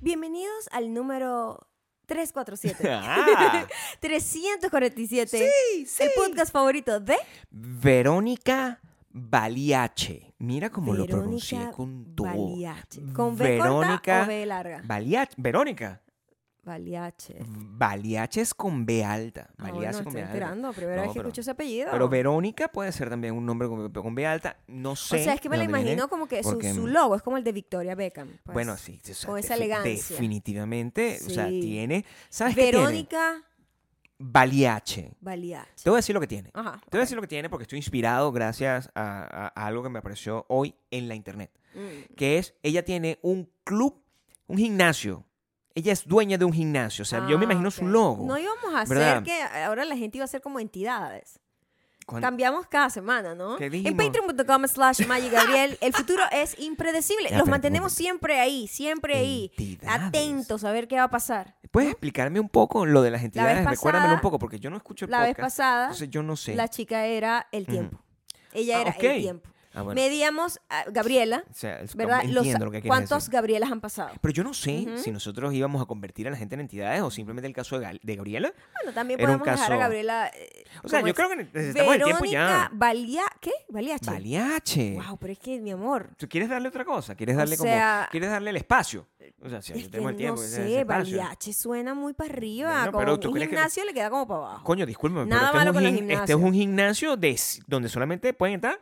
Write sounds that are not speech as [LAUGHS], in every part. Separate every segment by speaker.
Speaker 1: Bienvenidos al número 347.
Speaker 2: [LAUGHS]
Speaker 1: [LAUGHS]
Speaker 2: Ah,
Speaker 1: 347.
Speaker 2: sí, sí.
Speaker 1: El podcast favorito de
Speaker 2: Verónica Baliache. Mira cómo lo pronuncié
Speaker 1: Verónica
Speaker 2: con tu.
Speaker 1: Baliache. ¿Con B corta o B larga?
Speaker 2: Baliache. Verónica.
Speaker 1: Baliache.
Speaker 2: Baliache es con B alta.
Speaker 1: Ah,
Speaker 2: Baliache
Speaker 1: bueno,
Speaker 2: es con
Speaker 1: Eh. estoy
Speaker 2: B alta.
Speaker 1: enterando. Primera
Speaker 2: No,
Speaker 1: vez que
Speaker 2: pero-
Speaker 1: escucho ese apellido.
Speaker 2: Pero Verónica puede ser también un nombre con, con B alta. No sé.
Speaker 1: o sea, es que me
Speaker 2: de
Speaker 1: lo
Speaker 2: dónde
Speaker 1: imagino
Speaker 2: viene.
Speaker 1: como que su,
Speaker 2: porque-
Speaker 1: su logo es como el de Victoria Beckham. pues.
Speaker 2: bueno, sí. o sea,
Speaker 1: con esa
Speaker 2: defi-
Speaker 1: elegancia.
Speaker 2: Definitivamente. O sea,
Speaker 1: Sí.
Speaker 2: tiene. ¿Sabes qué tiene?
Speaker 1: Verónica
Speaker 2: Baliache. Te
Speaker 1: Baliache.
Speaker 2: voy a decir lo que tiene.
Speaker 1: Ajá.
Speaker 2: Te voy a decir lo que tiene porque estoy inspirado gracias a, a- a algo que me apareció hoy en la internet.
Speaker 1: Mm.
Speaker 2: Que es, ella tiene un club, un gimnasio. Ella es dueña de un gimnasio. O sea, yo me
Speaker 1: Ah,
Speaker 2: imagino su
Speaker 1: ok.
Speaker 2: logo.
Speaker 1: No íbamos a hacer
Speaker 2: ¿verdad?
Speaker 1: que ahora la gente iba a ser como entidades.
Speaker 2: Cuando-
Speaker 1: Cambiamos cada semana, ¿no?
Speaker 2: ¿Qué
Speaker 1: En
Speaker 2: dijimos?
Speaker 1: patreon.com slash Maggie Gabriel. El futuro es impredecible.
Speaker 2: [LAUGHS] Ya,
Speaker 1: Los
Speaker 2: pero-
Speaker 1: mantenemos siempre ahí, siempre ahí.
Speaker 2: Entidades.
Speaker 1: Atentos a ver qué va a pasar.
Speaker 2: ¿Puedes explicarme un poco lo de las entidades? Recuérdamelo
Speaker 1: pasada-
Speaker 2: un poco porque yo no escucho el
Speaker 1: La vez
Speaker 2: podcast.
Speaker 1: pasada,
Speaker 2: Entonces yo no sé.
Speaker 1: la chica era el
Speaker 2: Ujú.
Speaker 1: tiempo. Ella
Speaker 2: Ah,
Speaker 1: era
Speaker 2: ok.
Speaker 1: el tiempo.
Speaker 2: Ah, bueno.
Speaker 1: Medíamos a Gabriela,
Speaker 2: O sea, es como-
Speaker 1: ¿verdad? Los-
Speaker 2: entiendo lo que quieres
Speaker 1: ¿Cuántos
Speaker 2: decir.
Speaker 1: Gabrielas han pasado?
Speaker 2: Pero yo no sé
Speaker 1: Ujú.
Speaker 2: si nosotros íbamos a convertir a la gente en entidades o simplemente el caso de, Gal- de Gabriela.
Speaker 1: Bueno, también
Speaker 2: Era un
Speaker 1: podemos dejar a
Speaker 2: caso-
Speaker 1: Gabriela. eh,
Speaker 2: O sea,
Speaker 1: como
Speaker 2: yo
Speaker 1: es-
Speaker 2: creo que necesitamos el tiempo ya.
Speaker 1: Verónica Balia, ¿qué? Baliache.
Speaker 2: Baliache.
Speaker 1: Wow, pero es que mi amor.
Speaker 2: ¿Tú quieres darle otra cosa? ¿Quieres
Speaker 1: O
Speaker 2: darle
Speaker 1: sea,
Speaker 2: como quieres darle el espacio? O sea, si
Speaker 1: Es
Speaker 2: yo
Speaker 1: que
Speaker 2: tengo el tiempo,
Speaker 1: no
Speaker 2: que sea ese
Speaker 1: sé,
Speaker 2: espacio.
Speaker 1: Baliache suena muy para arriba.
Speaker 2: Bueno,
Speaker 1: como
Speaker 2: pero ¿tú
Speaker 1: un
Speaker 2: crees que-
Speaker 1: gimnasio le queda como para abajo.
Speaker 2: Coño, discúlpame,
Speaker 1: Nada
Speaker 2: pero este,
Speaker 1: malo
Speaker 2: es
Speaker 1: con
Speaker 2: un
Speaker 1: los
Speaker 2: gim- este es
Speaker 1: gimnasios.
Speaker 2: un gimnasio de, donde solamente pueden entrar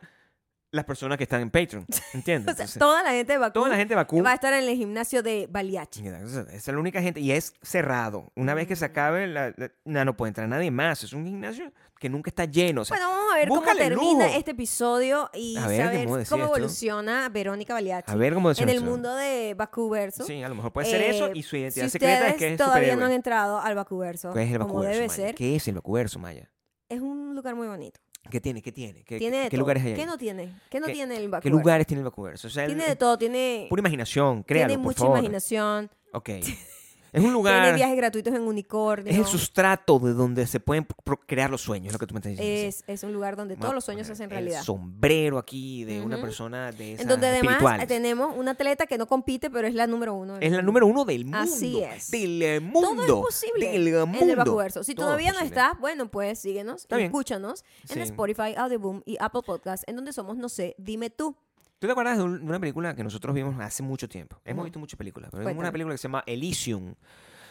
Speaker 2: las personas que están en
Speaker 1: [LAUGHS]
Speaker 2: Patreon, ¿entiendes?
Speaker 1: O sea,
Speaker 2: Entonces,
Speaker 1: Pues, toda la gente de Bakú
Speaker 2: toda la gente vacuna.
Speaker 1: va a estar en el gimnasio de Baliache.
Speaker 2: Mira, Esa esa es la única gente y es cerrado. Una vez
Speaker 1: Mm.
Speaker 2: que se acabe, la, la- na, no puede entrar nadie más. Es un gimnasio que nunca está lleno. o sea,
Speaker 1: Bueno, vamos a ver cómo
Speaker 2: búscale
Speaker 1: termina
Speaker 2: lujo.
Speaker 1: este episodio y
Speaker 2: A ver, ¿qué
Speaker 1: saber
Speaker 2: modo
Speaker 1: cómo
Speaker 2: decía esto?
Speaker 1: evoluciona Verónica Baliache
Speaker 2: a ver cómo
Speaker 1: en
Speaker 2: decimos
Speaker 1: el
Speaker 2: eso.
Speaker 1: mundo de Bakú Verso.
Speaker 2: Sí, a lo mejor puede ser eso
Speaker 1: Eh,
Speaker 2: y su identidad
Speaker 1: si
Speaker 2: secreta es
Speaker 1: ustedes
Speaker 2: que es
Speaker 1: todavía no han
Speaker 2: superhéroe.
Speaker 1: entrado al Bacuverso,
Speaker 2: ¿Cuál es el
Speaker 1: como
Speaker 2: vacuverso,
Speaker 1: debe
Speaker 2: Maya?
Speaker 1: ser,
Speaker 2: ¿Qué es el vacuverso, Maya?
Speaker 1: es un lugar muy bonito.
Speaker 2: ¿Qué tiene? ¿Qué tiene? ¿Qué,
Speaker 1: tiene de
Speaker 2: qué
Speaker 1: todo.
Speaker 2: lugares hay ahí?
Speaker 1: ¿Qué no tiene? ¿Qué no
Speaker 2: ¿Qué-
Speaker 1: tiene el
Speaker 2: ¿Qué
Speaker 1: Bacuverso?
Speaker 2: lugares tiene el vacuverso? O sea, el-
Speaker 1: Tiene de todo, tiene,
Speaker 2: Pura imaginación, créalo,
Speaker 1: tiene
Speaker 2: por
Speaker 1: mucha
Speaker 2: favor.
Speaker 1: imaginación,
Speaker 2: Ok.
Speaker 1: [LAUGHS]
Speaker 2: Es un
Speaker 1: tiene
Speaker 2: lugar...
Speaker 1: viajes gratuitos en unicornio.
Speaker 2: Es el sustrato de donde se pueden pro- crear los sueños, es lo que tú me estás diciendo. sí.
Speaker 1: Es, es un lugar donde todos
Speaker 2: Vamos
Speaker 1: los
Speaker 2: a
Speaker 1: sueños se
Speaker 2: poner
Speaker 1: hacen realidad.
Speaker 2: El sombrero aquí de una
Speaker 1: Ujú.
Speaker 2: persona de esas
Speaker 1: En donde además
Speaker 2: espirituales.
Speaker 1: tenemos una atleta que no compite, pero es la número uno. del
Speaker 2: Es la
Speaker 1: mundo.
Speaker 2: número uno del mundo.
Speaker 1: Así es.
Speaker 2: Del eh, mundo.
Speaker 1: Todo es posible
Speaker 2: Del eh, mundo.
Speaker 1: en el Bacuverso. Si
Speaker 2: Todo es
Speaker 1: todavía no
Speaker 2: posible.
Speaker 1: estás, bueno, pues síguenos,
Speaker 2: Está
Speaker 1: y
Speaker 2: bien.
Speaker 1: escúchanos en
Speaker 2: Sí.
Speaker 1: Spotify, Audioboom y Apple Podcast, en donde somos, no sé, dime tú.
Speaker 2: ¿Tú te acuerdas de, un- de una película que nosotros vimos hace mucho tiempo? Hemos
Speaker 1: Ujú.
Speaker 2: visto muchas películas, pero vimos
Speaker 1: Cuéntame.
Speaker 2: una película que se llama Elysium,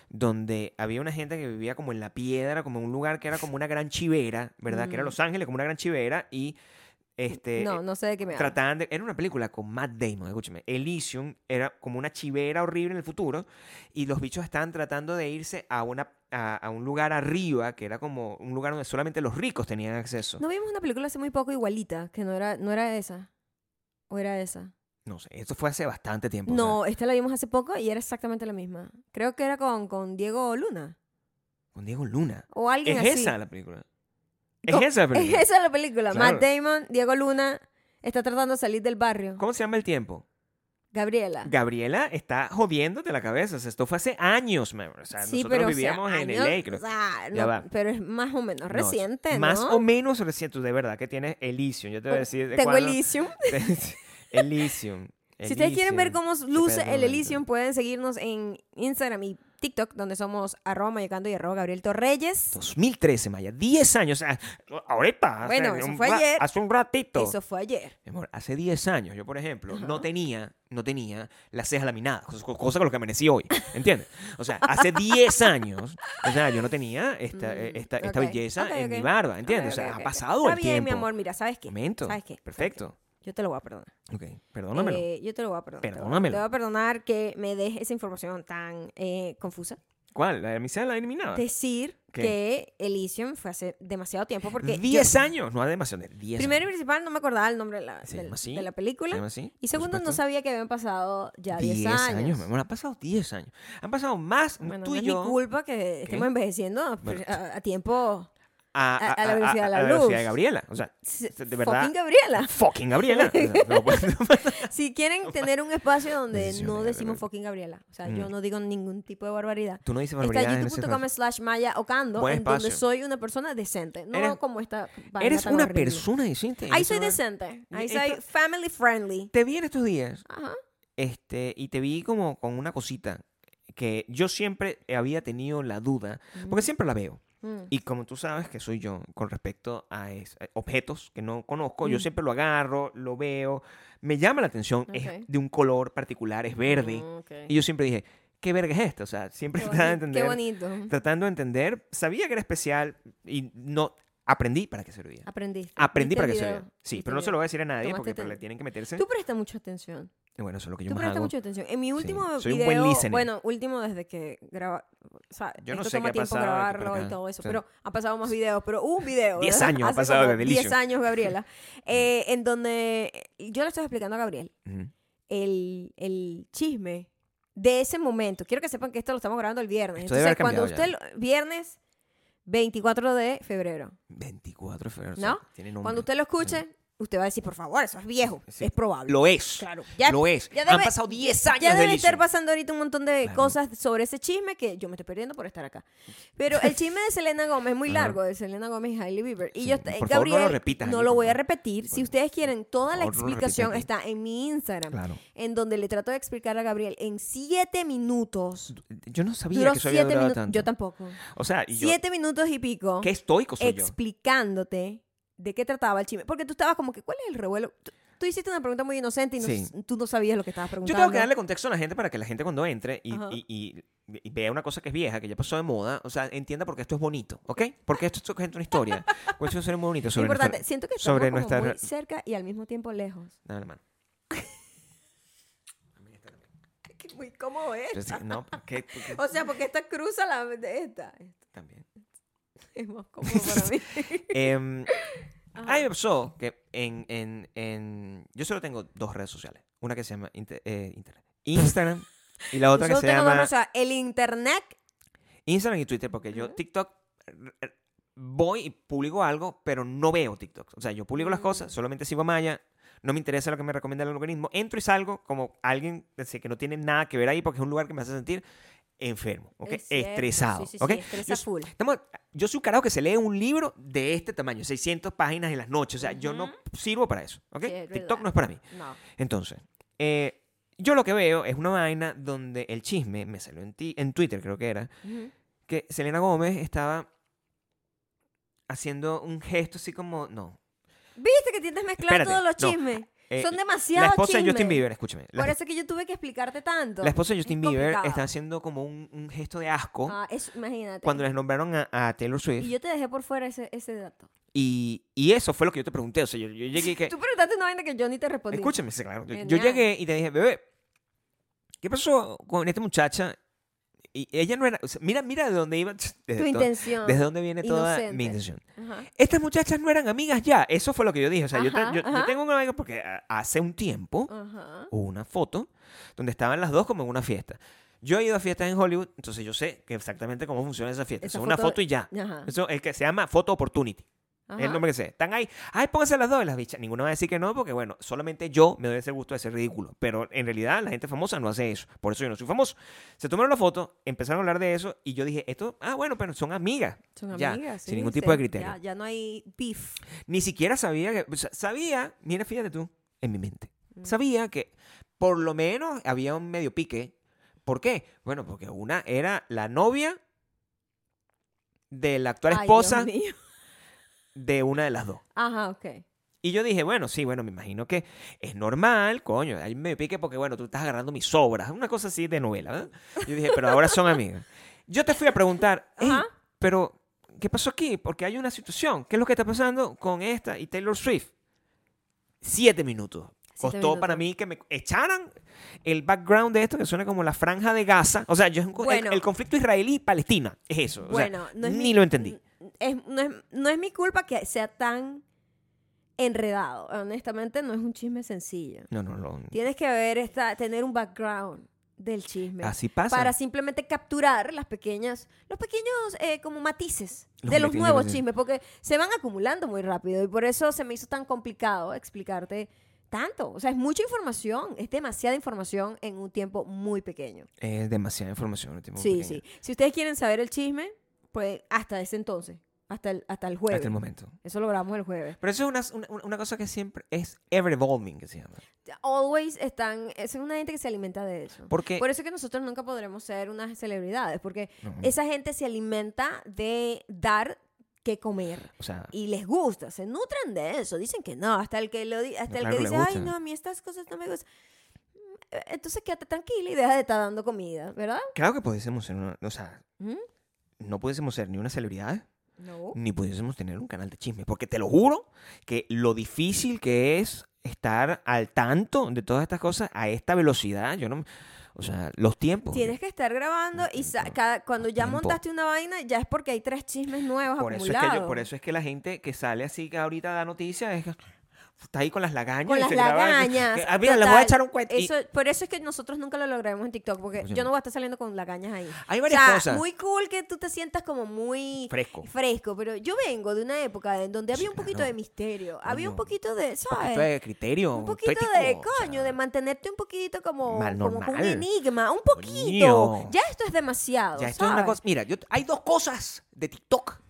Speaker 2: donde había una gente que vivía como en la piedra, como en un lugar que era como una gran chivera, ¿verdad? Que era
Speaker 1: Mm.
Speaker 2: Los Ángeles, como una gran chivera, y este,
Speaker 1: no, no sé de qué me hablas.
Speaker 2: trataban de... Era una película con Matt Damon, escúchame. Elysium era como una chivera horrible en el futuro y los bichos estaban tratando de irse a, una, a, a un lugar arriba, que era como un lugar donde solamente los ricos tenían acceso.
Speaker 1: No
Speaker 2: No,
Speaker 1: vimos una película hace muy poco igualita, que no era, no era esa. ¿O era esa?
Speaker 2: sé, esto fue hace bastante tiempo. o sea,
Speaker 1: no, esta la vimos hace poco y era exactamente la misma. Creo que era con, con Diego Luna.
Speaker 2: con Diego Luna.
Speaker 1: O alguien
Speaker 2: Es
Speaker 1: así.
Speaker 2: esa la película. Es
Speaker 1: Co-
Speaker 2: esa la
Speaker 1: [LAUGHS] Es
Speaker 2: película.
Speaker 1: esa la película. Matt
Speaker 2: Claro.
Speaker 1: Damon, Diego Luna, está tratando de salir del barrio.
Speaker 2: ¿Cómo se llama el tiempo?
Speaker 1: Gabriela.
Speaker 2: Gabriela está jodiéndote la cabeza. O sea, esto fue hace años, man. O sea, nosotros
Speaker 1: o sea,
Speaker 2: vivíamos en el
Speaker 1: años,
Speaker 2: LA, creo.
Speaker 1: o sea,
Speaker 2: Ya
Speaker 1: no,
Speaker 2: va.
Speaker 1: pero es más o menos
Speaker 2: No,
Speaker 1: reciente, ¿no?
Speaker 2: Más o menos reciente, de verdad, que tienes Elysium. Yo te voy a decir de
Speaker 1: Tengo
Speaker 2: cuándo-
Speaker 1: Elysium.
Speaker 2: Elysium.
Speaker 1: Si ustedes quieren ver cómo luce
Speaker 2: Espérate un
Speaker 1: el
Speaker 2: momento.
Speaker 1: Elysium, pueden seguirnos en Instagram y TikTok, donde somos arroba mayocando y arroba Gabriel Torreyes.
Speaker 2: 2013, Maya. 10 años. ah, Ahorita.
Speaker 1: Bueno,
Speaker 2: hace
Speaker 1: eso
Speaker 2: un
Speaker 1: fue
Speaker 2: ra-
Speaker 1: ayer.
Speaker 2: Hace un ratito.
Speaker 1: Eso fue ayer.
Speaker 2: Mi amor, hace 10 años, yo por ejemplo, no
Speaker 1: Ajá.
Speaker 2: tenía, no tenía las cejas laminadas, cos- co- cosa con lo que amanecí hoy, ¿entiendes? O sea, hace 10 años, o sea, yo no tenía esta, eh,
Speaker 1: Mm,
Speaker 2: esta, esta
Speaker 1: ok,
Speaker 2: belleza
Speaker 1: ok,
Speaker 2: en
Speaker 1: ok.
Speaker 2: mi barba,
Speaker 1: Ok,
Speaker 2: ¿entiendes? o sea,
Speaker 1: ok, ok.
Speaker 2: ha pasado
Speaker 1: Está
Speaker 2: el
Speaker 1: bien,
Speaker 2: tiempo.
Speaker 1: mi amor, mira, ¿sabes qué?
Speaker 2: Momento.
Speaker 1: ¿Sabes qué?
Speaker 2: Perfecto.
Speaker 1: Yo te lo voy a perdonar.
Speaker 2: Ok, perdónamelo.
Speaker 1: Eh, yo te lo voy a perdonar. te lo voy a-
Speaker 2: Perdónamelo.
Speaker 1: Te voy a perdonar que me dejes esa información tan eh, confusa.
Speaker 2: ¿Cuál? ¿La de mi ceja la eliminaba?
Speaker 1: Decir
Speaker 2: Ah. ¿Qué?
Speaker 1: que Elysium fue hace demasiado tiempo porque... yo-
Speaker 2: 10 años, no hay demasiado de 10
Speaker 1: Primero y
Speaker 2: años.
Speaker 1: principal, no me acordaba el nombre de la,
Speaker 2: Se
Speaker 1: de-
Speaker 2: llama así,
Speaker 1: de la película.
Speaker 2: ¿Se llama así?
Speaker 1: Y
Speaker 2: Por
Speaker 1: segundo, no
Speaker 2: supuesto.
Speaker 1: sabía que habían pasado ya 10
Speaker 2: 10
Speaker 1: años.
Speaker 2: años, mi amor, han pasado 10 años. Han pasado más
Speaker 1: Bueno,
Speaker 2: tú
Speaker 1: no
Speaker 2: y
Speaker 1: es
Speaker 2: yo
Speaker 1: mi culpa que estemos envejeciendo a-
Speaker 2: Bueno.
Speaker 1: a, a tiempo.
Speaker 2: a,
Speaker 1: a- a la velocidad de la
Speaker 2: a velocidad de
Speaker 1: luz.
Speaker 2: Gabriela. O sea,
Speaker 1: S-
Speaker 2: de verdad.
Speaker 1: Fucking Gabriela.
Speaker 2: Fucking Gabriela. O sea, no puede-
Speaker 1: [LAUGHS] Si
Speaker 2: [LAUGHS]
Speaker 1: quieren tener un espacio donde
Speaker 2: Decisiones,
Speaker 1: no decimos
Speaker 2: Gabriela.
Speaker 1: fucking Gabriela, o sea,
Speaker 2: Mm.
Speaker 1: yo no digo ningún tipo de barbaridad.
Speaker 2: [LAUGHS] Tú no dices
Speaker 1: Está
Speaker 2: barbaridades en ese
Speaker 1: youtube.com slash maya ocando,
Speaker 2: Buen
Speaker 1: en donde
Speaker 2: espacio.
Speaker 1: soy una persona decente, no
Speaker 2: Eres-
Speaker 1: como esta vaina
Speaker 2: Eres
Speaker 1: tan
Speaker 2: una
Speaker 1: horrible.
Speaker 2: persona decente. en
Speaker 1: Ahí
Speaker 2: ese
Speaker 1: soy
Speaker 2: lugar.
Speaker 1: decente, ahí
Speaker 2: Y-
Speaker 1: soy
Speaker 2: esto-
Speaker 1: family friendly.
Speaker 2: Te vi en estos días
Speaker 1: Ajá.
Speaker 2: este, y te vi como con una cosita que yo siempre había tenido la duda, porque siempre la veo.
Speaker 1: Mm.
Speaker 2: Y como tú sabes que soy yo con respecto a es- a objetos que no conozco, yo
Speaker 1: Mm.
Speaker 2: siempre lo agarro, lo veo, me llama la atención,
Speaker 1: Ok.
Speaker 2: es de un color particular, es verde.
Speaker 1: Mm, Ok.
Speaker 2: Y yo siempre dije, ¿qué verga es esto? O sea, siempre [LAUGHS]
Speaker 1: Qué
Speaker 2: trataba de
Speaker 1: boni- Qué
Speaker 2: entender,
Speaker 1: bonito.
Speaker 2: tratando de entender, sabía que era especial y no aprendí para qué servía.
Speaker 1: Aprendiste.
Speaker 2: Aprendí
Speaker 1: Viste
Speaker 2: para
Speaker 1: el
Speaker 2: qué
Speaker 1: video,
Speaker 2: servía. Sí,
Speaker 1: viste
Speaker 2: pero
Speaker 1: el
Speaker 2: no se lo
Speaker 1: video.
Speaker 2: voy a decir a nadie
Speaker 1: Tomaste
Speaker 2: porque pues,
Speaker 1: ten-
Speaker 2: le tienen que meterse.
Speaker 1: Tú presta mucha atención.
Speaker 2: Y bueno, eso es lo que yo
Speaker 1: Tú
Speaker 2: más
Speaker 1: prestas
Speaker 2: hago.
Speaker 1: mucha atención. En mi último
Speaker 2: soy un buen
Speaker 1: video,
Speaker 2: listener.
Speaker 1: bueno, último desde que graba, o sea,
Speaker 2: Yo no
Speaker 1: esto
Speaker 2: sé
Speaker 1: toma
Speaker 2: qué ha
Speaker 1: tiempo
Speaker 2: pasado de aquí para
Speaker 1: grabarlo y
Speaker 2: acá.
Speaker 1: todo eso,
Speaker 2: Sí.
Speaker 1: pero han pasado más videos, pero hubo un video.
Speaker 2: Diez
Speaker 1: ¿verdad?
Speaker 2: años ha
Speaker 1: Hace
Speaker 2: pasado,
Speaker 1: como
Speaker 2: Gabrielicio.
Speaker 1: 10 años,
Speaker 2: [LAUGHS]
Speaker 1: Gabriela,
Speaker 2: Mm.
Speaker 1: eh, en donde yo le estaba explicando a Gabriel
Speaker 2: Ujú.
Speaker 1: el, el chisme de ese momento. Quiero que sepan que esto lo estamos grabando el viernes.
Speaker 2: Esto debe haber
Speaker 1: cuando
Speaker 2: cambiado
Speaker 1: usted, lo- viernes 24 de febrero,
Speaker 2: 24 de febrero.
Speaker 1: ¿No?
Speaker 2: tiene nombre.
Speaker 1: cuando usted lo escuche, usted va a decir, por favor, eso es viejo,
Speaker 2: Sí.
Speaker 1: es probable.
Speaker 2: Ah, Lo es.
Speaker 1: Claro.
Speaker 2: lo es.
Speaker 1: ya
Speaker 2: Han
Speaker 1: debe-
Speaker 2: pasado 10 años
Speaker 1: Ya
Speaker 2: del
Speaker 1: debe estar
Speaker 2: inicio.
Speaker 1: pasando ahorita un montón de
Speaker 2: Claro.
Speaker 1: cosas sobre ese chisme que yo me estoy perdiendo por estar acá. Pero el chisme de Selena Gómez es muy
Speaker 2: Ajá.
Speaker 1: largo, de Selena Gómez y Hailey Bieber. Y
Speaker 2: Sí,
Speaker 1: yo,
Speaker 2: por
Speaker 1: eh,
Speaker 2: favor, no lo
Speaker 1: Gabriel,
Speaker 2: repitas
Speaker 1: no
Speaker 2: aquí,
Speaker 1: lo
Speaker 2: por
Speaker 1: voy a
Speaker 2: favor.
Speaker 1: repetir. Si
Speaker 2: Por-
Speaker 1: ustedes quieren, toda la
Speaker 2: favor, no lo repitas
Speaker 1: explicación
Speaker 2: aquí.
Speaker 1: está en mi Instagram,
Speaker 2: Claro.
Speaker 1: en donde le trato de explicar a Gabriel en siete minutos.
Speaker 2: Yo no sabía
Speaker 1: Duró
Speaker 2: que eso había
Speaker 1: siete
Speaker 2: durado
Speaker 1: minutos.
Speaker 2: tanto.
Speaker 1: Yo tampoco.
Speaker 2: O sea, y yo,
Speaker 1: Siete minutos y pico
Speaker 2: qué estoico soy yo.
Speaker 1: explicándote de qué trataba el chisme. Porque tú estabas como que, ¿cuál es el revuelo? Tú, tú hiciste una pregunta muy inocente y no-
Speaker 2: Sí.
Speaker 1: tú no sabías lo que estabas
Speaker 2: Yo
Speaker 1: preguntando.
Speaker 2: tengo que darle contexto a la gente para que la gente cuando entre y,
Speaker 1: Ajá.
Speaker 2: y- y- y vea una cosa que es vieja, que ya pasó de moda, o sea, entienda por qué esto es bonito, ¿ok? Porque esto es una
Speaker 1: [LAUGHS]
Speaker 2: historia. Porque esto es muy bonito sobre nuestra-
Speaker 1: importante. Siento que
Speaker 2: sobre
Speaker 1: estamos como muy
Speaker 2: nuestra-
Speaker 1: cerca y al mismo tiempo
Speaker 2: [LAUGHS]
Speaker 1: lejos.
Speaker 2: Dame la mano.
Speaker 1: Qué muy cómodo es. [LAUGHS]
Speaker 2: Entonces, no, ¿qué, qué- qué?
Speaker 1: O sea, porque esta cruza la de esta.
Speaker 2: También.
Speaker 1: Es más cómodo
Speaker 2: [LAUGHS]
Speaker 1: para mí.
Speaker 2: Em,
Speaker 1: Ajá.
Speaker 2: a mí me pasó que en, en- en- Yo solo tengo dos redes sociales. Una que se llama Inter- eh, Internet. Instagram y la [LAUGHS] otra que
Speaker 1: Yo
Speaker 2: se
Speaker 1: tengo dos
Speaker 2: llama...
Speaker 1: rosas, el internet.
Speaker 2: Instagram y Twitter, porque yo
Speaker 1: Ujú.
Speaker 2: TikTok r- r- voy y publico algo, pero no veo TikTok. O sea, yo publico las
Speaker 1: Mm.
Speaker 2: cosas, solamente sigo a Maya, no me interesa lo que me recomienda el algoritmo, entro y salgo como alguien así que no tiene nada que ver ahí porque es un lugar que me hace sentir enfermo, ¿ok?
Speaker 1: Es cierto,
Speaker 2: Estresado,
Speaker 1: sí, sí, sí,
Speaker 2: ¿ok?
Speaker 1: estresa
Speaker 2: Yo s-
Speaker 1: full.
Speaker 2: estamos- yo soy un carajo que se lee un libro de este tamaño, 600 páginas en las noches, o sea, yo no
Speaker 1: Ujú.
Speaker 2: sirvo para eso, ¿ok?
Speaker 1: Sí, es
Speaker 2: TikTok
Speaker 1: verdad.
Speaker 2: no es para mí.
Speaker 1: No.
Speaker 2: Entonces, eh, yo lo que veo es una vaina donde el chisme me salió en, ti, en Twitter, creo que era,
Speaker 1: Ujú.
Speaker 2: que Selena Gómez estaba haciendo un gesto así como, no.
Speaker 1: Viste que tiendes a mezclar
Speaker 2: Espérate,
Speaker 1: todos los
Speaker 2: no.
Speaker 1: chismes.
Speaker 2: eh,
Speaker 1: Son demasiados
Speaker 2: la esposa de
Speaker 1: chismes.
Speaker 2: Justin Bieber, escúchame. La,
Speaker 1: Por eso que yo tuve que explicarte tanto.
Speaker 2: la esposa de Justin
Speaker 1: Es
Speaker 2: Bieber
Speaker 1: complicado.
Speaker 2: está haciendo como un, un gesto de asco
Speaker 1: Ah, eso, imagínate.
Speaker 2: cuando les nombraron a, a Taylor
Speaker 1: Y
Speaker 2: Swift.
Speaker 1: yo te dejé por fuera ese, ese dato.
Speaker 2: Y, y eso fue lo que yo te pregunté. O sea,
Speaker 1: [LAUGHS]
Speaker 2: yo, yo llegué y que.
Speaker 1: Tú preguntaste una vaina que yo ni te respondí.
Speaker 2: Escúchame, sí, claro. Yo, yo
Speaker 1: Genial.
Speaker 2: llegué y te dije, bebé, ¿qué pasó con esta muchacha? Y ella no era. o sea, mira, mira de dónde iba.
Speaker 1: tu
Speaker 2: Desde, to-
Speaker 1: intención.
Speaker 2: desde dónde viene toda
Speaker 1: Inocente.
Speaker 2: mi intención.
Speaker 1: Ajá.
Speaker 2: estas muchachas no eran amigas ya. Eso fue lo que yo dije. O sea, yo, te-
Speaker 1: Ajá,
Speaker 2: yo- yo
Speaker 1: ajá.
Speaker 2: tengo una amiga porque a- hace un tiempo
Speaker 1: Ajá.
Speaker 2: hubo una foto donde estaban las dos como en una fiesta. Yo he ido a fiestas en Hollywood, entonces yo sé que exactamente cómo funciona esa fiesta.
Speaker 1: Esa
Speaker 2: es una
Speaker 1: foto-
Speaker 2: foto y ya.
Speaker 1: Ajá.
Speaker 2: Eso es que se llama Photo Opportunity.
Speaker 1: Ajá.
Speaker 2: Es el nombre que sé. Están ahí. Ay, pónganse las dos y las bichas. Ninguna va a decir que no, porque bueno, solamente yo me doy ese gusto de ser ridículo. Pero en realidad la gente famosa no hace eso. Por eso yo no soy famoso. Se tomaron la foto, empezaron a hablar de eso y yo dije, esto, ah, bueno, pero son amigas.
Speaker 1: Son
Speaker 2: Ya,
Speaker 1: amigas.
Speaker 2: sin
Speaker 1: sí,
Speaker 2: ningún
Speaker 1: sí.
Speaker 2: tipo de criterio.
Speaker 1: Ya, ya no hay beef.
Speaker 2: Ni siquiera sabía que. o sea, sabía, mira, fíjate tú, en mi mente.
Speaker 1: Mm.
Speaker 2: Sabía que por lo menos había un medio pique. ¿Por qué? Bueno, porque una era la novia de la actual
Speaker 1: Ay,
Speaker 2: esposa
Speaker 1: Dios mío.
Speaker 2: de una de las dos.
Speaker 1: Ajá, ok.
Speaker 2: Y yo dije, bueno, sí, bueno, me imagino que es normal, coño, hay un medio pique porque, bueno, tú estás agarrando mis obras, una cosa así de novela, ¿verdad? Yo dije, pero ahora son amigas. Yo te fui a preguntar, "Ey,
Speaker 1: Ajá.
Speaker 2: pero, ¿qué pasó aquí? Porque hay una situación. ¿Qué es lo que está pasando con esta y Taylor Swift? Siete minutos. Costó
Speaker 1: minutos.
Speaker 2: para mí que me echaran el background de esto que suena como la franja de Gaza. O sea, yo es un co- el-
Speaker 1: Bueno.
Speaker 2: el, conflicto israelí-palestina. Es eso. O sea,
Speaker 1: Bueno, no es
Speaker 2: ni
Speaker 1: mi-
Speaker 2: lo entendí.
Speaker 1: Es, no, es, no es mi culpa que sea tan enredado. Honestamente, no es un chisme sencillo.
Speaker 2: No, no, no.
Speaker 1: Tienes que ver esta, tener un background del chisme.
Speaker 2: Así pasa.
Speaker 1: Para simplemente capturar las pequeñas, los pequeños eh, como matices
Speaker 2: Los
Speaker 1: de los
Speaker 2: pequeños
Speaker 1: nuevos
Speaker 2: matices.
Speaker 1: chismes, porque se van acumulando muy rápido y por eso se me hizo tan complicado explicarte tanto. O sea, es mucha información, es demasiada información en un tiempo muy pequeño.
Speaker 2: Es demasiada información. en un tiempo
Speaker 1: sí,
Speaker 2: pequeño.
Speaker 1: sí. Si ustedes quieren saber el chisme, pues hasta ese entonces. hasta el, hasta el jueves.
Speaker 2: hasta el momento.
Speaker 1: Eso lo grabamos el jueves.
Speaker 2: Pero eso es una, una- una cosa que siempre es ever evolving, que se llama.
Speaker 1: Always están, es una gente que se alimenta de eso.
Speaker 2: Porque
Speaker 1: Por eso es que nosotros nunca podremos ser unas celebridades, porque
Speaker 2: no,
Speaker 1: esa gente se alimenta de dar que comer.
Speaker 2: o sea,
Speaker 1: Y les gusta, se nutren de eso. Dicen que no, hasta el que lo di- hasta
Speaker 2: Claro
Speaker 1: el que
Speaker 2: que le
Speaker 1: dice, ay,
Speaker 2: gusta.
Speaker 1: no, a mí estas cosas no me gustan. Mm, Entonces quédate tranquila y deja de estar dando comida, ¿verdad?
Speaker 2: claro que pudiésemos ser, una- o sea,
Speaker 1: ¿Mm?
Speaker 2: no pudiésemos ser ni una celebridad,
Speaker 1: No.
Speaker 2: ni pudiésemos tener un canal de chisme. Porque te lo juro que lo difícil que es estar al tanto de todas estas cosas a esta velocidad, yo no, o sea, los tiempos.
Speaker 1: Tienes que estar grabando y sa-
Speaker 2: Tiempo.
Speaker 1: cada- cuando ya
Speaker 2: Tiempo.
Speaker 1: montaste una vaina, ya es porque hay tres chismes nuevos
Speaker 2: por eso, es
Speaker 1: acumulados.
Speaker 2: que yo- por eso es que la gente que sale así que ahorita da noticias es que está ahí con las lagañas.
Speaker 1: Con
Speaker 2: y
Speaker 1: las
Speaker 2: se graba-
Speaker 1: lagañas,
Speaker 2: Ah, mira, les voy a
Speaker 1: total.
Speaker 2: echar un cuento. Y
Speaker 1: Eso- por eso es que nosotros nunca lo lograremos en TikTok, porque
Speaker 2: Oye,
Speaker 1: yo no voy a estar saliendo con lagañas ahí.
Speaker 2: Hay
Speaker 1: O
Speaker 2: varias
Speaker 1: sea,
Speaker 2: cosas.
Speaker 1: muy cool que tú te sientas como muy
Speaker 2: Fresco.
Speaker 1: fresco, pero yo vengo de una época en donde había
Speaker 2: Sí,
Speaker 1: un poquito
Speaker 2: claro.
Speaker 1: de misterio,
Speaker 2: Coño,
Speaker 1: había un poquito de,
Speaker 2: Un
Speaker 1: ¿sabes?
Speaker 2: poquito de criterio.
Speaker 1: un poquito
Speaker 2: crítico,
Speaker 1: de
Speaker 2: o
Speaker 1: coño,
Speaker 2: sea,
Speaker 1: de mantenerte un poquito como,
Speaker 2: mal
Speaker 1: como con un
Speaker 2: normal.
Speaker 1: enigma, un poquito.
Speaker 2: Coño.
Speaker 1: Ya esto es demasiado.
Speaker 2: Ya, esto es una
Speaker 1: ¿sabes?
Speaker 2: cosa. Mira, yo, hay dos cosas de TikTok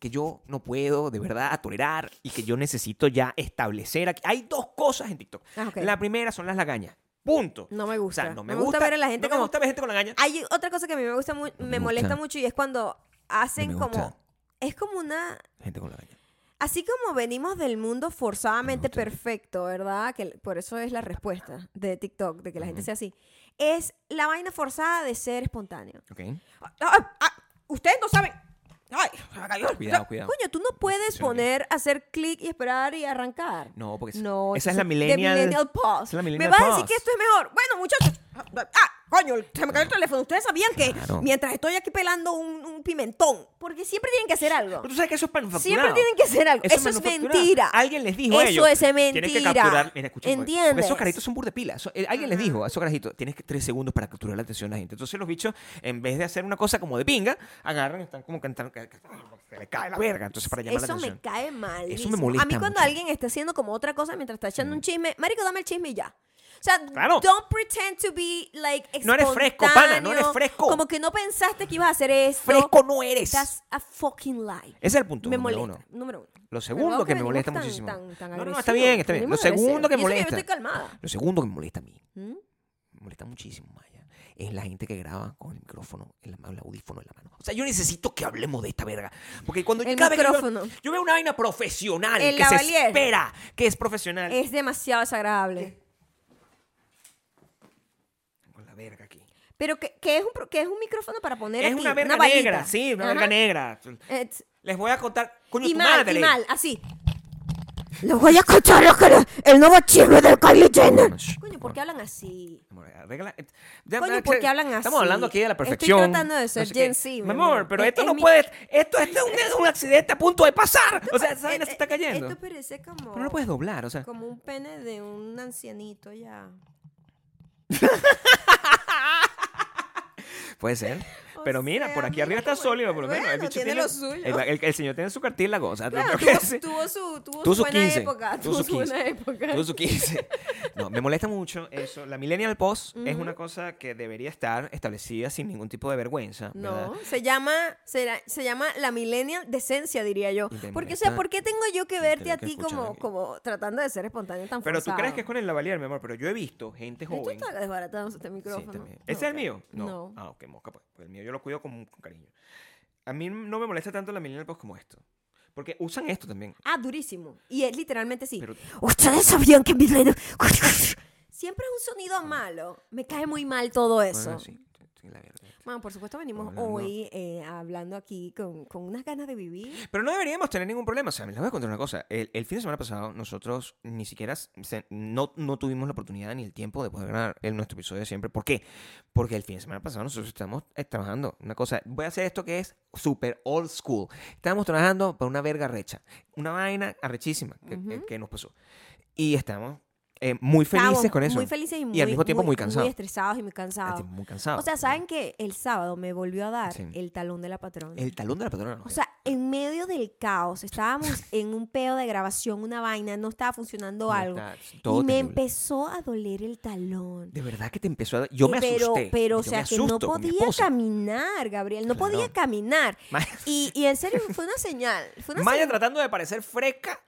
Speaker 2: que yo no puedo de verdad tolerar y que yo necesito ya establecer aquí. Hay dos cosas en TikTok.
Speaker 1: Ah, ok.
Speaker 2: La primera son las lagañas. Punto.
Speaker 1: No me gusta.
Speaker 2: O sea, no me,
Speaker 1: me gusta, ver a la gente
Speaker 2: no me
Speaker 1: como
Speaker 2: gusta ver gente con lagaña.
Speaker 1: Hay otra cosa que a mí me gusta mu-
Speaker 2: No
Speaker 1: me,
Speaker 2: me gusta.
Speaker 1: molesta mucho y es cuando hacen
Speaker 2: No me gusta.
Speaker 1: como es como una
Speaker 2: Gente con lagaña.
Speaker 1: así como venimos del mundo forzadamente
Speaker 2: gusta.
Speaker 1: perfecto, ¿verdad? Que l- por eso es la respuesta de TikTok de que la gente sea así. Es la vaina forzada de ser espontáneo.
Speaker 2: Ok.
Speaker 1: Ah, ah, ah, ustedes no saben. Ay, se me cayó.
Speaker 2: Cuidado, cuidado.
Speaker 1: Coño, tú no puedes
Speaker 2: Funciona
Speaker 1: poner hacer clic y esperar y arrancar.
Speaker 2: No, porque esa-
Speaker 1: No,
Speaker 2: esa
Speaker 1: entonces,
Speaker 2: es la
Speaker 1: de
Speaker 2: millennial.
Speaker 1: millennial pause.
Speaker 2: esa es la
Speaker 1: Me
Speaker 2: millennial
Speaker 1: vas a decir
Speaker 2: pause.
Speaker 1: que esto es mejor. Bueno, muchachos. Ah, coño, se me cayó el teléfono. Ustedes sabían que
Speaker 2: Claro.
Speaker 1: mientras estoy aquí pelando un, un pimentón, porque siempre tienen que hacer algo.
Speaker 2: Pero tú sabes que eso es manufacturado.
Speaker 1: Siempre tienen que hacer algo. Eso es
Speaker 2: manufacturado.
Speaker 1: mentira.
Speaker 2: Alguien les dijo a
Speaker 1: Eso
Speaker 2: ellos,
Speaker 1: es
Speaker 2: Tienes que
Speaker 1: mentira.
Speaker 2: capturar. Mira, escucha, porque
Speaker 1: ¿Entiendes?
Speaker 2: Esos carajitos son burda pila. Eso- eh, alguien les dijo a esos carajitos, tienes que tres segundos para capturar la atención de la gente. Entonces los bichos, en vez de hacer una cosa como de pinga, agarran y están como cantando. que- que- Se le cae la verga. Entonces para llamar la
Speaker 1: Eso me
Speaker 2: atención.
Speaker 1: cae mal.
Speaker 2: Eso me molesta
Speaker 1: A mí cuando
Speaker 2: mucho. Mm.
Speaker 1: alguien está haciendo como otra cosa mientras está echando un chisme, marico, dame el chisme y ya. O sea,
Speaker 2: Claro.
Speaker 1: don't pretend to be like
Speaker 2: No eres fresco, pana, no eres
Speaker 1: espontáneo,
Speaker 2: fresco.
Speaker 1: Como que no pensaste que ibas a hacer esto.
Speaker 2: Fresco no eres. Ese
Speaker 1: That's a fucking lie.
Speaker 2: es el punto.
Speaker 1: me
Speaker 2: número
Speaker 1: molesta.
Speaker 2: uno.
Speaker 1: Número uno.
Speaker 2: Lo segundo
Speaker 1: Perdón
Speaker 2: que me
Speaker 1: venimos
Speaker 2: molesta
Speaker 1: tan-
Speaker 2: muchísimo.
Speaker 1: tan- tan
Speaker 2: No, no, no, está
Speaker 1: agresivos.
Speaker 2: bien, está bien.
Speaker 1: Venimos
Speaker 2: Lo segundo que
Speaker 1: agresivos. Y eso
Speaker 2: molesta.
Speaker 1: Yo estoy calmada.
Speaker 2: Lo segundo que me molesta a mí,
Speaker 1: ¿Mm?
Speaker 2: me molesta muchísimo, Maya, es la gente que graba con el micrófono, en la mano, el audífono en la mano. O sea, yo necesito que hablemos de esta verga. Porque cuando
Speaker 1: El
Speaker 2: cada vez que yo-
Speaker 1: micrófono.
Speaker 2: yo, veo una vaina profesional
Speaker 1: El
Speaker 2: que se
Speaker 1: lavalier.
Speaker 2: espera que es profesional.
Speaker 1: Es demasiado desagradable.
Speaker 2: Con la verga aquí.
Speaker 1: Pero que, que es un, pro- que es un micrófono para poner
Speaker 2: Es
Speaker 1: aquí,
Speaker 2: una verga
Speaker 1: balita.
Speaker 2: negra, sí, una
Speaker 1: Ajá.
Speaker 2: verga negra.
Speaker 1: It's-
Speaker 2: Les voy a contar. Coño,
Speaker 1: y
Speaker 2: tu
Speaker 1: mal,
Speaker 2: madre.
Speaker 1: y mal, así. Lo voy a escuchar, lo que- el nuevo chisme del Kylie Jenner. Coño, ¿por qué hablan así?
Speaker 2: Amor, arregla- eh, ya-
Speaker 1: Coño,
Speaker 2: ya-
Speaker 1: ¿por qué hablan
Speaker 2: Estamos
Speaker 1: así?
Speaker 2: hablando aquí de la
Speaker 1: Estoy
Speaker 2: perfección.
Speaker 1: tratando de ser
Speaker 2: sé
Speaker 1: Gen
Speaker 2: qué.
Speaker 1: Z,
Speaker 2: Mi
Speaker 1: mi
Speaker 2: amor,
Speaker 1: amor.
Speaker 2: pero
Speaker 1: Es-
Speaker 2: esto
Speaker 1: es
Speaker 2: no
Speaker 1: mi-
Speaker 2: puede. Esto, esto es, un, es un accidente a punto de pasar. O sea, esa vaina
Speaker 1: Eh,
Speaker 2: se está
Speaker 1: eh,
Speaker 2: cayendo.
Speaker 1: Esto parece como,
Speaker 2: Pero no lo puedes doblar, o sea.
Speaker 1: como un pene de un ancianito ya.
Speaker 2: Puede ser.
Speaker 1: [LAUGHS] O
Speaker 2: Pero mira, por
Speaker 1: sea,
Speaker 2: aquí
Speaker 1: mira
Speaker 2: arriba está
Speaker 1: cómo
Speaker 2: sólido,
Speaker 1: está.
Speaker 2: por lo menos. el
Speaker 1: Bueno,
Speaker 2: bicho
Speaker 1: tiene
Speaker 2: tiene,
Speaker 1: lo suyo.
Speaker 2: El, el- el señor tiene su cartílago. O sea,
Speaker 1: Claro,
Speaker 2: creo que
Speaker 1: tuvo,
Speaker 2: sí. [LAUGHS]
Speaker 1: tuvo su, tuvo
Speaker 2: Tuvo
Speaker 1: su
Speaker 2: sus
Speaker 1: buena
Speaker 2: 15,
Speaker 1: época.
Speaker 2: tuvo
Speaker 1: Tuvo
Speaker 2: sus
Speaker 1: su buena
Speaker 2: 15,
Speaker 1: época.
Speaker 2: Tuvo su 15. No, me molesta mucho eso. La Millennial Post es una cosa que debería estar establecida sin ningún tipo de vergüenza. ¿verdad?
Speaker 1: No, se llama, será- se llama la millennial decencia, diría yo.
Speaker 2: Y te
Speaker 1: Porque, o sea,
Speaker 2: molesta
Speaker 1: ¿por qué tengo yo que
Speaker 2: y
Speaker 1: verte
Speaker 2: tener
Speaker 1: a
Speaker 2: que
Speaker 1: ti
Speaker 2: escuchar
Speaker 1: como,
Speaker 2: aquí.
Speaker 1: como tratando de ser espontáneo tan
Speaker 2: Pero tú
Speaker 1: forzado?
Speaker 2: crees que es con el lavalier, mi amor. Pero yo he visto gente
Speaker 1: Ay, Tú
Speaker 2: joven.
Speaker 1: estás desbaratando este
Speaker 2: Sí,
Speaker 1: micrófono.
Speaker 2: también.
Speaker 1: No,
Speaker 2: ¿Ese es el
Speaker 1: ok.
Speaker 2: mío? No.
Speaker 1: No.
Speaker 2: Ah, ok, mosca, pues. Porque El mío yo lo cuido con, con cariño. A mí no me molesta tanto la Millennial Post como esto. Porque usan esto también.
Speaker 1: Ah, durísimo. Y es literalmente sí.
Speaker 2: Pero-
Speaker 1: Ustedes sabían que mi radio- [LAUGHS] Siempre es un sonido malo. Me cae muy mal todo eso.
Speaker 2: Ah. Bueno, sí, sí, la verga.
Speaker 1: Man, por supuesto venimos
Speaker 2: Bueno, no.
Speaker 1: hoy eh, hablando aquí con, con unas ganas de vivir.
Speaker 2: Pero no deberíamos tener ningún problema. O sea, les voy a contar una cosa. El, el fin de semana pasado, nosotros ni siquiera se- no, no tuvimos la oportunidad ni el tiempo de poder grabar el, nuestro episodio de siempre. ¿Por qué? Porque el fin de semana pasado nosotros estamos eh, trabajando. Una cosa, voy a hacer esto que es super old school. Estábamos trabajando para una verga recha. Una vaina arrechísima que, que- que nos pasó. Y estamos eh, muy felices
Speaker 1: Estábamos
Speaker 2: con eso.
Speaker 1: Muy felices y, muy,
Speaker 2: al mismo tiempo muy cansados.
Speaker 1: Muy estresados y muy cansados.
Speaker 2: Muy cansado.
Speaker 1: O sea, ¿saben que El sábado me volvió a dar
Speaker 2: Sí.
Speaker 1: el talón de la patrona.
Speaker 2: El talón de la patrona. no,
Speaker 1: O sea, en medio del caos,
Speaker 2: [LAUGHS]
Speaker 1: estábamos en un pedo de grabación, una vaina, no estaba funcionando
Speaker 2: no,
Speaker 1: algo.
Speaker 2: está todo
Speaker 1: y me
Speaker 2: terrible.
Speaker 1: empezó a doler el talón.
Speaker 2: De verdad que te empezó a... Yo me
Speaker 1: pero,
Speaker 2: asusté.
Speaker 1: Pero, o
Speaker 2: Yo
Speaker 1: sea,
Speaker 2: me
Speaker 1: que no
Speaker 2: asusto con mi
Speaker 1: podía
Speaker 2: esposa.
Speaker 1: caminar, Gabriel, no
Speaker 2: Claro.
Speaker 1: podía caminar.
Speaker 2: Ma- [LAUGHS]
Speaker 1: Y, y en serio, fue una señal. Fue una
Speaker 2: Maya
Speaker 1: señal.
Speaker 2: tratando de parecer fresca.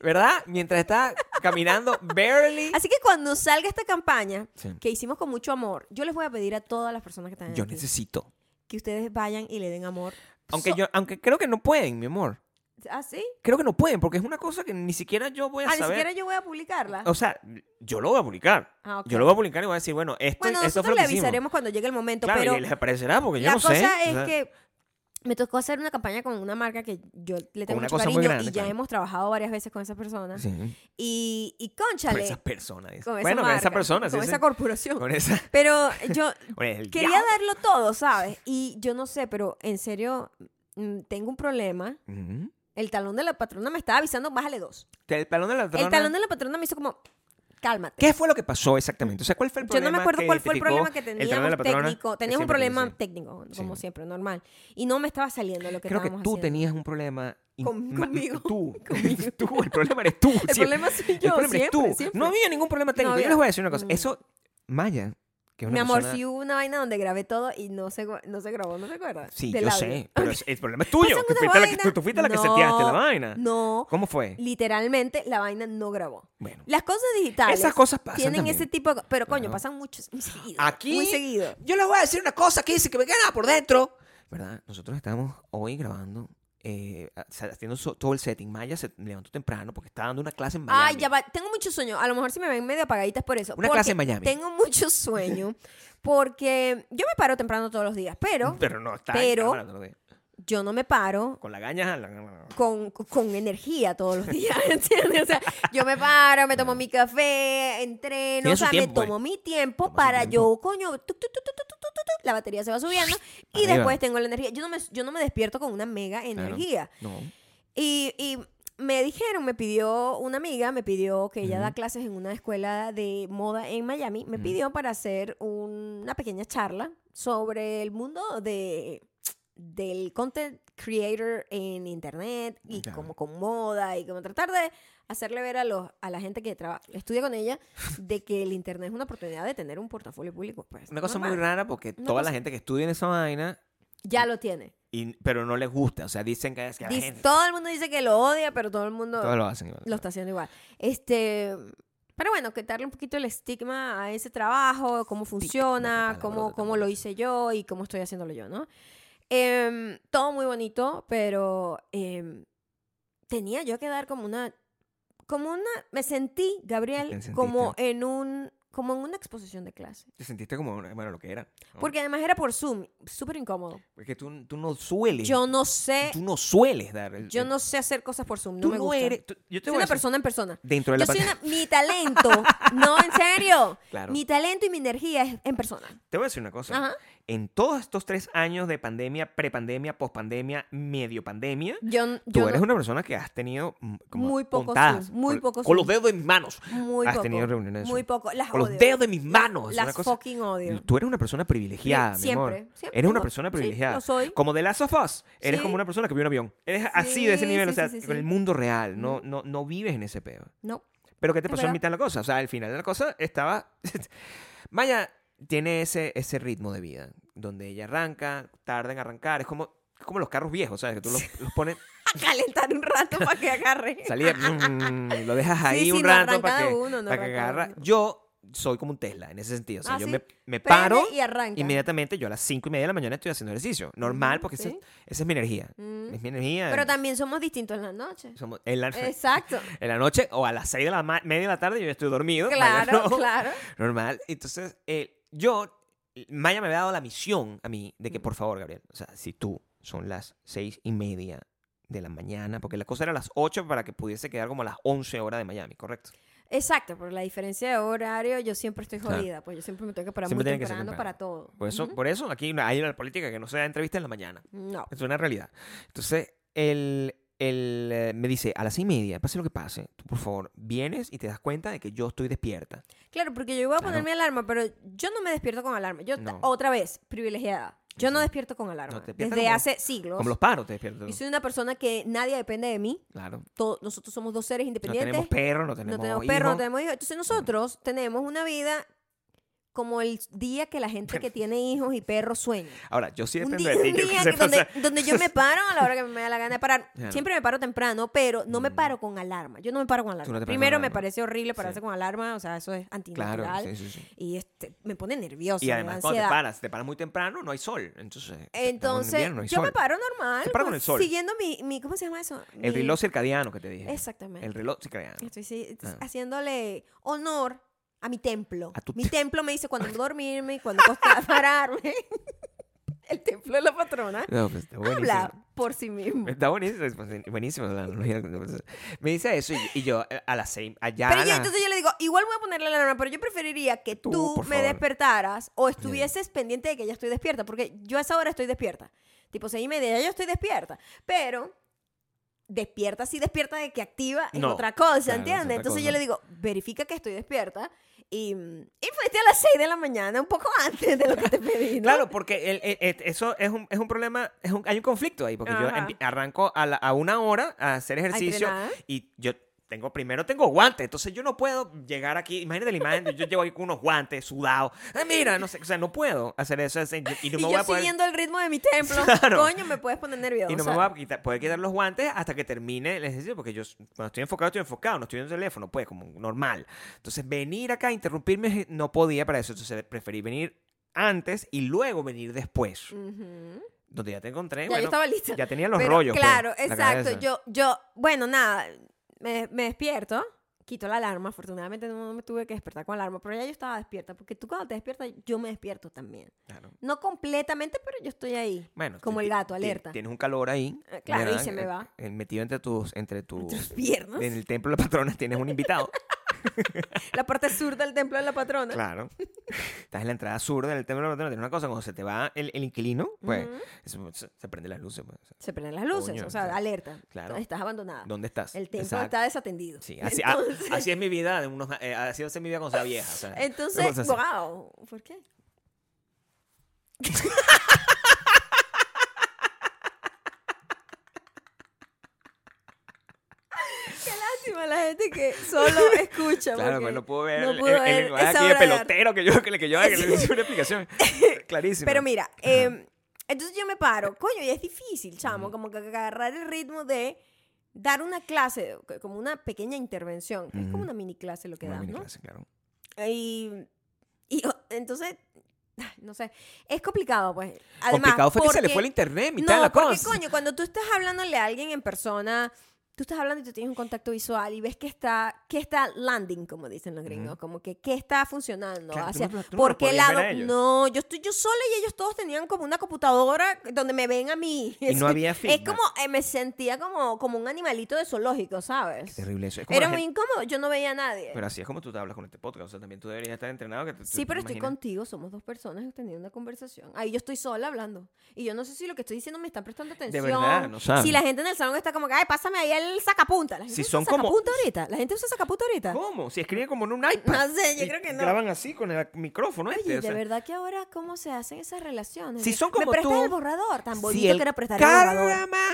Speaker 2: ¿Verdad? Mientras está caminando barely.
Speaker 1: Así que cuando salga esta campaña,
Speaker 2: Sí.
Speaker 1: que hicimos con mucho amor, yo les voy a pedir a todas las personas que están
Speaker 2: Yo
Speaker 1: aquí
Speaker 2: necesito.
Speaker 1: que ustedes vayan y le den amor.
Speaker 2: Aunque
Speaker 1: So-
Speaker 2: yo, aunque creo que no pueden, mi amor.
Speaker 1: ¿Ah, sí?
Speaker 2: Creo que no pueden, porque es una cosa que ni siquiera yo voy a
Speaker 1: Ah, ni
Speaker 2: saber.
Speaker 1: siquiera yo voy a publicarla.
Speaker 2: O sea, yo lo voy a publicar.
Speaker 1: Ah, ok.
Speaker 2: Yo lo voy a publicar y voy a decir, bueno, esto,
Speaker 1: Bueno,
Speaker 2: esto
Speaker 1: nosotros
Speaker 2: fue lo que
Speaker 1: le
Speaker 2: hicimos.
Speaker 1: avisaremos cuando llegue el momento,
Speaker 2: Claro,
Speaker 1: pero
Speaker 2: y les aparecerá, porque yo
Speaker 1: la
Speaker 2: no sé.
Speaker 1: cosa
Speaker 2: o
Speaker 1: es
Speaker 2: sea,
Speaker 1: que me tocó hacer una campaña con una marca que yo le tengo
Speaker 2: una
Speaker 1: mucho
Speaker 2: cosa muy
Speaker 1: cariño
Speaker 2: grande,
Speaker 1: y ya
Speaker 2: claro.
Speaker 1: hemos trabajado varias veces con esa persona.
Speaker 2: sí,
Speaker 1: Y, y
Speaker 2: Con
Speaker 1: cónchale,
Speaker 2: esas personas. dice.
Speaker 1: con esa
Speaker 2: bueno, con esa
Speaker 1: marca,
Speaker 2: persona. sí,
Speaker 1: con
Speaker 2: sí.
Speaker 1: esa corporación.
Speaker 2: Con esa-
Speaker 1: Pero
Speaker 2: [LAUGHS]
Speaker 1: yo
Speaker 2: con el
Speaker 1: quería
Speaker 2: diablo.
Speaker 1: darlo todo, ¿sabes? Y yo no sé, pero en serio, mm, tengo un problema.
Speaker 2: Ujú.
Speaker 1: El talón de la patrona me estaba avisando, bájale dos.
Speaker 2: El talón de la patrona.
Speaker 1: El talón de la patrona me hizo como, cálmate.
Speaker 2: ¿Qué fue lo que pasó exactamente? O sea, ¿cuál fue el
Speaker 1: Yo
Speaker 2: problema?
Speaker 1: no me acuerdo
Speaker 2: que
Speaker 1: cuál fue el
Speaker 2: identificó
Speaker 1: problema que
Speaker 2: el talón de
Speaker 1: teníamos
Speaker 2: la patrona?
Speaker 1: técnico.
Speaker 2: Que
Speaker 1: Teníamos un
Speaker 2: siempre te
Speaker 1: problema
Speaker 2: decía.
Speaker 1: técnico, como
Speaker 2: Sí.
Speaker 1: siempre, normal. Y no me estaba saliendo lo que
Speaker 2: Creo que tú
Speaker 1: estábamos haciendo.
Speaker 2: tenías un problema. in-
Speaker 1: Con-
Speaker 2: ma-
Speaker 1: conmigo.
Speaker 2: Tú.
Speaker 1: [LAUGHS]
Speaker 2: [LAUGHS]
Speaker 1: Conmigo.
Speaker 2: tú. El problema eres tú.
Speaker 1: El problema soy yo,
Speaker 2: El problema eres
Speaker 1: siempre,
Speaker 2: tú.
Speaker 1: siempre.
Speaker 2: No había ningún problema técnico.
Speaker 1: había-
Speaker 2: Yo les voy a decir una cosa.
Speaker 1: Mm.
Speaker 2: Eso, Maya, que es
Speaker 1: Mi
Speaker 2: una
Speaker 1: amor,
Speaker 2: persona-
Speaker 1: sí hubo una vaina donde grabé todo y no se, gu- no se grabó, ¿no te acuerdas?
Speaker 2: Sí,
Speaker 1: Del
Speaker 2: yo
Speaker 1: audio.
Speaker 2: sé. Pero es- el problema es tuyo.
Speaker 1: Pasan
Speaker 2: Que
Speaker 1: Pues una
Speaker 2: fuiste la que,
Speaker 1: vaina.
Speaker 2: tú, tú fuiste la que
Speaker 1: No.
Speaker 2: seteaste la vaina.
Speaker 1: No,
Speaker 2: ¿Cómo fue?
Speaker 1: literalmente la vaina no grabó.
Speaker 2: Bueno.
Speaker 1: Las cosas digitales
Speaker 2: Esas cosas pasan
Speaker 1: tienen
Speaker 2: también.
Speaker 1: ese tipo de... co- Pero coño,
Speaker 2: Claro.
Speaker 1: pasan muchos, muy seguido.
Speaker 2: Aquí-
Speaker 1: Muy seguido.
Speaker 2: Yo les voy a decir una cosa que dice que me gana por dentro. ¿Verdad? Nosotros estamos hoy grabando, eh, ha- haciendo so- todo el setting. Maya se levantó temprano porque está dando una clase en Miami.
Speaker 1: Ay, Ah, ya va. Tengo mucho sueño. A lo mejor si me ven medio apagaditas por eso.
Speaker 2: Una
Speaker 1: porque
Speaker 2: clase en Miami.
Speaker 1: Tengo mucho sueño porque yo me paro temprano todos los días, pero
Speaker 2: [LAUGHS] Pero no está en
Speaker 1: pero-
Speaker 2: cámara todo el día.
Speaker 1: yo no me paro
Speaker 2: con la gaña. la-
Speaker 1: con, con energía todos los días, [LAUGHS] ¿entiendes? O sea, yo me paro, me tomo mi café, entreno,
Speaker 2: Tiene
Speaker 1: o
Speaker 2: su
Speaker 1: sea, me
Speaker 2: tiempo, pues.
Speaker 1: tomo mi tiempo
Speaker 2: Toma su
Speaker 1: para
Speaker 2: tiempo.
Speaker 1: yo, coño, tuc, tuc, tuc, tuc, tuc, tuc, tuc, tuc, la batería se va subiendo y
Speaker 2: Arriba.
Speaker 1: después tengo la energía. Yo no me, yo no me despierto con una mega energía.
Speaker 2: No.
Speaker 1: Y, y me dijeron, me pidió una amiga, me pidió que ella da
Speaker 2: Ujú.
Speaker 1: clases en una escuela de moda en Miami, me
Speaker 2: Ujú.
Speaker 1: pidió para hacer un- una pequeña charla sobre el mundo de del content creator en internet y
Speaker 2: Claro.
Speaker 1: como con moda y como tratar de hacerle ver a los a la gente que traba- estudia con
Speaker 2: [LAUGHS]
Speaker 1: ella de que el internet es una oportunidad de tener un portafolio público pues
Speaker 2: Una cosa muy
Speaker 1: normal.
Speaker 2: rara porque
Speaker 1: Una
Speaker 2: toda
Speaker 1: cosa-
Speaker 2: la gente que estudia en esa vaina,
Speaker 1: ya lo tiene
Speaker 2: y, pero no les gusta. O sea, dicen que es que la
Speaker 1: Dice-
Speaker 2: gente.
Speaker 1: todo el mundo dice que lo odia pero todo el mundo
Speaker 2: Todos lo hacen. igual.
Speaker 1: lo está haciendo igual. Este, pero bueno, que darle un poquito el estigma a ese trabajo, cómo funciona,
Speaker 2: palabrota
Speaker 1: cómo,
Speaker 2: tan
Speaker 1: cómo lo
Speaker 2: bonita.
Speaker 1: hice yo y cómo estoy haciéndolo yo, ¿no? Em, todo muy bonito, pero em, tenía yo que dar como una, como una, me sentí,
Speaker 2: Te
Speaker 1: Gabriel,
Speaker 2: sentiste.
Speaker 1: como en un, como en una exposición de clase.
Speaker 2: Te sentiste como, bueno, lo que era. ¿no?
Speaker 1: Porque además era por Zoom, súper incómodo.
Speaker 2: Porque tú, tú no sueles.
Speaker 1: Yo no sé,
Speaker 2: Tú no sueles dar. el-
Speaker 1: yo
Speaker 2: el-
Speaker 1: no sé hacer cosas por Zoom, no
Speaker 2: Tú
Speaker 1: me gusta.
Speaker 2: eres. tú- yo te
Speaker 1: Soy
Speaker 2: voy a
Speaker 1: una
Speaker 2: decir,
Speaker 1: persona en persona.
Speaker 2: Dentro de la
Speaker 1: Yo soy
Speaker 2: pantalla.
Speaker 1: una, mi talento, no,
Speaker 2: [LAUGHS]
Speaker 1: en serio.
Speaker 2: Claro.
Speaker 1: Mi talento y mi energía es en persona.
Speaker 2: Te voy a decir una cosa.
Speaker 1: Ajá.
Speaker 2: En todos estos tres años de pandemia, prepandemia, pospandemia, medio pandemia,
Speaker 1: Yo, n-
Speaker 2: tú
Speaker 1: yo
Speaker 2: eres
Speaker 1: no-
Speaker 2: una persona que has tenido mm, como
Speaker 1: Muy poco
Speaker 2: contadas,
Speaker 1: Zoom, muy
Speaker 2: con-
Speaker 1: poco
Speaker 2: Con los
Speaker 1: Zoom.
Speaker 2: dedos de mis manos.
Speaker 1: muy
Speaker 2: has
Speaker 1: poco.
Speaker 2: tenido reuniones de
Speaker 1: Muy
Speaker 2: Zoom.
Speaker 1: poco. Las
Speaker 2: Con los
Speaker 1: odio.
Speaker 2: dedos de mis manos. es una
Speaker 1: Las
Speaker 2: cosa-
Speaker 1: fucking odio.
Speaker 2: Tú eres una persona privilegiada, mi amor.
Speaker 1: Siempre, siempre.
Speaker 2: Eres una
Speaker 1: No,
Speaker 2: persona
Speaker 1: sí,
Speaker 2: privilegiada.
Speaker 1: lo soy.
Speaker 2: Como de Last of Us, eres
Speaker 1: Sí.
Speaker 2: como una persona que vio un avión. Eres así de ese
Speaker 1: Sí,
Speaker 2: nivel,
Speaker 1: sí,
Speaker 2: o sea,
Speaker 1: sí, sí, sí.
Speaker 2: con
Speaker 1: Mm.
Speaker 2: el mundo real, no, no, no vives en ese peo.
Speaker 1: No.
Speaker 2: Pero ¿qué te
Speaker 1: Es
Speaker 2: pasó en
Speaker 1: verdad.
Speaker 2: mitad de la cosa? O sea, al final de la cosa estaba... [LAUGHS] Maya tiene ese, ese ritmo de vida, donde ella arranca, tarda en arrancar, es como, es como los carros viejos, ¿sabes? Que tú los, los pones,
Speaker 1: A calentar un rato para que
Speaker 2: [LAUGHS]
Speaker 1: agarre.
Speaker 2: salida, mm, lo dejas ahí
Speaker 1: sí,
Speaker 2: un
Speaker 1: no
Speaker 2: rato
Speaker 1: arranca
Speaker 2: para
Speaker 1: de
Speaker 2: que,
Speaker 1: uno, no
Speaker 2: para
Speaker 1: arranca
Speaker 2: que
Speaker 1: de
Speaker 2: agarra.
Speaker 1: uno.
Speaker 2: Yo soy como un Tesla en ese sentido, o sea,
Speaker 1: Ah,
Speaker 2: yo
Speaker 1: sí.
Speaker 2: me, me
Speaker 1: Prende
Speaker 2: paro
Speaker 1: y arranca.
Speaker 2: inmediatamente yo a las 5 y media de la mañana estoy haciendo ejercicio. Normal,
Speaker 1: Ujú,
Speaker 2: porque esa es-
Speaker 1: sí.
Speaker 2: esa es mi energía.
Speaker 1: Mm.
Speaker 2: Es mi energía.
Speaker 1: Pero también somos distintos en la noche.
Speaker 2: somos- en, la,
Speaker 1: Exacto.
Speaker 2: [LAUGHS] en la noche o a las 6 de la ma- media de la tarde yo ya estoy dormido. Maya
Speaker 1: Claro,
Speaker 2: no.
Speaker 1: claro.
Speaker 2: Normal. Entonces, eh, yo, Maya me había dado la misión a mí de que, por favor, Gabriel, o sea, si tú son las 6 y media de la mañana, porque la cosa era a las 8 para que pudiese quedar como a las 11 horas de Miami, ¿correcto?
Speaker 1: Exacto, por la diferencia de horario, yo siempre estoy
Speaker 2: Claro.
Speaker 1: jodida, pues yo siempre me tengo que parar
Speaker 2: Siempre
Speaker 1: muy
Speaker 2: tiene que ser
Speaker 1: temprano
Speaker 2: temprano.
Speaker 1: para todo.
Speaker 2: Por eso,
Speaker 1: Ujú.
Speaker 2: por eso aquí hay una política que no se da entrevista en la mañana.
Speaker 1: No.
Speaker 2: Es una realidad. Entonces, el, él eh, me dice, a las seis y media, pase lo que pase, tú por favor vienes y te das cuenta de que yo estoy despierta.
Speaker 1: Claro, porque yo voy a
Speaker 2: Claro.
Speaker 1: poner mi alarma, pero yo no me despierto con alarma. Yo,
Speaker 2: No.
Speaker 1: otra vez, privilegiada. Yo no despierto con alarma.
Speaker 2: te despiertas
Speaker 1: Desde
Speaker 2: como-
Speaker 1: hace siglos.
Speaker 2: Como los paros te despiertas.
Speaker 1: Y soy una persona que nadie depende de mí.
Speaker 2: Claro.
Speaker 1: Todo- nosotros somos dos seres
Speaker 2: No
Speaker 1: independientes.
Speaker 2: tenemos perro, no
Speaker 1: no
Speaker 2: tenemos, Mm.
Speaker 1: tenemos
Speaker 2: hijo.
Speaker 1: perro, no tenemos hijos. Entonces nosotros tenemos una vida como el día que la gente que tiene hijos y perros sueña.
Speaker 2: Ahora, yo sí
Speaker 1: Un
Speaker 2: dependo
Speaker 1: día,
Speaker 2: de ti.
Speaker 1: un
Speaker 2: [LAUGHS] que
Speaker 1: día que
Speaker 2: sepas, o
Speaker 1: donde,
Speaker 2: sea,
Speaker 1: donde yo me
Speaker 2: [LAUGHS]
Speaker 1: paro a la hora que me da la gana de parar.
Speaker 2: Claro.
Speaker 1: Siempre me paro temprano, pero no me
Speaker 2: Mm.
Speaker 1: paro con alarma. Yo no me paro con alarma.
Speaker 2: no te paras con
Speaker 1: Primero me
Speaker 2: alarma.
Speaker 1: parece horrible pararse
Speaker 2: Sí.
Speaker 1: con alarma, o sea, eso es antinatural.
Speaker 2: Claro, sí, sí, sí.
Speaker 1: Y este, me pone nerviosa.
Speaker 2: Y
Speaker 1: me da
Speaker 2: además, cuando te
Speaker 1: ansiedad.
Speaker 2: paras, te paras muy temprano, no hay sol. Entonces, estamos en
Speaker 1: Entonces,
Speaker 2: invierno, no hay
Speaker 1: yo
Speaker 2: sol.
Speaker 1: me paro normal. pues,
Speaker 2: Se para con el sol.
Speaker 1: Siguiendo mi, mi- ¿cómo se llama eso? Mi-
Speaker 2: El reloj circadiano que te dije.
Speaker 1: Exactamente.
Speaker 2: El reloj circadiano.
Speaker 1: Estoy sí,
Speaker 2: Ah.
Speaker 1: haciéndole honor a mi templo.
Speaker 2: A tu
Speaker 1: mi
Speaker 2: te-
Speaker 1: templo me dice
Speaker 2: [LAUGHS]
Speaker 1: cuando dormirme, cuando costa [LAUGHS] pararme. el templo de la patrona
Speaker 2: No, pues, está
Speaker 1: habla
Speaker 2: buenísimo.
Speaker 1: por sí mismo.
Speaker 2: Está buenísimo, pues, buenísimo la analogía. Me dice eso y, y yo eh, a las seis, allá.
Speaker 1: Pero
Speaker 2: a
Speaker 1: yo,
Speaker 2: las-
Speaker 1: entonces yo le digo, igual voy a ponerle la alarma, pero yo preferiría que tú,
Speaker 2: Tú, por
Speaker 1: me
Speaker 2: favor.
Speaker 1: despertaras o estuvieses pendiente de que ya estoy despierta, porque yo a esa hora estoy despierta. Tipo seis y media, ya yo estoy despierta. Pero despierta, sí despierta de que activa es
Speaker 2: No,
Speaker 1: otra cosa,
Speaker 2: claro, es
Speaker 1: ¿entiendes?
Speaker 2: otra
Speaker 1: Entonces yo
Speaker 2: cosa.
Speaker 1: le digo, verifica que estoy despierta y, y fuiste a las seis de la mañana, un poco antes de lo que te pedí, ¿no?
Speaker 2: Claro, porque el- el- el- eso es un, es un problema, es un- hay un conflicto ahí, porque yo
Speaker 1: Ajá.
Speaker 2: empi- arranco a, la- a una hora a hacer ejercicio
Speaker 1: entrenar.
Speaker 2: y yo tengo, primero tengo guantes, entonces yo no puedo llegar aquí, imagínate la imagen, yo llego aquí con unos guantes sudados, ah, mira, no sé, o sea, no puedo hacer eso, así, y no
Speaker 1: Y
Speaker 2: me
Speaker 1: yo
Speaker 2: voy a poder...
Speaker 1: siguiendo el ritmo de mi templo,
Speaker 2: [LAUGHS] Claro.
Speaker 1: coño, me puedes poner nerviosa.
Speaker 2: Y no me voy a quitar- poder quitar los guantes hasta que termine el ejercicio, porque yo s- cuando estoy enfocado, estoy enfocado, no estoy en el teléfono, pues, como normal. Entonces, venir acá a interrumpirme no podía para eso, entonces preferí venir antes y luego venir después,
Speaker 1: Ujú.
Speaker 2: donde ya te encontré.
Speaker 1: Ya
Speaker 2: Eh, bueno,
Speaker 1: yo estaba lista.
Speaker 2: Ya tenía los
Speaker 1: Pero,
Speaker 2: rollos. pues,
Speaker 1: Claro,
Speaker 2: la
Speaker 1: exacto.
Speaker 2: cabeza.
Speaker 1: Yo, yo, bueno, nada, me, me despierto, quito la alarma. Afortunadamente no me tuve que despertar con alarma, pero ya yo estaba despierta, porque tú cuando te despiertas, yo me despierto también.
Speaker 2: Claro.
Speaker 1: No completamente, pero yo estoy ahí. [LAUGHS]
Speaker 2: Bueno,
Speaker 1: Como
Speaker 2: ti-
Speaker 1: el gato,
Speaker 2: ti-
Speaker 1: alerta.
Speaker 2: Tienes un calor ahí.
Speaker 1: Eh, claro, y
Speaker 2: ¿verdad?
Speaker 1: se me
Speaker 2: Eh,
Speaker 1: va.
Speaker 2: eh, Metido entre
Speaker 1: [LAUGHS]
Speaker 2: tus. Entre tus
Speaker 1: Tus piernas.
Speaker 2: En el templo de la patrona tienes
Speaker 1: [LAUGHS]
Speaker 2: un invitado.
Speaker 1: La parte sur del templo de la patrona.
Speaker 2: claro. Estás en la entrada sur del templo de la patrona. Tienes una cosa, cuando se te va el, el inquilino, pues
Speaker 1: Ujú.
Speaker 2: eso- se, se prenden las luces. pues.
Speaker 1: Se prenden las luces,
Speaker 2: Coño,
Speaker 1: o sea,
Speaker 2: sí.
Speaker 1: alerta.
Speaker 2: Claro.
Speaker 1: Estás abandonada.
Speaker 2: ¿Dónde estás?
Speaker 1: Ah, El templo
Speaker 2: Exacto.
Speaker 1: está desatendido. [LAUGHS]
Speaker 2: Sí, así, ah, a- así es mi vida. de unos- eh, así va a ser mi vida cuando sea vieja. o sea, una
Speaker 1: Entonces,
Speaker 2: cosa así.
Speaker 1: wow, ¿por
Speaker 2: [LAUGHS]
Speaker 1: qué? Qué lástima la gente que solo escucha.
Speaker 2: Claro,
Speaker 1: porque
Speaker 2: pues no puedo ver
Speaker 1: no
Speaker 2: el,
Speaker 1: pudo
Speaker 2: el- el
Speaker 1: ver esa
Speaker 2: lenguaje aquí de
Speaker 1: obra de arte.
Speaker 2: pelotero que yo que le que yo que le hice una
Speaker 1: [LAUGHS]
Speaker 2: explicación. Clarísimo.
Speaker 1: Pero mira, eh, entonces yo me paro, coño, y es difícil, chamo, como que agarrar el ritmo de dar una clase, como una pequeña intervención. Es
Speaker 2: Ujú.
Speaker 1: como una mini clase lo que
Speaker 2: Una
Speaker 1: das,
Speaker 2: mini
Speaker 1: ¿no?
Speaker 2: clase, claro.
Speaker 1: Y, y, o- entonces, ay, no sé, es complicado, pues. Además,
Speaker 2: Complicado fue que se le
Speaker 1: porque-
Speaker 2: fue el internet en mitad
Speaker 1: No,
Speaker 2: de la
Speaker 1: porque
Speaker 2: cosa.
Speaker 1: coño, cuando tú estás hablándole a alguien en persona, tú estás hablando y tú tienes un contacto visual y ves que está, que está landing, como dicen los gringos, como que qué está funcionando,
Speaker 2: Claro, tú
Speaker 1: hacia,
Speaker 2: no- tú no los
Speaker 1: por qué
Speaker 2: podías ver
Speaker 1: lado.
Speaker 2: a ellos.
Speaker 1: No, yo estoy yo sola y ellos todos tenían como una computadora donde me ven a mí.
Speaker 2: Y
Speaker 1: [LAUGHS]
Speaker 2: no había
Speaker 1: Es
Speaker 2: feedback.
Speaker 1: como, eh, me sentía como, como un animalito de zoológico, ¿sabes?
Speaker 2: Terrible eso. Es como
Speaker 1: Era
Speaker 2: la
Speaker 1: muy
Speaker 2: gente-
Speaker 1: incómodo, yo no veía a nadie.
Speaker 2: Pero así es como tú te hablas con este podcast. O sea, también tú deberías estar entrenado. Que tú-
Speaker 1: Sí,
Speaker 2: tú
Speaker 1: pero estoy
Speaker 2: imaginas-
Speaker 1: contigo, somos dos personas teniendo una conversación. Ahí yo estoy sola hablando. Y yo no sé si lo que estoy diciendo me están prestando atención.
Speaker 2: verdad, no saben.
Speaker 1: Si la gente en el salón está como que, ay, pásame ahí el sacapunta. La gente
Speaker 2: Si
Speaker 1: usa
Speaker 2: son como-
Speaker 1: sacapunta ahorita. La gente usa sacapunta ahorita.
Speaker 2: ¿Cómo? Si escriben como en un iPad.
Speaker 1: No sé, yo
Speaker 2: Y
Speaker 1: creo que no.
Speaker 2: Graban así con el micrófono
Speaker 1: Oye,
Speaker 2: este. o
Speaker 1: de
Speaker 2: sea,
Speaker 1: verdad que ahora, ¿cómo se hacen esas relaciones?
Speaker 2: Si
Speaker 1: De,
Speaker 2: son como
Speaker 1: Me prestas
Speaker 2: tú,
Speaker 1: el borrador, tan bonito
Speaker 2: si el
Speaker 1: que era prestar el borrador. ¿Ah?
Speaker 2: karma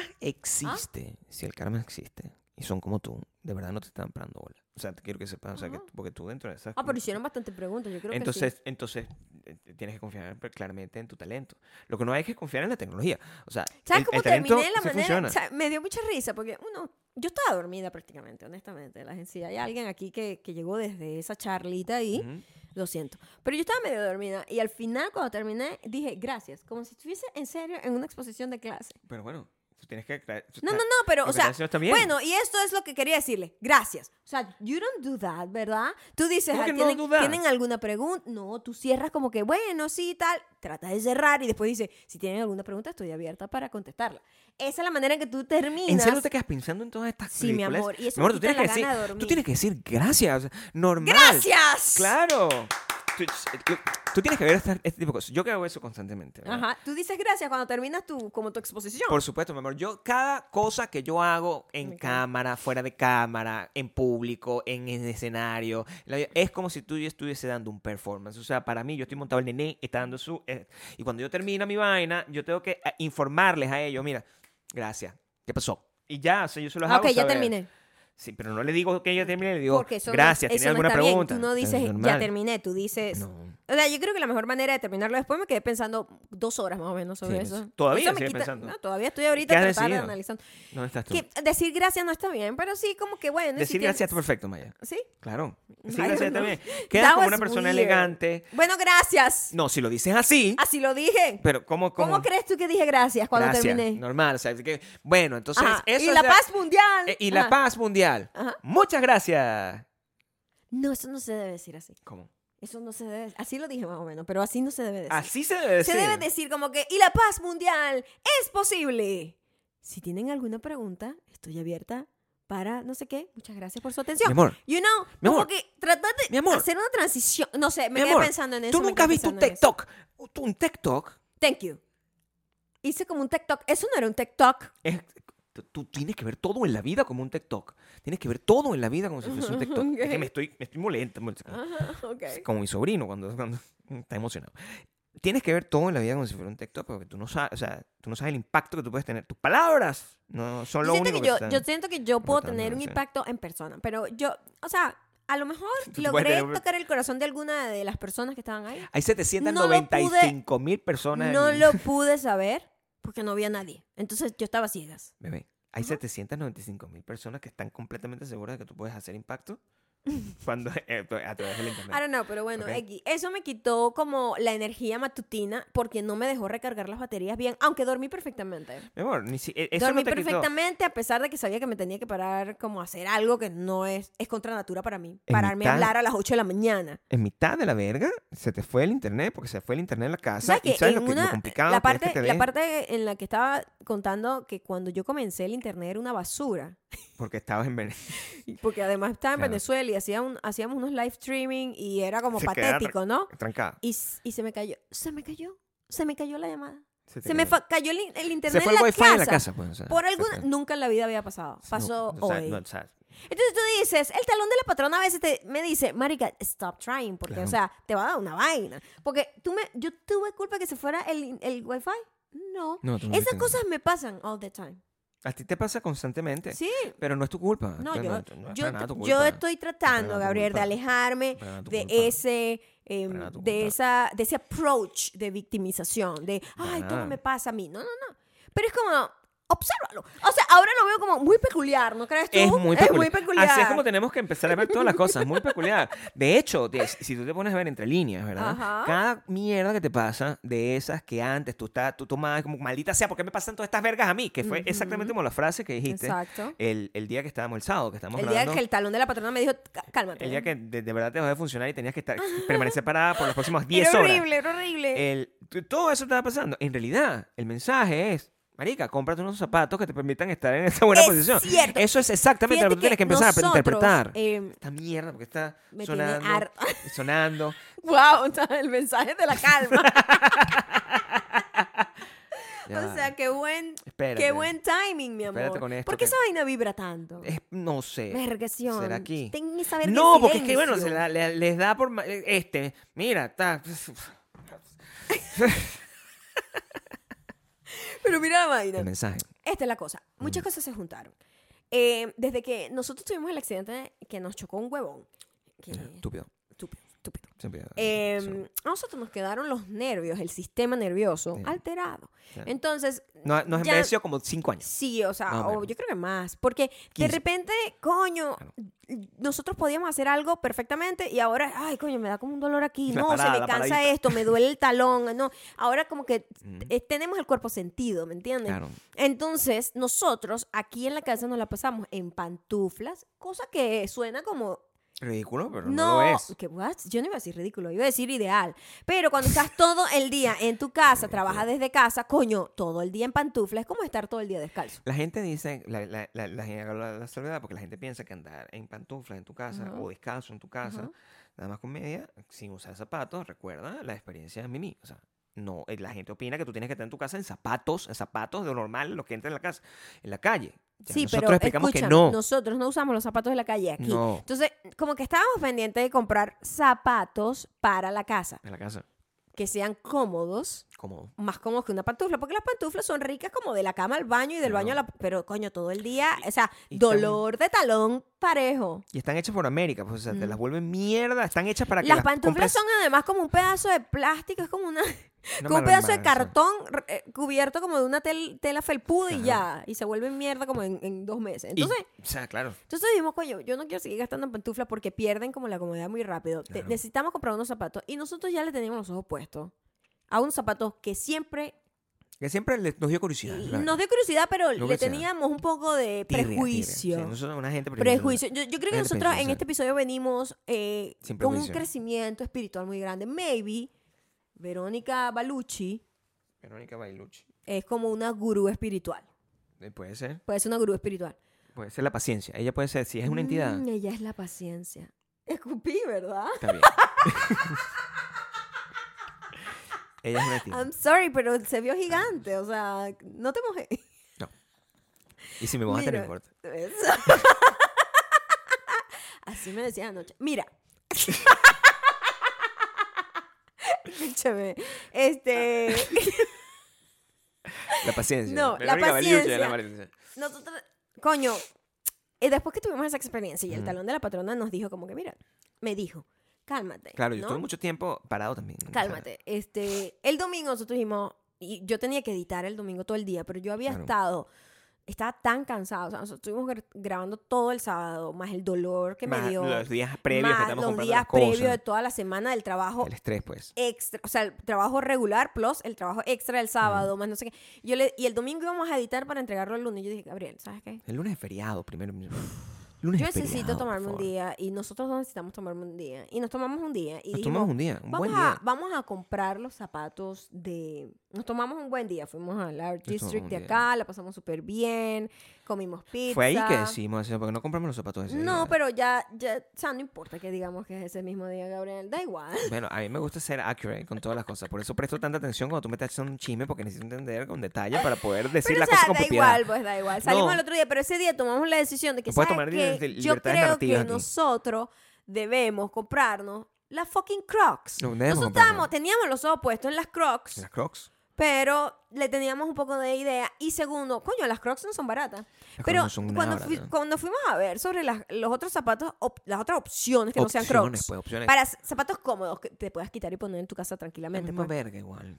Speaker 2: existe, si el karma existe y son como tú, de verdad no te están parando bola. O sea, te quiero que sepas, o sea, que,
Speaker 1: Ajá.
Speaker 2: porque tú dentro de esas.
Speaker 1: Ah, pero hicieron bastantes preguntas, yo creo
Speaker 2: entonces,
Speaker 1: que sí.
Speaker 2: entonces eh, tienes que confiar pues, claramente en tu talento. Lo que no hay es que confiar en la tecnología. O sea,
Speaker 1: ¿Sabes
Speaker 2: el-
Speaker 1: cómo
Speaker 2: el talento
Speaker 1: terminé la
Speaker 2: sí
Speaker 1: manera?
Speaker 2: funciona.
Speaker 1: O sea, me dio mucha risa porque uno, yo estaba dormida prácticamente, honestamente. La gente, si hay alguien aquí que, que llegó desde esa charlita ahí,
Speaker 2: Ujú.
Speaker 1: Lo siento. Pero yo estaba medio dormida y al final cuando terminé dije gracias, como si estuviese en serio en una exposición de clase.
Speaker 2: Pero bueno, tú tienes que. creer-
Speaker 1: No, no,
Speaker 2: Ah,
Speaker 1: no, pero
Speaker 2: lo
Speaker 1: o
Speaker 2: que
Speaker 1: sea,
Speaker 2: estás haciendo está bien.
Speaker 1: bueno, y esto es lo que quería decirle, gracias. O sea, you don't do that, ¿verdad? Tú dices,
Speaker 2: ¿Cómo
Speaker 1: ah,
Speaker 2: que no
Speaker 1: ¿tienen,
Speaker 2: do that?
Speaker 1: tienen alguna pregunta? No, tú cierras como que, bueno, sí, tal, trata de cerrar y después dice, si tienen alguna pregunta estoy abierta para contestarla. Esa es la manera en que tú terminas.
Speaker 2: ¿En serio te quedas pensando en todas estas
Speaker 1: Sí, mi
Speaker 2: ridiculeces?
Speaker 1: amor, y eso
Speaker 2: Mi
Speaker 1: me
Speaker 2: amor, tú
Speaker 1: quita
Speaker 2: tienes, que
Speaker 1: la gana de
Speaker 2: decir,
Speaker 1: dormir.
Speaker 2: tú tienes que decir gracias. o sea, Normal.
Speaker 1: ¡Gracias!
Speaker 2: Claro. tú, tú tienes que ver esta- este tipo de cosas. Yo que hago eso constantemente. ¿verdad?
Speaker 1: Ajá. Tú dices gracias cuando terminas tu, como tu exposición.
Speaker 2: Por supuesto, mi amor. Yo, cada cosa que yo hago en
Speaker 1: Ok.
Speaker 2: cámara, fuera de cámara, en público, en el escenario, la- es como si tú yo estuviese dando un performance. O sea, para mí, yo estoy montado el nené, está dando su. eh, y cuando yo termino mi vaina, yo tengo que eh, informarles a ellos, mira, gracias, ¿qué pasó? Y ya, o sea, yo se los
Speaker 1: Ah,
Speaker 2: hago.
Speaker 1: ok, ya
Speaker 2: saber.
Speaker 1: terminé.
Speaker 2: Sí, pero no le digo que ya termine, le digo,
Speaker 1: Porque eso no-
Speaker 2: gracias,
Speaker 1: eso
Speaker 2: ¿tiene
Speaker 1: no
Speaker 2: alguna
Speaker 1: está bien.
Speaker 2: pregunta?
Speaker 1: Tú no
Speaker 2: Es
Speaker 1: dices ya
Speaker 2: normal.
Speaker 1: terminé, tú dices.
Speaker 2: No.
Speaker 1: O sea, yo creo que la mejor manera de terminarlo después me quedé pensando dos horas más o menos sobre
Speaker 2: Sí,
Speaker 1: eso.
Speaker 2: todavía
Speaker 1: Eso me
Speaker 2: sigues
Speaker 1: quita-
Speaker 2: pensando.
Speaker 1: no, todavía estoy ahorita
Speaker 2: ¿Qué has
Speaker 1: tratando de
Speaker 2: decidido?
Speaker 1: analizando.
Speaker 2: ¿Dónde estás tú?
Speaker 1: Que decir gracias no está bien, pero sí, como que bueno. y si
Speaker 2: Decir
Speaker 1: tienes-
Speaker 2: gracias está perfecto, Maya.
Speaker 1: Sí.
Speaker 2: Claro. Decir
Speaker 1: Ay,
Speaker 2: gracias
Speaker 1: no.
Speaker 2: también.
Speaker 1: That
Speaker 2: Quedas como
Speaker 1: was
Speaker 2: una persona
Speaker 1: weird.
Speaker 2: elegante.
Speaker 1: Bueno, gracias.
Speaker 2: No, si lo dices así,
Speaker 1: Así lo dije.
Speaker 2: pero ¿cómo?
Speaker 1: ¿Cómo,
Speaker 2: ¿Cómo,
Speaker 1: crees tú que dije gracias cuando
Speaker 2: Gracias,
Speaker 1: terminé?
Speaker 2: Normal, o sea, es que- bueno, entonces
Speaker 1: Ajá,
Speaker 2: eso
Speaker 1: y
Speaker 2: es
Speaker 1: la paz mundial.
Speaker 2: eh, y la
Speaker 1: Ajá.
Speaker 2: paz mundial.
Speaker 1: Ajá.
Speaker 2: Muchas gracias.
Speaker 1: No, eso no se debe decir así.
Speaker 2: ¿Cómo?
Speaker 1: Eso no se debe. Así lo dije más o menos, pero así no se debe decir.
Speaker 2: Así se debe decir.
Speaker 1: Se debe decir como que, y la paz mundial es posible. Si tienen alguna pregunta, estoy abierta para no sé qué. Muchas gracias por su atención.
Speaker 2: Mi amor.
Speaker 1: You know,
Speaker 2: Mi
Speaker 1: como
Speaker 2: amor.
Speaker 1: que tratar de
Speaker 2: Mi amor.
Speaker 1: hacer una transición. No sé, me
Speaker 2: Mi
Speaker 1: quedé
Speaker 2: amor,
Speaker 1: pensando en eso.
Speaker 2: Tú
Speaker 1: me
Speaker 2: nunca has
Speaker 1: quedé
Speaker 2: visto un
Speaker 1: pensando en eso.
Speaker 2: TikTok. Tú Un TikTok.
Speaker 1: Thank you. Hice como un TikTok. Eso no era un TikTok.
Speaker 2: es- tú- Tú tienes que ver todo en la vida como un TikTok. Tienes que ver todo en la vida como si
Speaker 1: [LAUGHS]
Speaker 2: fuese un TikTok. Es
Speaker 1: ok.
Speaker 2: que me estoy, me estoy molesta. molesta.
Speaker 1: Ajá, ok.
Speaker 2: Ah. Como mi sobrino cuando, [LAUGHS] cuando está emocionado. Tienes que ver todo en la vida como si fuera un TikTok, porque tú no sabes, o sea, tú no sabes el impacto que tú puedes tener. Tus palabras no son
Speaker 1: Yo
Speaker 2: lo
Speaker 1: siento,
Speaker 2: único
Speaker 1: que
Speaker 2: que
Speaker 1: yo,
Speaker 2: están-
Speaker 1: yo siento que yo puedo
Speaker 2: tratando
Speaker 1: tener
Speaker 2: de
Speaker 1: un
Speaker 2: hacer.
Speaker 1: impacto en persona, pero yo, o sea, a lo mejor
Speaker 2: [LAUGHS] Tú puedes
Speaker 1: logré
Speaker 2: tener un-
Speaker 1: tocar el corazón de alguna de las personas que estaban ahí.
Speaker 2: Hay
Speaker 1: No lo pude-
Speaker 2: 795 mil personas.
Speaker 1: No
Speaker 2: en- [LAUGHS]
Speaker 1: lo pude saber porque no había nadie. Entonces yo estaba a ciegas.
Speaker 2: Bebé, hay
Speaker 1: Ajá.
Speaker 2: 795 mil personas que están completamente seguras de que tú puedes
Speaker 1: [LAUGHS]
Speaker 2: hacer impacto cuando, eh, a través del internet.
Speaker 1: I don't know, pero bueno,
Speaker 2: Ok.
Speaker 1: X. eso me quitó como la energía matutina porque no me dejó recargar las baterías bien, aunque dormí perfectamente.
Speaker 2: Mi amor, ni si- eh, eso
Speaker 1: dormí
Speaker 2: no te quitó.
Speaker 1: perfectamente a pesar de que sabía que me tenía que parar como a hacer algo que no es, es contra natura para mí.
Speaker 2: En
Speaker 1: Pararme a
Speaker 2: mitad-
Speaker 1: hablar a las 8 de la mañana.
Speaker 2: En mitad de la verga se te fue el internet porque se fue el internet en la casa.
Speaker 1: ¿Sabes
Speaker 2: y
Speaker 1: que
Speaker 2: sabes
Speaker 1: en
Speaker 2: lo, que, lo
Speaker 1: una-
Speaker 2: complicado
Speaker 1: la
Speaker 2: que es que
Speaker 1: parte,
Speaker 2: te
Speaker 1: la
Speaker 2: den?
Speaker 1: parte en la que estaba contando que cuando yo comencé el internet era una basura,
Speaker 2: Porque estabas en Venezuela.
Speaker 1: porque además estaba en
Speaker 2: Claro.
Speaker 1: Venezuela y hacía un- hacíamos unos live streaming y era como
Speaker 2: Se queda
Speaker 1: patético, ¿no?
Speaker 2: trancada.
Speaker 1: Y, s- y se me cayó, se me cayó, se me cayó la llamada.
Speaker 2: te
Speaker 1: Se me
Speaker 2: quedó.
Speaker 1: fa- cayó el, in- el
Speaker 2: Se
Speaker 1: internet
Speaker 2: fue
Speaker 1: en,
Speaker 2: el
Speaker 1: la
Speaker 2: wifi
Speaker 1: casa.
Speaker 2: en la casa. Pues, o sea,
Speaker 1: Por
Speaker 2: se
Speaker 1: alguna,
Speaker 2: fue.
Speaker 1: nunca en la vida había pasado. Pasó
Speaker 2: No, o sea,
Speaker 1: hoy.
Speaker 2: no, o sea,
Speaker 1: Entonces tú dices, el talón de la patrona a veces te, me dice, marica, stop trying, porque,
Speaker 2: Claro.
Speaker 1: o sea, te va a dar una vaina. Porque tú me, yo tuve culpa que se fuera el, el wifi. No.
Speaker 2: no, tú no
Speaker 1: Esas
Speaker 2: viste nada.
Speaker 1: cosas me pasan all the time.
Speaker 2: A ti te pasa constantemente.
Speaker 1: Sí.
Speaker 2: Pero no es tu culpa.
Speaker 1: No,
Speaker 2: Tú
Speaker 1: yo,
Speaker 2: no es
Speaker 1: yo,
Speaker 2: para nada tu
Speaker 1: yo
Speaker 2: culpa.
Speaker 1: estoy tratando,
Speaker 2: tu
Speaker 1: Gabriel, de
Speaker 2: culpa.
Speaker 1: alejarme
Speaker 2: Para nada tu
Speaker 1: de
Speaker 2: culpa.
Speaker 1: ese, em,
Speaker 2: Para nada tu
Speaker 1: de
Speaker 2: culpa.
Speaker 1: esa, de ese approach de victimización, de, ay, todo
Speaker 2: nada.
Speaker 1: me pasa a mí. No, no, no. Pero es como, obsérvalo. O sea, ahora lo veo como muy peculiar, ¿no crees tú?
Speaker 2: Es muy peculiar.
Speaker 1: peculiar.
Speaker 2: Así es como tenemos que empezar a ver todas las cosas. Es muy peculiar. De hecho, de- si tú te pones a ver entre líneas, ¿verdad?
Speaker 1: Ajá.
Speaker 2: Cada mierda que te pasa de esas que antes tú, estás, tú tomabas como, maldita sea, ¿por qué me pasan todas estas vergas a mí? Que fue exactamente como la frase que dijiste
Speaker 1: Exacto.
Speaker 2: el, el día que estábamos el sábado, que estábamos
Speaker 1: El día
Speaker 2: hablando.
Speaker 1: que el talón de la patrona me dijo, "Cá- cálmate.
Speaker 2: el día que de, de verdad te dejó de funcionar y tenías que estar, permanecer parada por las próximas 10
Speaker 1: era
Speaker 2: horas. Eh,
Speaker 1: horrible, era horrible.
Speaker 2: el- t- todo eso estaba pasando. En realidad, el mensaje es, marica, cómprate unos zapatos que te permitan estar en esa buena
Speaker 1: Es
Speaker 2: posición.
Speaker 1: cierto.
Speaker 2: Eso es exactamente
Speaker 1: Fíjate
Speaker 2: lo que tú tienes que empezar
Speaker 1: nosotros,
Speaker 2: a interpretar.
Speaker 1: em, [LAUGHS]
Speaker 2: esta mierda, porque está
Speaker 1: me tiene
Speaker 2: sonando,
Speaker 1: harta.
Speaker 2: sonando.
Speaker 1: Wow, [LAUGHS] o sea, el mensaje de la calma.
Speaker 2: [LAUGHS] Ya
Speaker 1: o
Speaker 2: va.
Speaker 1: sea, qué buen, qué
Speaker 2: Espérate.
Speaker 1: buen timing, mi amor.
Speaker 2: Espérate con esto
Speaker 1: ¿Por qué
Speaker 2: que-
Speaker 1: esa vaina vibra tanto?
Speaker 2: Es- no sé.
Speaker 1: Vergación.
Speaker 2: ¿Será aquí?
Speaker 1: Ten esa verga
Speaker 2: no,
Speaker 1: en
Speaker 2: porque es que, bueno,
Speaker 1: silencio.
Speaker 2: se la- le- les da por... ma- Este,
Speaker 1: [LAUGHS]
Speaker 2: mira, está...
Speaker 1: Pero mira la
Speaker 2: El
Speaker 1: vaina.
Speaker 2: mensaje.
Speaker 1: Esta es la cosa. Muchas cosas se juntaron. Eh, desde que nosotros tuvimos el accidente que nos chocó un huevón. Que-
Speaker 2: Estúpido.
Speaker 1: estúpido, estúpido.
Speaker 2: Siempre-
Speaker 1: Eh,
Speaker 2: sí.
Speaker 1: A nosotros nos quedaron los nervios, el sistema nervioso
Speaker 2: Sí.
Speaker 1: alterado.
Speaker 2: Sí.
Speaker 1: Entonces,
Speaker 2: No, nos
Speaker 1: ya-
Speaker 2: envejeció como cinco años.
Speaker 1: Sí, o sea,
Speaker 2: Más o
Speaker 1: o
Speaker 2: menos.
Speaker 1: yo creo que más. Porque de
Speaker 2: 15.
Speaker 1: repente, coño,
Speaker 2: Claro.
Speaker 1: nosotros podíamos hacer algo perfectamente y ahora, ay, coño, me da como un dolor aquí.
Speaker 2: La
Speaker 1: no,
Speaker 2: parada,
Speaker 1: se me
Speaker 2: la
Speaker 1: cansa
Speaker 2: paradita.
Speaker 1: esto, me duele
Speaker 2: [LAUGHS]
Speaker 1: el talón. No, ahora como que
Speaker 2: Mm.
Speaker 1: eh, tenemos el cuerpo sentido, ¿me entiendes?
Speaker 2: Claro.
Speaker 1: Entonces, nosotros aquí en la casa nos la pasamos en pantuflas, cosa que suena como
Speaker 2: Ridículo, pero no,
Speaker 1: No,
Speaker 2: lo es.
Speaker 1: que what? Yo no iba a decir ridículo, iba a decir ideal. Pero cuando estás todo el día en tu casa, trabajas desde casa, coño, todo el día en pantuflas es como estar todo el día descalzo.
Speaker 2: La gente dice, la, la, la, la, la- la- la soledad, porque la gente piensa que andar en pantuflas en tu casa
Speaker 1: Ajá.
Speaker 2: o descalzo en tu casa,
Speaker 1: Ajá.
Speaker 2: nada más con media, sin usar zapatos, recuerda la experiencia de Mimi. O sea, no, eh, la gente opina que tú tienes que estar en tu casa en zapatos, en zapatos de lo normal, los que entran en la casa, en la calle. Ya
Speaker 1: sí,
Speaker 2: nosotros
Speaker 1: pero
Speaker 2: explicamos que
Speaker 1: escúchame,
Speaker 2: no.
Speaker 1: nosotros no usamos los zapatos de la calle aquí.
Speaker 2: No.
Speaker 1: Entonces, como que estábamos pendientes de comprar zapatos para la casa,
Speaker 2: En la casa,
Speaker 1: que sean cómodos,
Speaker 2: cómodo.
Speaker 1: más cómodos que una pantufla, porque las pantuflas son ricas como de la cama al baño y del baño a la... Pero coño, todo el día, o sea,
Speaker 2: y
Speaker 1: dolor de talón parejo.
Speaker 2: Y están hechas por América, pues o sea, te
Speaker 1: Mm.
Speaker 2: las vuelven mierda, están hechas para que
Speaker 1: Las
Speaker 2: las
Speaker 1: pantuflas
Speaker 2: compres-
Speaker 1: son además como un pedazo de plástico, es como una...
Speaker 2: una
Speaker 1: [LAUGHS] Como un pedazo de
Speaker 2: mala embarraza.
Speaker 1: cartón re- eh, cubierto como de una tel- tela felpuda y
Speaker 2: Ajá.
Speaker 1: ya. Y se vuelve mierda como en, en dos meses.
Speaker 2: Y-
Speaker 1: Entonces,
Speaker 2: o sea, claro.
Speaker 1: entonces dijimos, coño, yo no quiero seguir gastando en pantuflas porque pierden como la comodidad muy rápido. Te-
Speaker 2: Claro.
Speaker 1: necesitamos comprar unos zapatos. Y nosotros ya le teníamos los ojos puestos a unos zapatos que siempre
Speaker 2: Que siempre les- nos dio curiosidad. la verdad.
Speaker 1: nos dio curiosidad, pero le
Speaker 2: curiosidad.
Speaker 1: teníamos un poco de
Speaker 2: Tirria, tirria.
Speaker 1: prejuicio.
Speaker 2: Sí, nosotros una gente prejuiciosa.
Speaker 1: Prejuicio. Yo, yo creo que
Speaker 2: Gente
Speaker 1: nosotros en
Speaker 2: prejuiciosa.
Speaker 1: este episodio venimos eh,
Speaker 2: Sin
Speaker 1: con un
Speaker 2: prejuicio.
Speaker 1: crecimiento espiritual muy grande. Maybe Verónica Balucci
Speaker 2: Verónica Bailucci.
Speaker 1: es como una gurú espiritual.
Speaker 2: Eh, Puede ser,
Speaker 1: Puede ser una gurú espiritual.
Speaker 2: puede ser la paciencia. Ella puede ser, si es una entidad,
Speaker 1: Mm, ella es la paciencia. Escupí, ¿verdad? [LAUGHS]
Speaker 2: está bien. Ella es una entidad.
Speaker 1: I'm sorry, pero se vio gigante. O sea, no te mojé.
Speaker 2: Y si me voy a tener
Speaker 1: Mira,
Speaker 2: corta.
Speaker 1: eso. [LAUGHS] Así me decía anoche. Mira. [LAUGHS] Escúchame. Este.
Speaker 2: La paciencia.
Speaker 1: No, la
Speaker 2: Verónica Bailucci es
Speaker 1: paciencia.
Speaker 2: la paciencia.
Speaker 1: Nosotros. Coño. Y después que tuvimos esa experiencia y el
Speaker 2: Ujú.
Speaker 1: talón de la patrona nos dijo, como que, mira, me dijo, cálmate.
Speaker 2: Claro, yo
Speaker 1: ¿no?
Speaker 2: estuve mucho tiempo parado también. o sea,
Speaker 1: Cálmate. Este, el domingo nosotros dijimos, y yo tenía que editar el domingo todo el día, pero yo había
Speaker 2: Claro.
Speaker 1: estado, estaba tan cansada, o sea, nosotros estuvimos gra- grabando todo el sábado, más el dolor que
Speaker 2: más
Speaker 1: me dio,
Speaker 2: los días previos que
Speaker 1: más
Speaker 2: estamos
Speaker 1: los
Speaker 2: comprando
Speaker 1: días
Speaker 2: las cosas.
Speaker 1: previos de toda la semana del trabajo
Speaker 2: El estrés, pues.
Speaker 1: extra, o sea, el trabajo regular plus el trabajo extra del sábado, más no sé qué. Yo le, y el domingo íbamos a editar para entregarlo el lunes. Yo dije, Gabriel, ¿sabes qué?
Speaker 2: El lunes es feriado, primero. Lunes
Speaker 1: Yo
Speaker 2: es feriado,
Speaker 1: necesito
Speaker 2: por
Speaker 1: tomarme un
Speaker 2: favor.
Speaker 1: día y nosotros dos necesitamos tomarme un día. Y nos tomamos un día y
Speaker 2: Nos
Speaker 1: dijimos,
Speaker 2: tomamos un día, un
Speaker 1: Vamos
Speaker 2: buen
Speaker 1: a,
Speaker 2: día.
Speaker 1: vamos a comprar los zapatos de... Nos tomamos un buen día. Fuimos al Art
Speaker 2: tomamos
Speaker 1: District
Speaker 2: un
Speaker 1: de
Speaker 2: día.
Speaker 1: acá, la pasamos súper bien, comimos pizza.
Speaker 2: Fue ahí que decidimos eso, porque no compramos los zapatos ese
Speaker 1: No,
Speaker 2: día.
Speaker 1: pero ya, ya, o sea, no importa que digamos que es ese mismo día, Gabriel. Da
Speaker 2: [LAUGHS]
Speaker 1: igual.
Speaker 2: Bueno, a mí me gusta ser accurate con todas las cosas. Por eso presto tanta atención cuando tú me estás haciendo un chisme, porque necesito entender con detalle para poder decir
Speaker 1: pero,
Speaker 2: las
Speaker 1: o sea,
Speaker 2: cosas con
Speaker 1: da
Speaker 2: propiedad.
Speaker 1: igual, pues da igual. Salimos
Speaker 2: No.
Speaker 1: el otro día, pero ese día tomamos la decisión de que,
Speaker 2: No puedes
Speaker 1: ¿sabes
Speaker 2: tomar
Speaker 1: qué?
Speaker 2: li- li-
Speaker 1: Yo
Speaker 2: libertades
Speaker 1: creo que
Speaker 2: narrativas aquí.
Speaker 1: nosotros debemos comprarnos las fucking Crocs.
Speaker 2: No, debemos
Speaker 1: nosotros
Speaker 2: comprarnos.
Speaker 1: estábamos- teníamos los ojos puestos en las Crocs.
Speaker 2: Las Crocs.
Speaker 1: pero le teníamos un poco de idea. Y segundo, coño, las Crocs no son baratas.
Speaker 2: Crocs
Speaker 1: Pero
Speaker 2: no son nada
Speaker 1: cuando, fui-
Speaker 2: baratas.
Speaker 1: cuando fuimos a ver sobre las, los otros zapatos, op- las otras opciones que no sean
Speaker 2: Opciones,
Speaker 1: Crocs,
Speaker 2: pues, opciones.
Speaker 1: para z- zapatos cómodos que te puedas quitar y poner en tu casa
Speaker 2: La
Speaker 1: tranquilamente,
Speaker 2: misma
Speaker 1: pues,
Speaker 2: verga igual.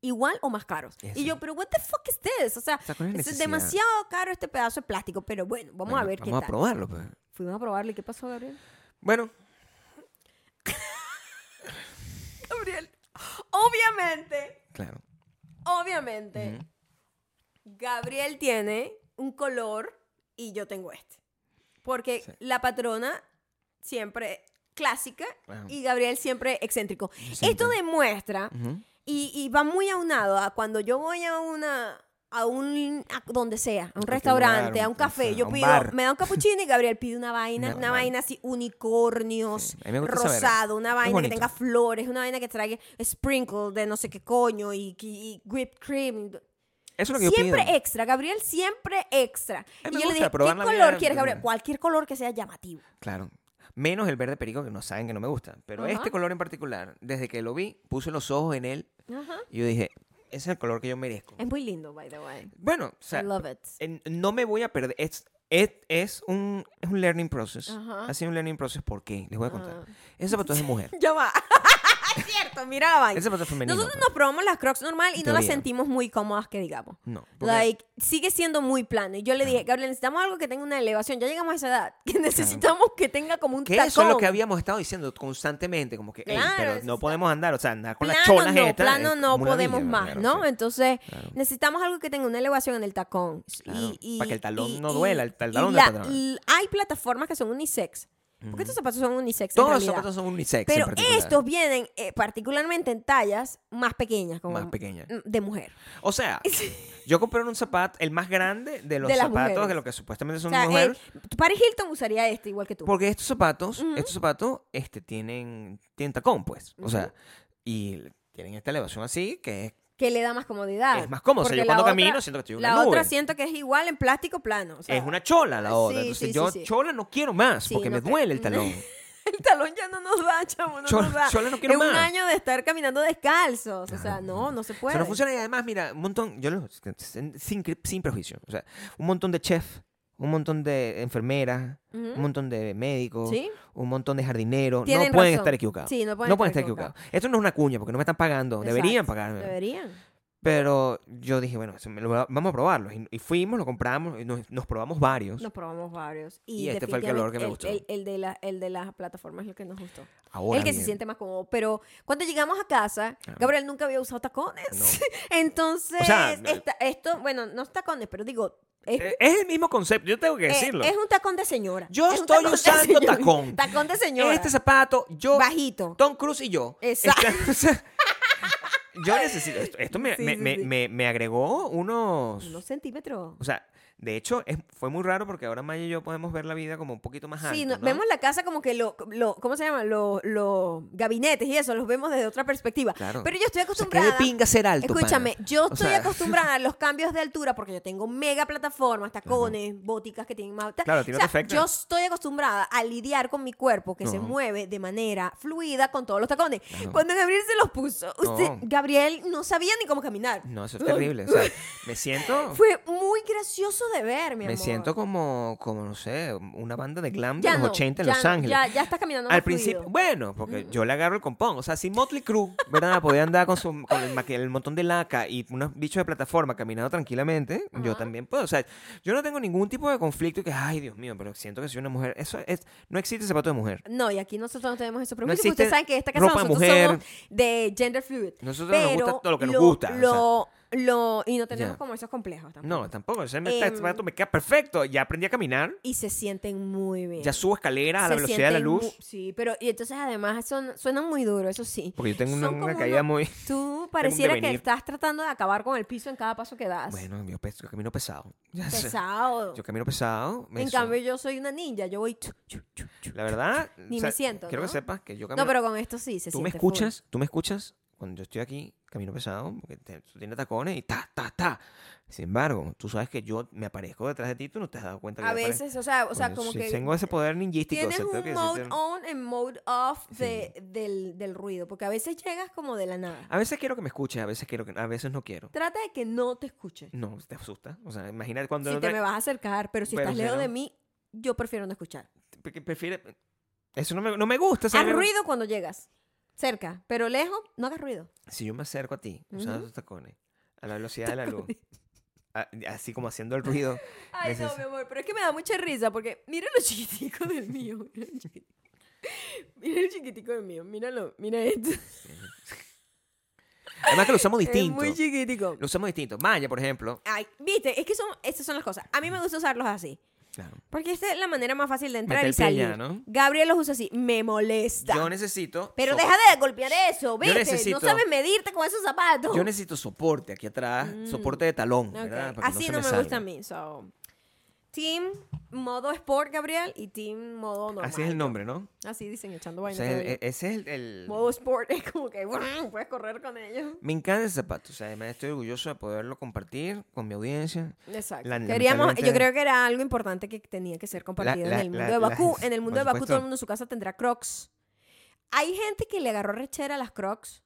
Speaker 1: igual o más caros.
Speaker 2: Eso.
Speaker 1: Y yo, pero what the fuck is this? O sea,
Speaker 2: sea, ¿cuál es la
Speaker 1: es
Speaker 2: necesidad?
Speaker 1: demasiado caro este pedazo de plástico, pero bueno, vamos a
Speaker 2: Bueno,
Speaker 1: ver qué
Speaker 2: Vamos a
Speaker 1: tal.
Speaker 2: probarlo, pues.
Speaker 1: Fuimos a probarlo y ¿qué pasó, Gabriel?
Speaker 2: Bueno,
Speaker 1: Gabriel, obviamente,
Speaker 2: claro.
Speaker 1: obviamente,
Speaker 2: Ujú.
Speaker 1: Gabriel tiene un color y yo tengo este. Porque
Speaker 2: Sí.
Speaker 1: la patrona siempre clásica
Speaker 2: Claro.
Speaker 1: y Gabriel siempre excéntrico.
Speaker 2: Siempre.
Speaker 1: Esto demuestra
Speaker 2: Ujú.
Speaker 1: y, y va muy aunado a cuando yo voy a una a un a donde sea, a un
Speaker 2: cualquier
Speaker 1: restaurante,
Speaker 2: lugar,
Speaker 1: a un café,
Speaker 2: o sea,
Speaker 1: yo
Speaker 2: a un
Speaker 1: pido,
Speaker 2: bar.
Speaker 1: me da un cappuccino y Gabriel pide una vaina, una,
Speaker 2: [LAUGHS] Una vaina.
Speaker 1: vaina así unicornios,
Speaker 2: Sí, a mí me gusta esa verga.
Speaker 1: rosado, una
Speaker 2: Es
Speaker 1: vaina que
Speaker 2: bonito.
Speaker 1: tenga flores, una vaina que traiga sprinkle de no sé qué coño y, y- y whipped cream.
Speaker 2: Eso es lo que
Speaker 1: Siempre
Speaker 2: yo pido.
Speaker 1: extra, Gabriel, siempre extra.
Speaker 2: A
Speaker 1: Y yo
Speaker 2: mí me
Speaker 1: le
Speaker 2: gusta
Speaker 1: dije, ¿qué
Speaker 2: probar la
Speaker 1: color
Speaker 2: vida
Speaker 1: quieres,
Speaker 2: de una.
Speaker 1: Gabriel? Cualquier color que sea llamativo.
Speaker 2: Claro. Menos el verde perico, que no saben que no me gusta. Pero
Speaker 1: Ajá.
Speaker 2: este color en particular, desde que lo vi, puse los ojos en él
Speaker 1: Ajá.
Speaker 2: y yo dije, ese es el color que yo merezco.
Speaker 1: Es muy lindo, by the way.
Speaker 2: Bueno, o sea,
Speaker 1: I love
Speaker 2: [LAUGHS]
Speaker 1: it.
Speaker 2: en- no me voy a perder. Es, es, es un, es un learning process.
Speaker 1: Ajá. Ah.
Speaker 2: Ha sido un learning process porque, les voy a contar.
Speaker 1: Ajá.
Speaker 2: Ese zapato es
Speaker 1: [LAUGHS]
Speaker 2: de mujer.
Speaker 1: Ya va. es cierto, mira la vaina.
Speaker 2: Ese zapato es femenino.
Speaker 1: Nosotros
Speaker 2: pues.
Speaker 1: nos probamos las Crocs normal y no las
Speaker 2: Teoría.
Speaker 1: sentimos muy cómodas, que digamos.
Speaker 2: No. porque-
Speaker 1: Like, sigue siendo muy plano. Y yo le dije, Gabriel, necesitamos algo que tenga una elevación. Ya llegamos a esa edad. Que necesitamos que tenga como un
Speaker 2: que
Speaker 1: tacón.
Speaker 2: eso es lo que habíamos estado diciendo constantemente, como que, "Ey,
Speaker 1: Claro,
Speaker 2: pero
Speaker 1: eso
Speaker 2: no
Speaker 1: está-
Speaker 2: podemos andar, o sea, andar con las
Speaker 1: plano
Speaker 2: cholas
Speaker 1: no,
Speaker 2: estas,
Speaker 1: plano
Speaker 2: es
Speaker 1: no
Speaker 2: como una
Speaker 1: podemos
Speaker 2: villa,
Speaker 1: más,
Speaker 2: claro,
Speaker 1: ¿no?
Speaker 2: sí.
Speaker 1: Entonces
Speaker 2: Claro.
Speaker 1: necesitamos algo que tenga una elevación en el tacón.
Speaker 2: Claro,
Speaker 1: Y- y-
Speaker 2: para que el talón
Speaker 1: y-
Speaker 2: no
Speaker 1: y-
Speaker 2: duela, el- el
Speaker 1: y
Speaker 2: talón del
Speaker 1: la-
Speaker 2: pantalón.
Speaker 1: l- Hay plataformas que son unisex Porque estos zapatos son unisex. en
Speaker 2: Todos los
Speaker 1: realidad.
Speaker 2: zapatos son unisex. en
Speaker 1: Pero
Speaker 2: particular,
Speaker 1: estos vienen eh, particularmente en tallas más pequeñas, como
Speaker 2: Más pequeñas.
Speaker 1: mm, de mujer.
Speaker 2: O
Speaker 1: [LAUGHS]
Speaker 2: sea, yo compré un zapato, el más grande de los
Speaker 1: De las
Speaker 2: zapatos,
Speaker 1: mujeres.
Speaker 2: de lo que supuestamente son
Speaker 1: o sea,
Speaker 2: mujeres.
Speaker 1: eh, Paris Hilton usaría este igual que tú.
Speaker 2: Porque estos zapatos,
Speaker 1: Ujú.
Speaker 2: estos zapatos, este, tienen, tienen tacón, pues. O sea,
Speaker 1: Ujú.
Speaker 2: y tienen esta elevación así, que es,
Speaker 1: que le da más comodidad.
Speaker 2: es más cómodo. O
Speaker 1: Porque
Speaker 2: sea, yo
Speaker 1: la
Speaker 2: cuando
Speaker 1: otra-
Speaker 2: camino siento que estoy en una
Speaker 1: La
Speaker 2: nube.
Speaker 1: otra siento que es igual en plástico plano. o sea,
Speaker 2: es una chola la otra.
Speaker 1: sí,
Speaker 2: Entonces
Speaker 1: sí,
Speaker 2: yo
Speaker 1: sí, sí.
Speaker 2: chola no quiero más,
Speaker 1: Sí, [LAUGHS]
Speaker 2: porque
Speaker 1: no
Speaker 2: me
Speaker 1: te-
Speaker 2: duele el talón.
Speaker 1: El talón ya no nos da, chamo, no
Speaker 2: Yo-
Speaker 1: nos da.
Speaker 2: yo le no quiero
Speaker 1: es un
Speaker 2: más.
Speaker 1: año de estar caminando descalzos. O sea, no, no se
Speaker 2: O
Speaker 1: puede.
Speaker 2: sea, no funciona y además, mira, un montón, yo lo- sin, sin, sin prejuicio, o sea, un montón de chefs, un montón de enfermeras,
Speaker 1: Ujú.
Speaker 2: un montón de médicos,
Speaker 1: ¿Sí?
Speaker 2: un montón de jardineros, no
Speaker 1: Tienen
Speaker 2: pueden
Speaker 1: razón.
Speaker 2: estar equivocados.
Speaker 1: Sí, no pueden
Speaker 2: no
Speaker 1: estar
Speaker 2: pueden estar equivocados. Esto no es una cuña porque no me están pagando, deberían
Speaker 1: Exacto,
Speaker 2: pagarme.
Speaker 1: Deberían.
Speaker 2: Pero yo dije, bueno, eso me lo- vamos a probarlo. Y, y fuimos, lo compramos, y nos, nos probamos varios.
Speaker 1: Nos probamos varios. Y,
Speaker 2: Y este fue el que- olor que me
Speaker 1: definitivamente
Speaker 2: gustó.
Speaker 1: El, el- el de la- el de las plataformas es el que nos gustó.
Speaker 2: Ahora
Speaker 1: el que
Speaker 2: bien,
Speaker 1: se siente más cómodo. Pero cuando llegamos a casa,
Speaker 2: Ah.
Speaker 1: Gabriel nunca había usado tacones.
Speaker 2: no.
Speaker 1: [LAUGHS] Entonces,
Speaker 2: O sea, eh,
Speaker 1: esta- esto, bueno, no es tacones, pero digo, es,
Speaker 2: Eh, Es el mismo concepto, yo tengo que
Speaker 1: eh,
Speaker 2: decirlo.
Speaker 1: es un tacón de señora.
Speaker 2: Yo
Speaker 1: Es un
Speaker 2: estoy
Speaker 1: tacón de
Speaker 2: usando
Speaker 1: señora.
Speaker 2: tacón.
Speaker 1: Tacón de señora.
Speaker 2: este zapato, yo,
Speaker 1: bajito.
Speaker 2: Tom Cruise y yo.
Speaker 1: Exacto.
Speaker 2: Estamos-
Speaker 1: [LAUGHS]
Speaker 2: o sea, yo necesito. Esto, esto me,
Speaker 1: Sí,
Speaker 2: me-
Speaker 1: sí,
Speaker 2: me-
Speaker 1: sí.
Speaker 2: me- me agregó unos.
Speaker 1: Unos centímetros.
Speaker 2: O sea, de hecho, es- fue muy raro porque ahora Maya y yo podemos ver la vida como un poquito más alto.
Speaker 1: Sí, no-
Speaker 2: ¿no?
Speaker 1: vemos la casa como que lo, lo- ¿cómo se llama? Los los gabinetes y eso, los vemos desde otra perspectiva.
Speaker 2: Claro.
Speaker 1: Pero yo estoy
Speaker 2: O sea, ¿qué de
Speaker 1: acostumbrada.
Speaker 2: pinga ser alto.
Speaker 1: Escúchame,
Speaker 2: pana?
Speaker 1: yo
Speaker 2: O
Speaker 1: estoy
Speaker 2: sea,
Speaker 1: acostumbrada
Speaker 2: [LAUGHS]
Speaker 1: a los cambios de altura porque yo tengo mega plataformas, tacones, bóticas que tienen más.
Speaker 2: Claro, a ti no
Speaker 1: O sea,
Speaker 2: te afecta.
Speaker 1: Yo estoy acostumbrada a lidiar con mi cuerpo que se
Speaker 2: No.
Speaker 1: mueve de manera fluida con todos los tacones.
Speaker 2: Claro.
Speaker 1: Cuando Gabriel se los puso, usted,
Speaker 2: No.
Speaker 1: Gabriel no sabía ni cómo caminar.
Speaker 2: No, eso es terrible. O sea, me siento.
Speaker 1: [LAUGHS] Fue muy gracioso de ver, mi
Speaker 2: Me
Speaker 1: amor.
Speaker 2: siento como, como, no sé, una banda de glam de
Speaker 1: Ya
Speaker 2: los
Speaker 1: no,
Speaker 2: 80 en
Speaker 1: ya
Speaker 2: Los
Speaker 1: no,
Speaker 2: Ángeles.
Speaker 1: Ya, ya estás caminando
Speaker 2: Al
Speaker 1: más
Speaker 2: principio,
Speaker 1: fluido. Mm.
Speaker 2: bueno, porque yo le agarro el compón. O sea, si Motley Crue, ¿verdad? Podía andar con, su, con el, maqui- el montón de laca y unos bichos de plataforma caminando tranquilamente, yo
Speaker 1: Ajá.
Speaker 2: también puedo. O sea, yo no tengo ningún tipo de conflicto y que, ay, Dios mío, pero siento que soy una mujer. Eso es, no existe zapato de mujer.
Speaker 1: No, y aquí nosotros no tenemos esos prejuicios. porque
Speaker 2: existe
Speaker 1: ustedes saben que esta casa
Speaker 2: ropa de
Speaker 1: nosotros
Speaker 2: mujer.
Speaker 1: somos de gender fluid.
Speaker 2: Nosotros
Speaker 1: pero
Speaker 2: nos gusta todo lo que nos
Speaker 1: lo-
Speaker 2: gusta. o sea,
Speaker 1: Lo, lo- y no tenemos
Speaker 2: Ya.
Speaker 1: como esos complejos tampoco.
Speaker 2: no, tampoco. ese me-
Speaker 1: Em,
Speaker 2: este zapato me queda perfecto. Ya aprendí a caminar,
Speaker 1: Y se sienten muy bien.
Speaker 2: ya subo escaleras a la
Speaker 1: Se
Speaker 2: velocidad de la
Speaker 1: sienten
Speaker 2: luz.
Speaker 1: mu- sí, pero y entonces además son, suenan muy duro, eso sí.
Speaker 2: Porque yo tengo una,
Speaker 1: Son
Speaker 2: una
Speaker 1: como
Speaker 2: caída
Speaker 1: uno-
Speaker 2: muy.
Speaker 1: Tú pareciera que
Speaker 2: devenir.
Speaker 1: estás tratando de acabar con el piso en cada paso que das.
Speaker 2: Bueno, [LAUGHS] yo, pe- yo camino pesado. [LAUGHS] Ya sé.
Speaker 1: Pesado.
Speaker 2: Yo camino pesado. me
Speaker 1: en
Speaker 2: suena.
Speaker 1: cambio, yo soy una ninja, yo voy. chu, chu, chu, chu.
Speaker 2: La verdad,
Speaker 1: [LAUGHS] Ni me siento,
Speaker 2: Quiero
Speaker 1: ¿no?
Speaker 2: que sepas que yo camino.
Speaker 1: No, pero con esto sí se
Speaker 2: tú me
Speaker 1: siente full.
Speaker 2: escuchas, tú me escuchas cuando yo estoy aquí, camino pesado, porque te- tú tienes tacones y ta, ta, ta. Sin embargo, tú sabes que yo me aparezco detrás de ti, tú no te has dado cuenta que
Speaker 1: A
Speaker 2: yo aparezco.
Speaker 1: veces, o sea, o sea
Speaker 2: Coño,
Speaker 1: como
Speaker 2: sí,
Speaker 1: que.
Speaker 2: Tengo ese poder ninjístico. o
Speaker 1: Tienes
Speaker 2: sea, tengo que
Speaker 1: un mode
Speaker 2: decirte-
Speaker 1: on and mode off de- del, del ruido, porque a veces llegas como de la nada.
Speaker 2: A veces quiero que me escuches, a veces quiero que, a veces no quiero.
Speaker 1: Trata de que no te escuche.
Speaker 2: No, te asusta. O sea, imagínate cuando
Speaker 1: Si
Speaker 2: no
Speaker 1: te
Speaker 2: te-
Speaker 1: me vas a acercar, pero si
Speaker 2: Pero
Speaker 1: estás
Speaker 2: si
Speaker 1: lejos
Speaker 2: no.
Speaker 1: de mí, yo prefiero no escuchar.
Speaker 2: porque prefiere eso no me, no me gusta. o sea,
Speaker 1: Haz
Speaker 2: me-
Speaker 1: ruido cuando llegas, cerca, pero lejos, no hagas ruido.
Speaker 2: Si yo me acerco a ti usando
Speaker 1: Ujú.
Speaker 2: tus tacones a la velocidad de la luz, a- así como haciendo el ruido,
Speaker 1: [LAUGHS] Ay, no,
Speaker 2: Neces-
Speaker 1: mi amor, pero es que me da mucha risa porque mira lo chiquitico del mío. Mira el chiquitico, mira el chiquitico del mío, míralo, mira esto.
Speaker 2: además que lo usamos
Speaker 1: Es
Speaker 2: distinto.
Speaker 1: muy chiquitico.
Speaker 2: Lo usamos distinto. Maya, por ejemplo.
Speaker 1: Ay, viste, es que son, estas son las cosas. A mí me gusta usarlos así.
Speaker 2: Claro.
Speaker 1: Porque esta es la manera más fácil de entrar
Speaker 2: Meter
Speaker 1: y salir.
Speaker 2: piña, ¿no?
Speaker 1: Gabriel los usa así. Me molesta.
Speaker 2: Yo necesito.
Speaker 1: Pero
Speaker 2: sopo-
Speaker 1: deja de golpear eso, ¿viste? No
Speaker 2: necesito-
Speaker 1: sabes medirte con esos zapatos.
Speaker 2: Yo necesito soporte aquí atrás, soporte de talón,
Speaker 1: Mm, Ok,
Speaker 2: ¿verdad? Para que
Speaker 1: Así
Speaker 2: se
Speaker 1: no, me,
Speaker 2: salga.
Speaker 1: gusta a mí. so. Team modo sport, Gabriel, y team modo normal.
Speaker 2: Así es el nombre, ¿no?
Speaker 1: Así dicen, echando
Speaker 2: O
Speaker 1: vaina.
Speaker 2: sea,
Speaker 1: todo
Speaker 2: el-
Speaker 1: bien.
Speaker 2: e- ese es el, el-
Speaker 1: modo sport [LAUGHS] es como que ¡guau! puedes correr con ellos.
Speaker 2: Me encanta ese zapato. O sea, además estoy orgulloso de poderlo compartir con mi audiencia.
Speaker 1: Exacto.
Speaker 2: La-
Speaker 1: Queríamos, yo
Speaker 2: lamentablemente-
Speaker 1: creo que era algo importante que tenía que ser compartido
Speaker 2: la-
Speaker 1: en el mundo
Speaker 2: la-
Speaker 1: de
Speaker 2: la-
Speaker 1: Bakú. en el mundo
Speaker 2: por
Speaker 1: de Bakú
Speaker 2: supuesto.
Speaker 1: todo el mundo en su casa tendrá Crocs. Hay gente que le agarró rechera a las Crocs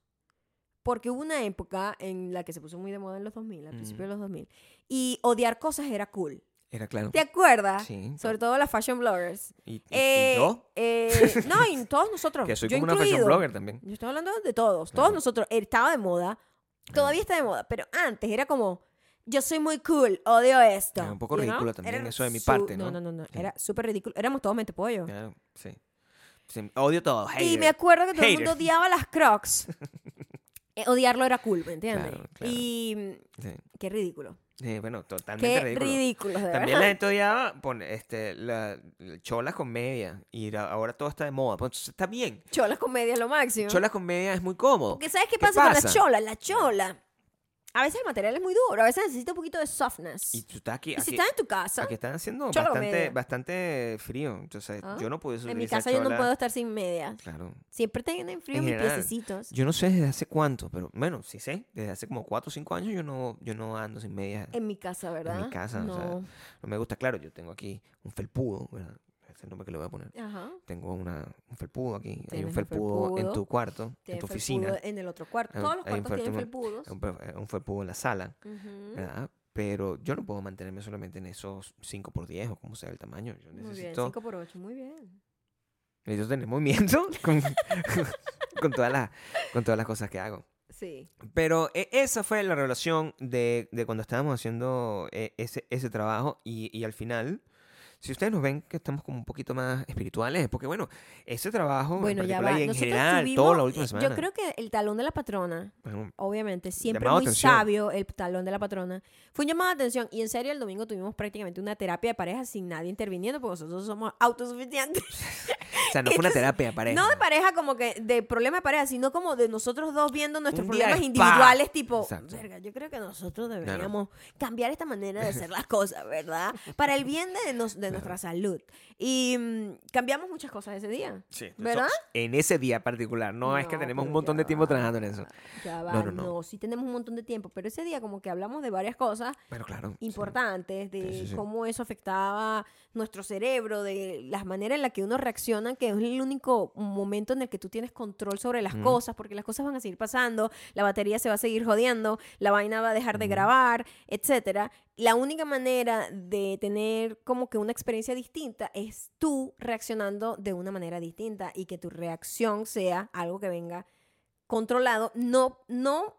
Speaker 1: porque hubo una época en la que se puso muy de moda en los 2000, al
Speaker 2: Mm.
Speaker 1: principio de los 2000, y odiar cosas era cool.
Speaker 2: Era claro.
Speaker 1: ¿Te acuerdas?
Speaker 2: Sí.
Speaker 1: Sobre todo las fashion bloggers.
Speaker 2: Y, y- y
Speaker 1: Eh,
Speaker 2: yo,
Speaker 1: eh, no, y todos nosotros.
Speaker 2: [LAUGHS] que soy
Speaker 1: yo
Speaker 2: como una fashion
Speaker 1: incluido.
Speaker 2: blogger también.
Speaker 1: Yo estoy hablando de todos. Todos
Speaker 2: Claro.
Speaker 1: nosotros. eh, Estaba de moda. Todavía está de moda. Pero antes era como, yo soy muy cool, odio esto.
Speaker 2: Era un poco
Speaker 1: you
Speaker 2: ridículo
Speaker 1: know?
Speaker 2: también
Speaker 1: Era
Speaker 2: eso de mi
Speaker 1: su-
Speaker 2: parte, ¿no?
Speaker 1: No, no, no.
Speaker 2: Sí.
Speaker 1: Era súper ridículo. Éramos todos mentepollos.
Speaker 2: Claro, sí. Sí, Odio todo.
Speaker 1: Y
Speaker 2: hater.
Speaker 1: me acuerdo que todo el
Speaker 2: Hater.
Speaker 1: mundo odiaba las
Speaker 2: [LAUGHS]
Speaker 1: crocs. Eh, odiarlo era cool, ¿me entiendes?
Speaker 2: Claro, claro.
Speaker 1: Y mm,
Speaker 2: Sí.
Speaker 1: qué ridículo.
Speaker 2: Eh, bueno, totalmente
Speaker 1: Qué
Speaker 2: ridículo.
Speaker 1: ridículo, de
Speaker 2: También
Speaker 1: verdad.
Speaker 2: la gente odiaba pon- este, la, cholas con media. Y la- ahora todo está de moda. Pues, está bien.
Speaker 1: [LAUGHS] Cholas comedia es lo máximo.
Speaker 2: Cholas con media es muy cómodo.
Speaker 1: Porque ¿sabes qué
Speaker 2: ¿Qué
Speaker 1: pasa, con la
Speaker 2: pasa?
Speaker 1: chola? La chola. A veces el material es muy duro, a veces necesita un poquito de softness.
Speaker 2: Y
Speaker 1: Y,
Speaker 2: tú estás aquí.
Speaker 1: pues, si
Speaker 2: aquí-
Speaker 1: estás en tu casa,
Speaker 2: Aquí están haciendo
Speaker 1: Chola con
Speaker 2: bastante,
Speaker 1: media.
Speaker 2: bastante frío. Entonces,
Speaker 1: Ah,
Speaker 2: yo no puedo
Speaker 1: en mi
Speaker 2: utilizar
Speaker 1: casa yo no
Speaker 2: chola.
Speaker 1: puedo estar sin medias.
Speaker 2: Claro.
Speaker 1: Siempre tienen frío
Speaker 2: En
Speaker 1: mis
Speaker 2: general.
Speaker 1: piececitos.
Speaker 2: Yo no sé desde hace cuánto, pero bueno, sí sé. Desde hace como 4 o 5 años yo no, yo no ando sin medias.
Speaker 1: En mi casa, ¿verdad?
Speaker 2: casa, o sea,
Speaker 1: no.
Speaker 2: No me gusta, claro, yo tengo aquí un felpudo. ¿verdad? Ese es el nombre que le voy a poner.
Speaker 1: Ajá.
Speaker 2: Tengo una, un felpudo aquí. Hay
Speaker 1: Tienes un
Speaker 2: un felpudo en
Speaker 1: felpudo,
Speaker 2: tu cuarto, en
Speaker 1: Tiene
Speaker 2: tu
Speaker 1: felpudo
Speaker 2: oficina.
Speaker 1: En el otro cuarto.
Speaker 2: Hay un-
Speaker 1: Todos los
Speaker 2: hay un
Speaker 1: cuartos tienen
Speaker 2: felpudo.
Speaker 1: felpudos.
Speaker 2: Un, fe- un Ah, felpudo en la sala.
Speaker 1: Ujú.
Speaker 2: ¿verdad? Pero yo no puedo mantenerme solamente en esos 5 por 10 o como sea el tamaño. Yo
Speaker 1: Muy bien,
Speaker 2: necesito
Speaker 1: 5 por 8, muy bien.
Speaker 2: Necesito tener movimiento con,
Speaker 1: [LAUGHS]
Speaker 2: con, todas las, con todas las cosas que hago.
Speaker 1: Sí.
Speaker 2: Pero e- esa fue la revelación de, de cuando estábamos haciendo eh, ese, ese trabajo y, y al final, si ustedes nos ven que estamos como un poquito más espirituales, porque bueno, ese trabajo en
Speaker 1: Bueno, ya
Speaker 2: particular
Speaker 1: va.
Speaker 2: y en
Speaker 1: Nosotros
Speaker 2: general,
Speaker 1: tuvimos,
Speaker 2: toda la última
Speaker 1: eh,
Speaker 2: semana.
Speaker 1: Yo creo que el talón de la patrona,
Speaker 2: Bueno,
Speaker 1: obviamente, siempre
Speaker 2: Llamado
Speaker 1: muy
Speaker 2: atención.
Speaker 1: sabio el talón de la patrona, fue un llamado de atención. Y en serio, el domingo tuvimos prácticamente una terapia de pareja sin nadie interviniendo porque nosotros somos autosuficientes.
Speaker 2: o sea, no fue una terapia de pareja.
Speaker 1: No de pareja como que de problema de pareja, sino como de nosotros dos viendo nuestros
Speaker 2: Un día
Speaker 1: problemas
Speaker 2: de spa.
Speaker 1: individuales, tipo,
Speaker 2: Exacto.
Speaker 1: verga, yo creo que nosotros deberíamos cambiar esta manera de hacer las cosas, ¿verdad? Para el bien de, nos- de nuestra salud. Y mm, cambiamos muchas cosas ese día.
Speaker 2: Sí, eso-
Speaker 1: ¿Verdad?
Speaker 2: En ese día particular, no, es que
Speaker 1: No,
Speaker 2: tenemos un
Speaker 1: pero
Speaker 2: montón
Speaker 1: ya
Speaker 2: de tiempo
Speaker 1: va,
Speaker 2: trabajando en eso.
Speaker 1: Ya va,
Speaker 2: No,
Speaker 1: no,
Speaker 2: no, no.
Speaker 1: sí tenemos un montón de tiempo, pero ese día como que hablamos de varias cosas
Speaker 2: Pero claro. sí.
Speaker 1: importantes, de
Speaker 2: Sí, sí, sí.
Speaker 1: cómo eso afectaba nuestro cerebro, de las maneras en las que uno reacciona, que es el único momento en el que tú tienes control sobre las
Speaker 2: Ujú.
Speaker 1: cosas, porque las cosas van a seguir pasando, la batería se va a seguir jodiendo, la vaina va a dejar de grabar, etcétera. La única manera de tener como que una experiencia distinta es tú reaccionando de una manera distinta y que tu reacción sea algo que venga controlado, no, no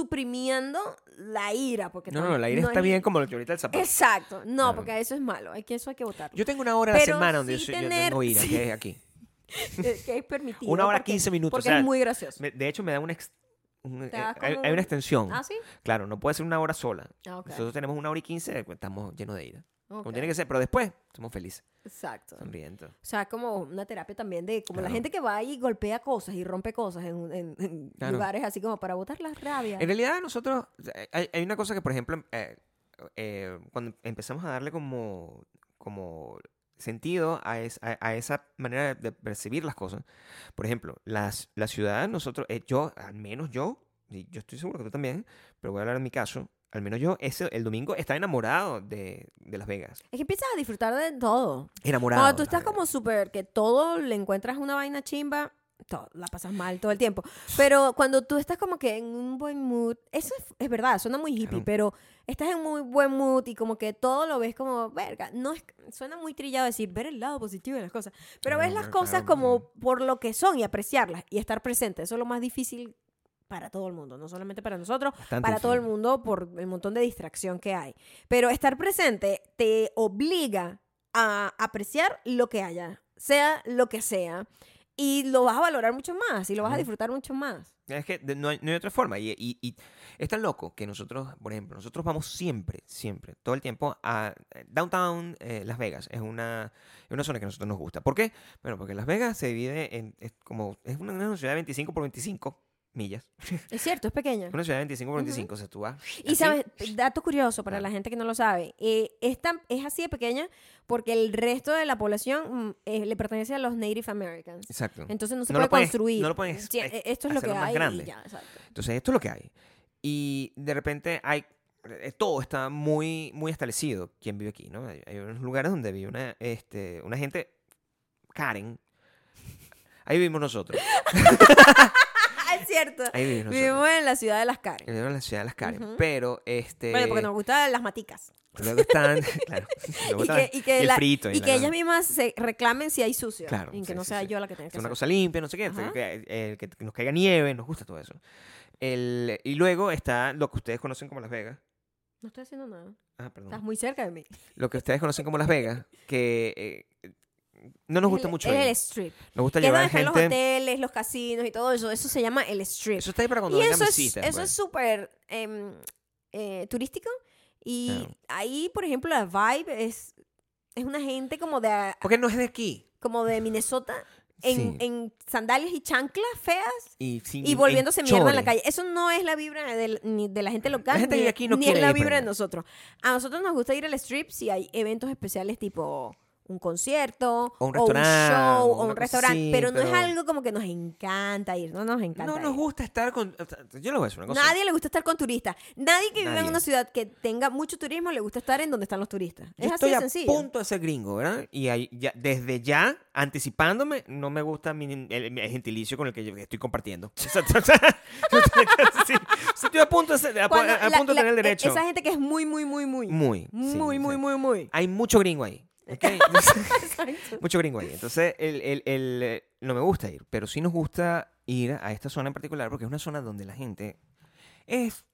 Speaker 1: suprimiendo la ira, porque
Speaker 2: No, no, no, la
Speaker 1: tam-
Speaker 2: ira
Speaker 1: no
Speaker 2: está
Speaker 1: es-
Speaker 2: bien como la chorita del zapato.
Speaker 1: Exacto. No,
Speaker 2: Claro.
Speaker 1: porque eso es malo. Hay que eso hay que votarlo.
Speaker 2: Yo tengo una hora a la
Speaker 1: Pero
Speaker 2: semana donde
Speaker 1: sí
Speaker 2: yo, yo
Speaker 1: tener-
Speaker 2: tengo ira,
Speaker 1: sí.
Speaker 2: que es aquí.
Speaker 1: Eh, que es permitido.
Speaker 2: Una hora
Speaker 1: porque-
Speaker 2: 15 minutos,
Speaker 1: Porque
Speaker 2: o sea,
Speaker 1: es muy gracioso.
Speaker 2: Me- de hecho, me da una. ex- un-
Speaker 1: Te
Speaker 2: eh,
Speaker 1: da
Speaker 2: hay,
Speaker 1: como
Speaker 2: hay
Speaker 1: un-
Speaker 2: una extensión.
Speaker 1: ¿Ah, sí?
Speaker 2: Claro, no puede ser una hora sola.
Speaker 1: Ah, ok.
Speaker 2: Nosotros tenemos una hora y quince, pues, estamos llenos de ira. Como
Speaker 1: Ok.
Speaker 2: tiene que ser, pero después somos felices,
Speaker 1: Exacto.
Speaker 2: sonriendo.
Speaker 1: O sea, como una terapia también de como la
Speaker 2: Claro.
Speaker 1: gente que va y golpea cosas y rompe cosas en, en- en
Speaker 2: Claro.
Speaker 1: lugares así como para botar las rabias.
Speaker 2: En realidad, nosotros. eh, Hay, hay una cosa que, por ejemplo, eh, eh, cuando empezamos a darle como. como sentido a, es- a- a esa manera de, de percibir las cosas. Por ejemplo, las, la ciudad, nosotros, eh, yo, al menos yo, y yo estoy seguro que tú también, pero voy a hablar en mi caso, al menos yo, ese, el domingo estaba enamorado de, de Las Vegas.
Speaker 1: Es que empiezas a disfrutar de todo.
Speaker 2: Enamorado.
Speaker 1: Cuando tú
Speaker 2: de Las
Speaker 1: estás
Speaker 2: Vegas.
Speaker 1: como súper, que todo le encuentras una vaina chimba, todo, la pasas mal todo el tiempo. Pero cuando tú estás como que en un buen mood, eso es, es verdad, suena muy hippie,
Speaker 2: Claro.
Speaker 1: pero estás en muy buen mood y como que todo lo ves como, verga, no es, suena muy trillado decir ver el lado positivo de las cosas, pero
Speaker 2: No,
Speaker 1: ves las
Speaker 2: no,
Speaker 1: cosas
Speaker 2: claro,
Speaker 1: como por lo que son y apreciarlas y estar presente. Eso es lo más difícil para todo el mundo, no solamente para nosotros,
Speaker 2: Bastante
Speaker 1: para todo el
Speaker 2: difícil.
Speaker 1: mundo por el montón de distracción que hay. Pero estar presente te obliga a apreciar lo que haya, sea lo que sea, y lo vas a valorar mucho más y lo vas a
Speaker 2: Ujú.
Speaker 1: disfrutar mucho más.
Speaker 2: Es que de- no hay, no hay otra forma. Y, y, y es tan loco que nosotros, por ejemplo, nosotros vamos siempre, siempre, todo el tiempo a eh, Downtown eh, Las Vegas. Es una, es una zona que a nosotros nos gusta. ¿Por qué? Bueno, porque Las Vegas se divide en, es como, es una, una ciudad de 25 por 25 millas.
Speaker 1: [LAUGHS] Es cierto, es pequeña.
Speaker 2: Es una ciudad de 25 por 25, o sea, tú vas
Speaker 1: Y
Speaker 2: así.
Speaker 1: sabes, dato curioso para la
Speaker 2: Claro.
Speaker 1: gente que no lo sabe, eh, es, tan- es así de pequeña porque el resto de la población mm, eh, le pertenece a los Native Americans.
Speaker 2: Exacto.
Speaker 1: Entonces no se
Speaker 2: No lo
Speaker 1: puede
Speaker 2: puedes-
Speaker 1: construir.
Speaker 2: no lo puedes
Speaker 1: Sí,
Speaker 2: ex-
Speaker 1: eh, Esto es lo que
Speaker 2: hacerlo más
Speaker 1: hay.
Speaker 2: grande.
Speaker 1: Y ya, exacto.
Speaker 2: Entonces, esto es lo que hay. Y de repente hay eh, todo está muy muy establecido quién vive aquí, ¿no? Hay, hay unos lugares donde vive una este una gente Karen. Ahí vivimos nosotros.
Speaker 1: Ah, es cierto.
Speaker 2: Ahí vivimos nosotros.
Speaker 1: Vivimos en la ciudad de las Karen.
Speaker 2: Vivimos en la ciudad de las Karen,
Speaker 1: Ujú.
Speaker 2: pero este
Speaker 1: Bueno, porque nos gustan las maticas. [LAUGHS]
Speaker 2: luego están, claro, luego
Speaker 1: Y que,
Speaker 2: están
Speaker 1: y que
Speaker 2: el
Speaker 1: la-
Speaker 2: frito
Speaker 1: y
Speaker 2: la
Speaker 1: que
Speaker 2: cosa.
Speaker 1: ellas mismas se reclamen si hay sucio.
Speaker 2: Claro,
Speaker 1: Y que
Speaker 2: sí,
Speaker 1: no
Speaker 2: sí,
Speaker 1: sea
Speaker 2: sí.
Speaker 1: yo la que tenga
Speaker 2: que
Speaker 1: que
Speaker 2: una
Speaker 1: hacer.
Speaker 2: cosa limpia, no sé qué,
Speaker 1: Ajá.
Speaker 2: que, eh, que nos caiga nieve, nos gusta todo eso. El- y luego está lo que ustedes conocen como Las Vegas.
Speaker 1: No estoy haciendo nada.
Speaker 2: Ah, perdón.
Speaker 1: Estás muy cerca de mí.
Speaker 2: lo que ustedes conocen como Las Vegas, que eh, no nos gusta
Speaker 1: Es el-
Speaker 2: mucho.
Speaker 1: Es el
Speaker 2: ir.
Speaker 1: strip.
Speaker 2: Nos gusta
Speaker 1: Que es donde
Speaker 2: llevar
Speaker 1: están los
Speaker 2: gente.
Speaker 1: hoteles, los casinos y todo eso. Eso se llama el strip.
Speaker 2: Eso está ahí para cuando
Speaker 1: y
Speaker 2: vengan
Speaker 1: eso
Speaker 2: pues.
Speaker 1: es
Speaker 2: visitas.
Speaker 1: eso
Speaker 2: pues.
Speaker 1: es súper em, eh, turístico Y
Speaker 2: Claro.
Speaker 1: ahí, por ejemplo, la vibe es, es una gente como de,
Speaker 2: Porque no es de aquí.
Speaker 1: como de Minnesota en,
Speaker 2: Sí.
Speaker 1: en sandalias y chanclas feas
Speaker 2: Y, sin-
Speaker 1: y volviéndose
Speaker 2: en
Speaker 1: mierda en la
Speaker 2: chores.
Speaker 1: calle. Eso no es la vibra del- ni de la gente local
Speaker 2: La gente
Speaker 1: ni,
Speaker 2: de aquí no
Speaker 1: ni
Speaker 2: quiere
Speaker 1: es la
Speaker 2: ir
Speaker 1: vibra
Speaker 2: para
Speaker 1: de
Speaker 2: allá.
Speaker 1: nosotros. A nosotros nos gusta ir al strip si hay eventos especiales tipo un concierto
Speaker 2: O un
Speaker 1: show
Speaker 2: restaurante,
Speaker 1: o
Speaker 2: una
Speaker 1: un
Speaker 2: cosa
Speaker 1: restaurante,
Speaker 2: así,
Speaker 1: pero no es
Speaker 2: pero-
Speaker 1: algo como que nos encanta ir, no nos encanta.
Speaker 2: No nos
Speaker 1: ir.
Speaker 2: gusta estar con. Yo les voy a decir una cosa.
Speaker 1: Nadie le gusta estar con turistas. Nadie que viva en
Speaker 2: Nadie.
Speaker 1: una ciudad que tenga mucho turismo le gusta estar en donde están los turistas. es
Speaker 2: Yo
Speaker 1: así
Speaker 2: estoy
Speaker 1: de
Speaker 2: a
Speaker 1: sencillo.
Speaker 2: punto de ser gringo, ¿verdad? Y ahí ya- desde ya, anticipándome, no me gusta mi, el, el gentilicio con el que yo estoy compartiendo. [LAUGHS] O sea, o sea, sí, sí, estoy a punto de, ser- a,
Speaker 1: Cuando
Speaker 2: a- a
Speaker 1: la-
Speaker 2: punto de
Speaker 1: la- e
Speaker 2: tener el derecho.
Speaker 1: Esa gente que es muy, muy, muy, muy.
Speaker 2: Muy.
Speaker 1: Muy,
Speaker 2: sí,
Speaker 1: muy,
Speaker 2: o
Speaker 1: muy,
Speaker 2: sea,
Speaker 1: muy,
Speaker 2: [LAUGHS] Hay mucho gringo ahí. ¿ok?
Speaker 1: [LAUGHS] Exacto.
Speaker 2: mucho gringo ahí. Entonces, el, el- el, eh, no me gusta ir, pero sí nos gusta ir a esta zona en particular porque es una zona donde la gente es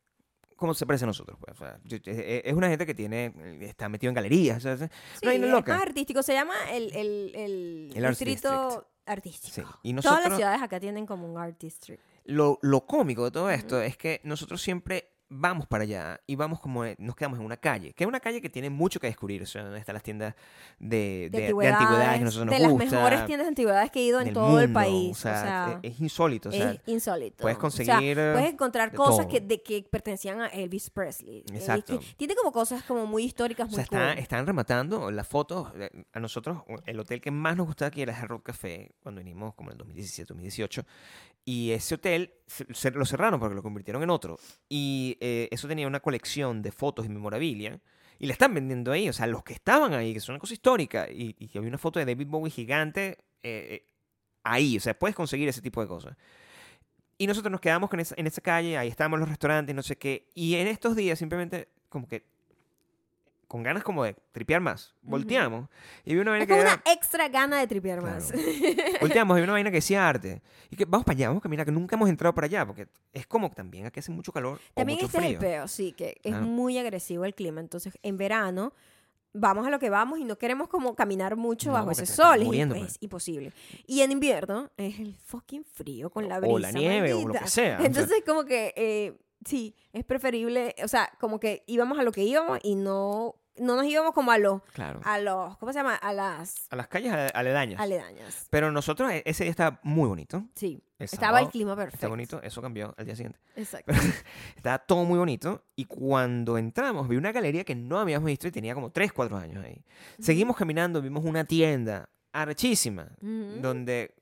Speaker 2: como se parece a nosotros. pues. O sea, yo- es es una gente que tiene eh, está metido en galerías. o sea, es
Speaker 1: Sí,
Speaker 2: una vaina
Speaker 1: es
Speaker 2: loca.
Speaker 1: más artístico. Se llama el, el, el,
Speaker 2: El Arts
Speaker 1: distrito
Speaker 2: District.
Speaker 1: artístico.
Speaker 2: Sí, Y
Speaker 1: Todas las
Speaker 2: nosotros,
Speaker 1: ciudades acá tienen como un art district.
Speaker 2: lo, lo cómico de todo esto es que nosotros siempre vamos para allá y vamos como eh, nos quedamos en una calle, que es una calle que tiene mucho que descubrir, o sea, donde están las tiendas de, de- de antigüedades, que nosotros nos
Speaker 1: de las
Speaker 2: gusta,
Speaker 1: mejores tiendas de antigüedades que he ido en
Speaker 2: del
Speaker 1: todo el
Speaker 2: mundo,
Speaker 1: país.
Speaker 2: o sea, e- es insólito, o sea,
Speaker 1: es insólito.
Speaker 2: puedes
Speaker 1: O sea,
Speaker 2: conseguir, eh,
Speaker 1: puedes encontrar
Speaker 2: de
Speaker 1: cosas
Speaker 2: todo.
Speaker 1: que, de que pertenecían a Elvis Presley. Elvis-
Speaker 2: Exacto.
Speaker 1: tiene como cosas como muy históricas,
Speaker 2: o
Speaker 1: muy
Speaker 2: sea, está-
Speaker 1: cool.
Speaker 2: están rematando las fotos. eh, A nosotros, u- el hotel que más nos gustaba aquí era el Hard Rock Café, cuando vinimos como en el 2017, 2018. Y ese hotel se- se- lo cerraron porque lo convirtieron en otro. Y eh, eso tenía una colección de fotos y memorabilia. Y la están vendiendo ahí. O sea, los que estaban ahí, que es una cosa histórica. Y, y había una foto de David Bowie gigante eh, eh, ahí. O sea, puedes conseguir ese tipo de cosas. Y nosotros nos quedamos con esa- en esa calle, ahí estábamos los restaurantes, no sé qué. Y en estos días simplemente como que con ganas como de tripear más.
Speaker 1: Ujú.
Speaker 2: Volteamos. Y vi una vaina
Speaker 1: Es
Speaker 2: que
Speaker 1: como
Speaker 2: era-
Speaker 1: una extra gana de tripear más.
Speaker 2: Claro.
Speaker 1: [LAUGHS]
Speaker 2: Volteamos, había una vaina que decía arte. Y que vamos para allá, vamos a caminar, que nunca hemos entrado para allá, porque es como también aquí hace mucho calor. o
Speaker 1: También
Speaker 2: mucho
Speaker 1: este es el
Speaker 2: frío.
Speaker 1: peo, sí, que es
Speaker 2: Claro.
Speaker 1: muy agresivo el clima. Entonces, en verano, vamos a lo que vamos y no queremos como caminar mucho
Speaker 2: No,
Speaker 1: bajo
Speaker 2: porque
Speaker 1: ese
Speaker 2: te estás
Speaker 1: sol. Es,
Speaker 2: muriendo, pues.
Speaker 1: es imposible. Y en invierno es el fucking frío con la brisa.
Speaker 2: O la nieve, o lo
Speaker 1: maldita. [LAUGHS]
Speaker 2: que sea, o sea.
Speaker 1: Entonces, como que eh, sí, es preferible, o sea, como que íbamos a lo que íbamos y no, no nos íbamos como a los,
Speaker 2: Claro. A,
Speaker 1: a los, ¿cómo se llama? A las
Speaker 2: las calles ale- aledañas.
Speaker 1: aledañas.
Speaker 2: Pero nosotros, e- ese día estaba muy bonito.
Speaker 1: Sí, estaba
Speaker 2: El
Speaker 1: el
Speaker 2: sábado
Speaker 1: clima perfecto.
Speaker 2: Está bonito, eso cambió al día siguiente.
Speaker 1: Exacto.
Speaker 2: Estaba todo muy bonito. Y cuando entramos, vi una galería que no habíamos visto y tenía como 3, 4 años ahí. [LAUGHS] Seguimos caminando, vimos una tienda arrechísima,
Speaker 1: Ujú.
Speaker 2: donde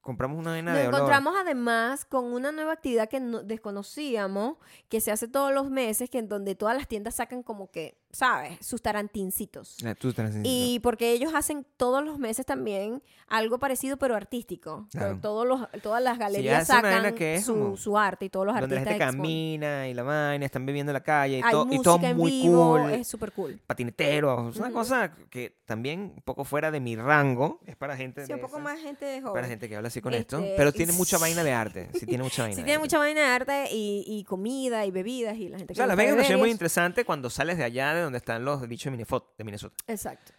Speaker 2: compramos una vaina
Speaker 1: Nos
Speaker 2: de olor.
Speaker 1: encontramos además con una nueva actividad que no- desconocíamos, que se hace todos los meses, que en donde todas las tiendas sacan como que, ¿sabes? Sus tarantincitos.
Speaker 2: Ah, tú estás haciendo-
Speaker 1: Y porque ellos hacen todos los meses también algo parecido pero artístico. Pero
Speaker 2: Claro.
Speaker 1: todos los, todas las galerías
Speaker 2: hace una vaina
Speaker 1: sacan
Speaker 2: que es
Speaker 1: su,
Speaker 2: como
Speaker 1: su arte y todos los
Speaker 2: donde la
Speaker 1: artistas
Speaker 2: gente
Speaker 1: exponen.
Speaker 2: camina y la vaina, están viviendo en la calle y,
Speaker 1: Hay
Speaker 2: todo- y
Speaker 1: música
Speaker 2: todo
Speaker 1: en
Speaker 2: muy
Speaker 1: vivo,
Speaker 2: cool,
Speaker 1: es súper cool.
Speaker 2: patineteros, es una
Speaker 1: Ujú.
Speaker 2: cosa que también un poco fuera de mi rango, es para gente,
Speaker 1: Sí, un
Speaker 2: de
Speaker 1: poco
Speaker 2: esa-
Speaker 1: más gente de joven.
Speaker 2: para gente que habla así con esto,
Speaker 1: Este,
Speaker 2: pero tiene
Speaker 1: y-
Speaker 2: mucha vaina
Speaker 1: [LAUGHS]
Speaker 2: de arte, sí tiene mucha vaina.
Speaker 1: Sí,
Speaker 2: de
Speaker 1: tiene
Speaker 2: arte.
Speaker 1: mucha vaina de arte y, y comida y bebidas y la gente
Speaker 2: O
Speaker 1: que
Speaker 2: sea,
Speaker 1: le
Speaker 2: Las
Speaker 1: gusta
Speaker 2: Vegas lo
Speaker 1: beber y
Speaker 2: es muy
Speaker 1: eso.
Speaker 2: interesante cuando sales de allá de donde están los bichos de Minnesota, de, Minnesota,
Speaker 1: Exacto,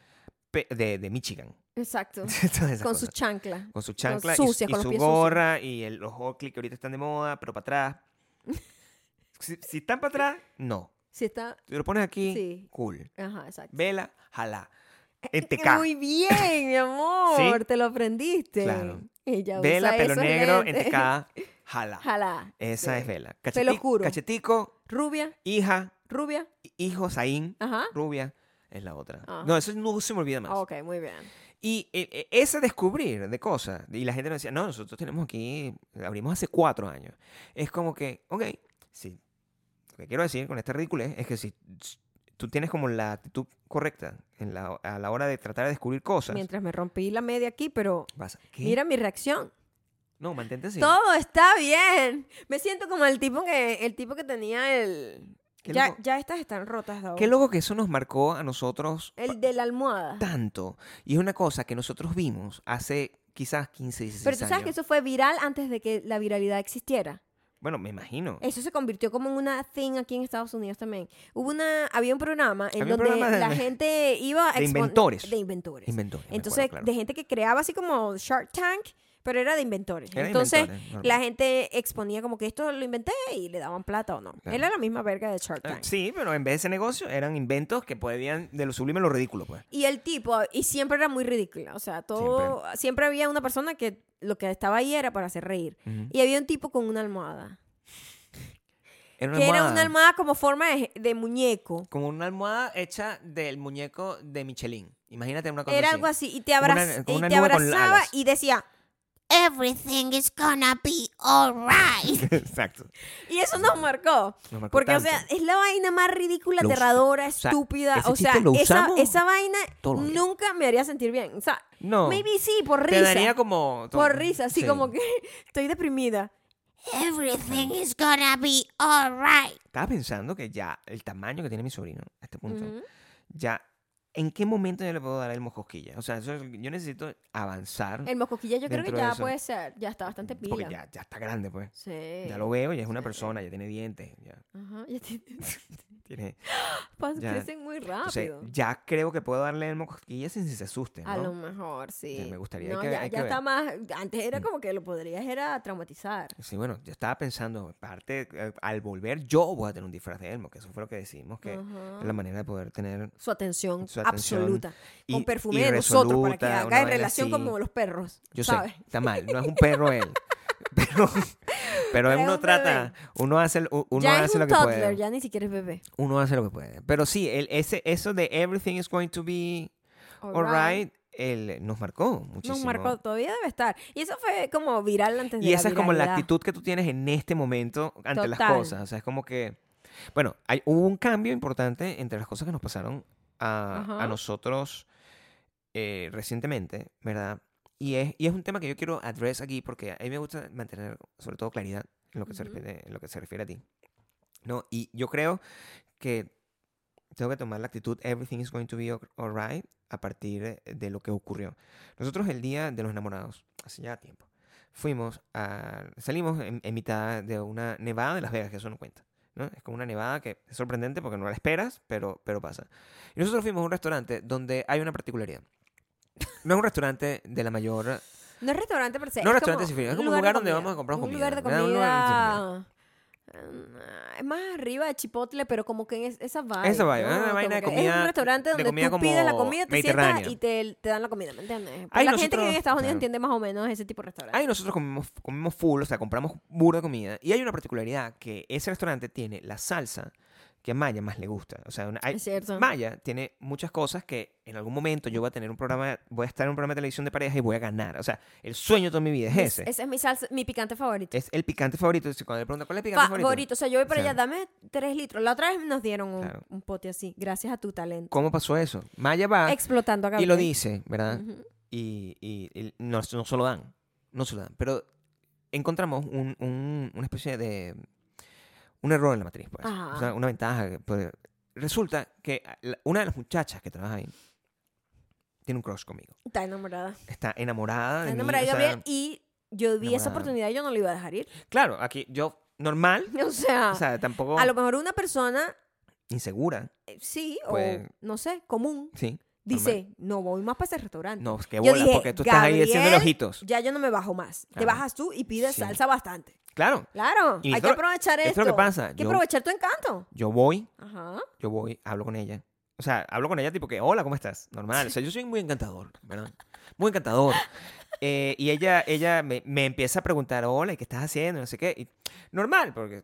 Speaker 2: pe- de, de Michigan. [LAUGHS]
Speaker 1: exacto.
Speaker 2: Todas esas
Speaker 1: con
Speaker 2: cosas.
Speaker 1: sus chanclas.
Speaker 2: con su chancla y su-
Speaker 1: sucias,
Speaker 2: y,
Speaker 1: con los
Speaker 2: su
Speaker 1: pies sucios.
Speaker 2: gorra y el, los Oakley que ahorita están de moda, pero
Speaker 1: [LAUGHS]
Speaker 2: para atrás. si, si están para atrás, no.
Speaker 1: Si está.
Speaker 2: Te lo pones aquí,
Speaker 1: Sí.
Speaker 2: cool.
Speaker 1: Ajá, exacto.
Speaker 2: Vela, jalá.
Speaker 1: Eh,
Speaker 2: NTK.
Speaker 1: Muy bien, mi amor.
Speaker 2: [LAUGHS] ¿Sí?
Speaker 1: Te lo aprendiste.
Speaker 2: Claro.
Speaker 1: Ella usa
Speaker 2: Vela, pelo
Speaker 1: esos
Speaker 2: negro,
Speaker 1: lentes.
Speaker 2: NTK, jala.
Speaker 1: [LAUGHS] Ojalá.
Speaker 2: Esa
Speaker 1: Sí.
Speaker 2: es Vela.
Speaker 1: Pelo
Speaker 2: Cachetico,
Speaker 1: oscuro.
Speaker 2: Cachetico,
Speaker 1: Rubia,
Speaker 2: hija,
Speaker 1: rubia.
Speaker 2: hijo, Zain,
Speaker 1: Ajá.
Speaker 2: rubia, es la otra.
Speaker 1: Ah.
Speaker 2: No, eso no se me olvida más.
Speaker 1: Ah, Ok, muy bien.
Speaker 2: Y eh, eh, ese descubrir de cosas, y la gente nos decía, no, nosotros tenemos aquí, abrimos hace cuatro años. Es como que, ok, sí. Lo que quiero decir con este ridículo es que si s- tú tienes como la actitud correcta en la, a la hora de tratar de descubrir cosas,
Speaker 1: Mientras me rompí la media aquí, pero
Speaker 2: vas, ¿qué?
Speaker 1: mira mi reacción.
Speaker 2: no, mantente así.
Speaker 1: Todo está bien. Me siento como el tipo que, el tipo que tenía el.
Speaker 2: Qué
Speaker 1: Ya,
Speaker 2: loco.
Speaker 1: ya estas están rotas, Dao.
Speaker 2: Qué loco que eso nos marcó a nosotros
Speaker 1: El de la almohada.
Speaker 2: tanto. Y es una cosa que nosotros vimos hace quizás 15, 16
Speaker 1: Pero tú sabes que
Speaker 2: años.
Speaker 1: eso fue viral antes de que la viralidad existiera.
Speaker 2: Bueno, me imagino.
Speaker 1: Eso se convirtió como en una thing aquí en Estados Unidos también. Hubo una, había un programa en
Speaker 2: Había un
Speaker 1: donde
Speaker 2: programa de-
Speaker 1: la gente iba a
Speaker 2: de
Speaker 1: expon-
Speaker 2: inventores.
Speaker 1: de inventores.
Speaker 2: Inventó. me acuerdo,
Speaker 1: Entonces,
Speaker 2: claro.
Speaker 1: de gente que creaba así como Shark Tank, Pero era de inventores.
Speaker 2: Era de
Speaker 1: Entonces,
Speaker 2: inventores, normal.
Speaker 1: la gente exponía como que esto lo inventé y le daban plata o no.
Speaker 2: Claro.
Speaker 1: Era la misma verga de Shark
Speaker 2: Ah,
Speaker 1: Tank.
Speaker 2: Sí, pero en vez de ese negocio eran inventos que podían de lo sublime a lo ridículo, pues.
Speaker 1: Y el tipo, y siempre era muy ridículo. O sea, todo. Siempre. había una persona que lo que estaba ahí era para hacer reír.
Speaker 2: Ujú.
Speaker 1: Y había un tipo con una almohada.
Speaker 2: Era
Speaker 1: que era una almohada como forma de, de muñeco.
Speaker 2: Como una almohada hecha del muñeco de Michelin. Imagínate una cosa
Speaker 1: Era
Speaker 2: así.
Speaker 1: algo así. Y te,
Speaker 2: Como una-
Speaker 1: abraz-
Speaker 2: como
Speaker 1: y
Speaker 2: una
Speaker 1: te
Speaker 2: nube con
Speaker 1: abrazaba
Speaker 2: alas.
Speaker 1: y decía.
Speaker 3: Everything is gonna be alright.
Speaker 2: [LAUGHS] Exacto.
Speaker 1: [LAUGHS] Y eso nos marcó.
Speaker 2: Nos marcó
Speaker 1: Porque,
Speaker 2: tanto.
Speaker 1: o sea, es la vaina más ridícula,
Speaker 2: Lo us-
Speaker 1: aterradora,
Speaker 2: sea,
Speaker 1: estúpida.
Speaker 2: ese
Speaker 1: O sea,
Speaker 2: chiste lo
Speaker 1: esa,
Speaker 2: usamos
Speaker 1: esa vaina
Speaker 2: todos los días.
Speaker 1: nunca me haría sentir bien. O sea,
Speaker 2: no.
Speaker 1: maybe sí, por
Speaker 2: te
Speaker 1: risa.
Speaker 2: daría como...
Speaker 1: Por risa, así
Speaker 2: sí.
Speaker 1: como que [LAUGHS] estoy deprimida.
Speaker 3: Everything is gonna be alright.
Speaker 2: Estaba pensando que ya el tamaño que tiene mi sobrino a este punto,
Speaker 1: Ujú.
Speaker 2: ya... ¿En qué momento yo le puedo dar el moscosquilla? O sea, eso es- yo necesito avanzar.
Speaker 1: El moscoquilla yo creo que
Speaker 2: Dentro de
Speaker 1: ya
Speaker 2: eso.
Speaker 1: puede ser. Ya está bastante pila.
Speaker 2: Porque ya, ya está grande, pues.
Speaker 1: Sí.
Speaker 2: Ya lo veo, ya es una
Speaker 1: sí.
Speaker 2: persona, ya tiene dientes, ya
Speaker 1: Ajá, ya tiene-
Speaker 2: tiene...
Speaker 1: [LAUGHS] pas-
Speaker 2: Ya.
Speaker 1: Crecen muy
Speaker 2: o sea,
Speaker 1: rápido.
Speaker 2: ya creo que puedo darle el moscosquilla sin que se asuste,
Speaker 1: A
Speaker 2: ¿no?
Speaker 1: lo mejor, sí.
Speaker 2: me gustaría, hay
Speaker 1: No,
Speaker 2: que ver,
Speaker 1: ya,
Speaker 2: hay
Speaker 1: ya
Speaker 2: que
Speaker 1: está
Speaker 2: ver.
Speaker 1: más. Antes era
Speaker 2: Mm.
Speaker 1: como que lo podrías era traumatizar.
Speaker 2: Sí, bueno, yo estaba pensando, aparte, eh, al volver yo voy a tener un disfraz de Elmo, que eso fue lo que decidimos, que
Speaker 1: Ajá.
Speaker 2: es la manera de poder tener...
Speaker 1: Su atención,
Speaker 2: Su atención
Speaker 1: absoluta.
Speaker 2: y-
Speaker 1: con
Speaker 2: y
Speaker 1: perfume de nosotros para que
Speaker 2: resoluta, una
Speaker 1: haga en
Speaker 2: vaina
Speaker 1: relación
Speaker 2: así.
Speaker 1: como los perros.
Speaker 2: Yo
Speaker 1: ¿sabes?
Speaker 2: sé, está mal, no es un perro
Speaker 1: [LAUGHS]
Speaker 2: él, pero, pero
Speaker 1: es
Speaker 2: uno
Speaker 1: un
Speaker 2: trata, uno hace, l- u- uno
Speaker 1: ya es
Speaker 2: hace
Speaker 1: un
Speaker 2: lo que
Speaker 1: toddler,
Speaker 2: puede.
Speaker 1: ya ni siquiera es bebé.
Speaker 2: Uno hace lo que puede. Pero sí, el, ese, eso de everything is going to be
Speaker 1: All right.
Speaker 2: alright, el, nos marcó muchísimo.
Speaker 1: Nos marcó, todavía debe estar. Y eso fue como viral antes de
Speaker 2: Y
Speaker 1: la
Speaker 2: esa es como la
Speaker 1: viralidad.
Speaker 2: actitud que tú tienes en este momento ante las
Speaker 1: Total.
Speaker 2: cosas. O sea, es como que. Bueno, hay, hubo un cambio importante entre las cosas que nos pasaron a,
Speaker 1: Ajá.
Speaker 2: a nosotros eh, recientemente, ¿verdad? Y es, y es un tema que yo quiero address aquí porque a mí me gusta mantener, sobre todo, claridad en lo que, se,
Speaker 1: Ujú.
Speaker 2: refiere, en lo que se refiere a ti. ¿no? Y yo creo que tengo que tomar la actitud everything is going to be alright a partir de lo que ocurrió. Nosotros el día de los enamorados, hace ya tiempo, fuimos a, salimos en, en mitad de una nevada de Las Vegas, que eso no cuenta. ¿no? Es como una nevada que es sorprendente porque no la esperas, pero, pero pasa. Y nosotros fuimos a un restaurante donde hay una particularidad. No es un restaurante de la mayor...
Speaker 1: No es restaurante per se.
Speaker 2: No
Speaker 1: es
Speaker 2: restaurante,
Speaker 1: como
Speaker 2: sí, es como un
Speaker 1: de
Speaker 2: lugar donde
Speaker 1: comida.
Speaker 2: vamos a comprar
Speaker 1: un
Speaker 2: comida.
Speaker 1: lugar de
Speaker 2: Nada, un lugar
Speaker 1: comida. mm, Es más arriba de Chipotle, pero como que es esa vaina.
Speaker 2: Esa vibe, una vaina de
Speaker 1: Es un
Speaker 2: comida-
Speaker 1: restaurante
Speaker 2: de
Speaker 1: donde
Speaker 2: comida
Speaker 1: tú pides la
Speaker 2: como
Speaker 1: comida, te sientas
Speaker 2: mediterránea.
Speaker 1: y te, te dan la comida, ¿me entiendes? Pues
Speaker 2: Ay,
Speaker 1: la gente que
Speaker 2: nosotros-
Speaker 1: vive en Estados Unidos
Speaker 2: claro.
Speaker 1: entiende más o menos ese tipo de restaurante.
Speaker 2: Ahí nosotros comimos, comimos full, o sea, compramos burda de comida. Y hay una particularidad que ese restaurante tiene la salsa que a Maya más le gusta. O sea, una- hay-
Speaker 1: es cierto.
Speaker 2: Maya tiene muchas cosas que en algún momento yo voy a tener un programa, voy a estar en un programa de televisión de pareja y voy a ganar. O sea, el sueño de toda mi vida es ese. Es,
Speaker 1: Ese es mi salsa, mi picante favorito.
Speaker 2: el picante favorito. Si Cuando le preguntan cuál es el picante
Speaker 1: favorito. O sea, yo voy para
Speaker 2: O sea,
Speaker 1: allá, dame tres litros. La otra vez nos dieron un,
Speaker 2: Claro.
Speaker 1: un pote así, gracias a tu talento.
Speaker 2: ¿Cómo pasó eso? Maya va
Speaker 1: Explotando a
Speaker 2: Ah, y lo
Speaker 1: Gabriel.
Speaker 2: dice, ¿ah? ¿verdad?
Speaker 1: Ujú.
Speaker 2: y, y- y no, no se lo dan. No se lo dan. Pero encontramos un- un- una especie de. Un error en la matriz, pues.
Speaker 1: Ajá.
Speaker 2: O sea, una ventaja. que puede- Resulta que la- una de las muchachas que trabaja ahí tiene un crush conmigo.
Speaker 1: Está enamorada.
Speaker 2: Está enamorada.
Speaker 1: Está
Speaker 2: de mí,
Speaker 1: enamorada de
Speaker 2: o sea,
Speaker 1: Gabriel y yo vi esa
Speaker 2: enamorada.
Speaker 1: oportunidad y yo no la iba a dejar ir. [LAUGHS]
Speaker 2: Claro, aquí yo, normal.
Speaker 1: O sea,
Speaker 2: O sea, tampoco
Speaker 1: Ah. a lo mejor una persona,
Speaker 2: insegura.
Speaker 1: eh, sí,
Speaker 2: Pues-
Speaker 1: o no sé, común,
Speaker 2: Sí.
Speaker 1: dice, no voy más para ese restaurante.
Speaker 2: No, qué
Speaker 1: Yo
Speaker 2: bola,
Speaker 1: dije,
Speaker 2: porque tú estás ahí haciéndole
Speaker 1: Gabriel,
Speaker 2: ojitos.
Speaker 1: Ya yo no me bajo más. Te
Speaker 2: Claro.
Speaker 1: bajas tú y pides
Speaker 2: Sí.
Speaker 1: salsa bastante.
Speaker 2: Claro.
Speaker 1: Claro,
Speaker 2: Y
Speaker 1: hay que
Speaker 2: esto-
Speaker 1: aprovechar
Speaker 2: esto
Speaker 1: esto.
Speaker 2: es lo que pasa,
Speaker 1: Hay que
Speaker 2: yo-
Speaker 1: aprovechar tu encanto.
Speaker 2: Yo voy
Speaker 1: Ajá.
Speaker 2: yo voy, hablo con ella. O sea, hablo con ella tipo que, hola, ¿cómo estás? Normal. O sea, yo soy muy encantador, ¿verdad? Muy encantador. Eh, y ella, ella me, me empieza a preguntar, hola, ¿y qué estás haciendo? No sé qué. Y, normal, porque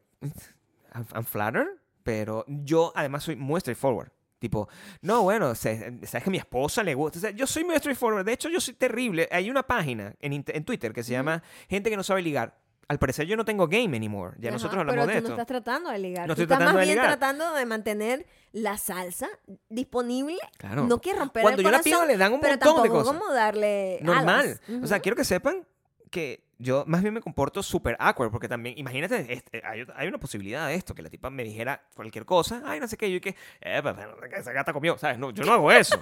Speaker 2: I'm, I'm flattered, pero yo además soy muy straightforward. Tipo, no, bueno, se- sabes que a mi esposa le gusta. O sea, yo soy muy straightforward. De hecho, yo soy terrible. Hay una página en, inter- en Twitter que se llama Gente que no sabe ligar. Al parecer yo no tengo game anymore. Ya
Speaker 1: Ajá,
Speaker 2: nosotros hablamos
Speaker 1: pero
Speaker 2: de
Speaker 1: tú
Speaker 2: esto.
Speaker 1: no estás tratando de ligar.
Speaker 2: No
Speaker 1: tú
Speaker 2: estoy
Speaker 1: estás
Speaker 2: tratando
Speaker 1: más
Speaker 2: de
Speaker 1: bien
Speaker 2: ligar.
Speaker 1: tratando de mantener la salsa disponible.
Speaker 2: Claro.
Speaker 1: No que romper
Speaker 2: Cuando
Speaker 1: el
Speaker 2: yo la
Speaker 1: corazón,
Speaker 2: pido, le dan un
Speaker 1: pero
Speaker 2: montón de
Speaker 1: tampoco
Speaker 2: cosas.
Speaker 1: como darle
Speaker 2: normal.
Speaker 1: alas. Ujú.
Speaker 2: O sea, quiero que sepan que yo más bien me comporto súper awkward, porque también, imagínate, este, hay, hay una posibilidad de esto, que la tipa me dijera cualquier cosa, ay, no sé qué, yo y que, eh, pa- pa- esa gata comió, ¿sabes? No, yo no
Speaker 1: [LAUGHS]
Speaker 2: hago eso.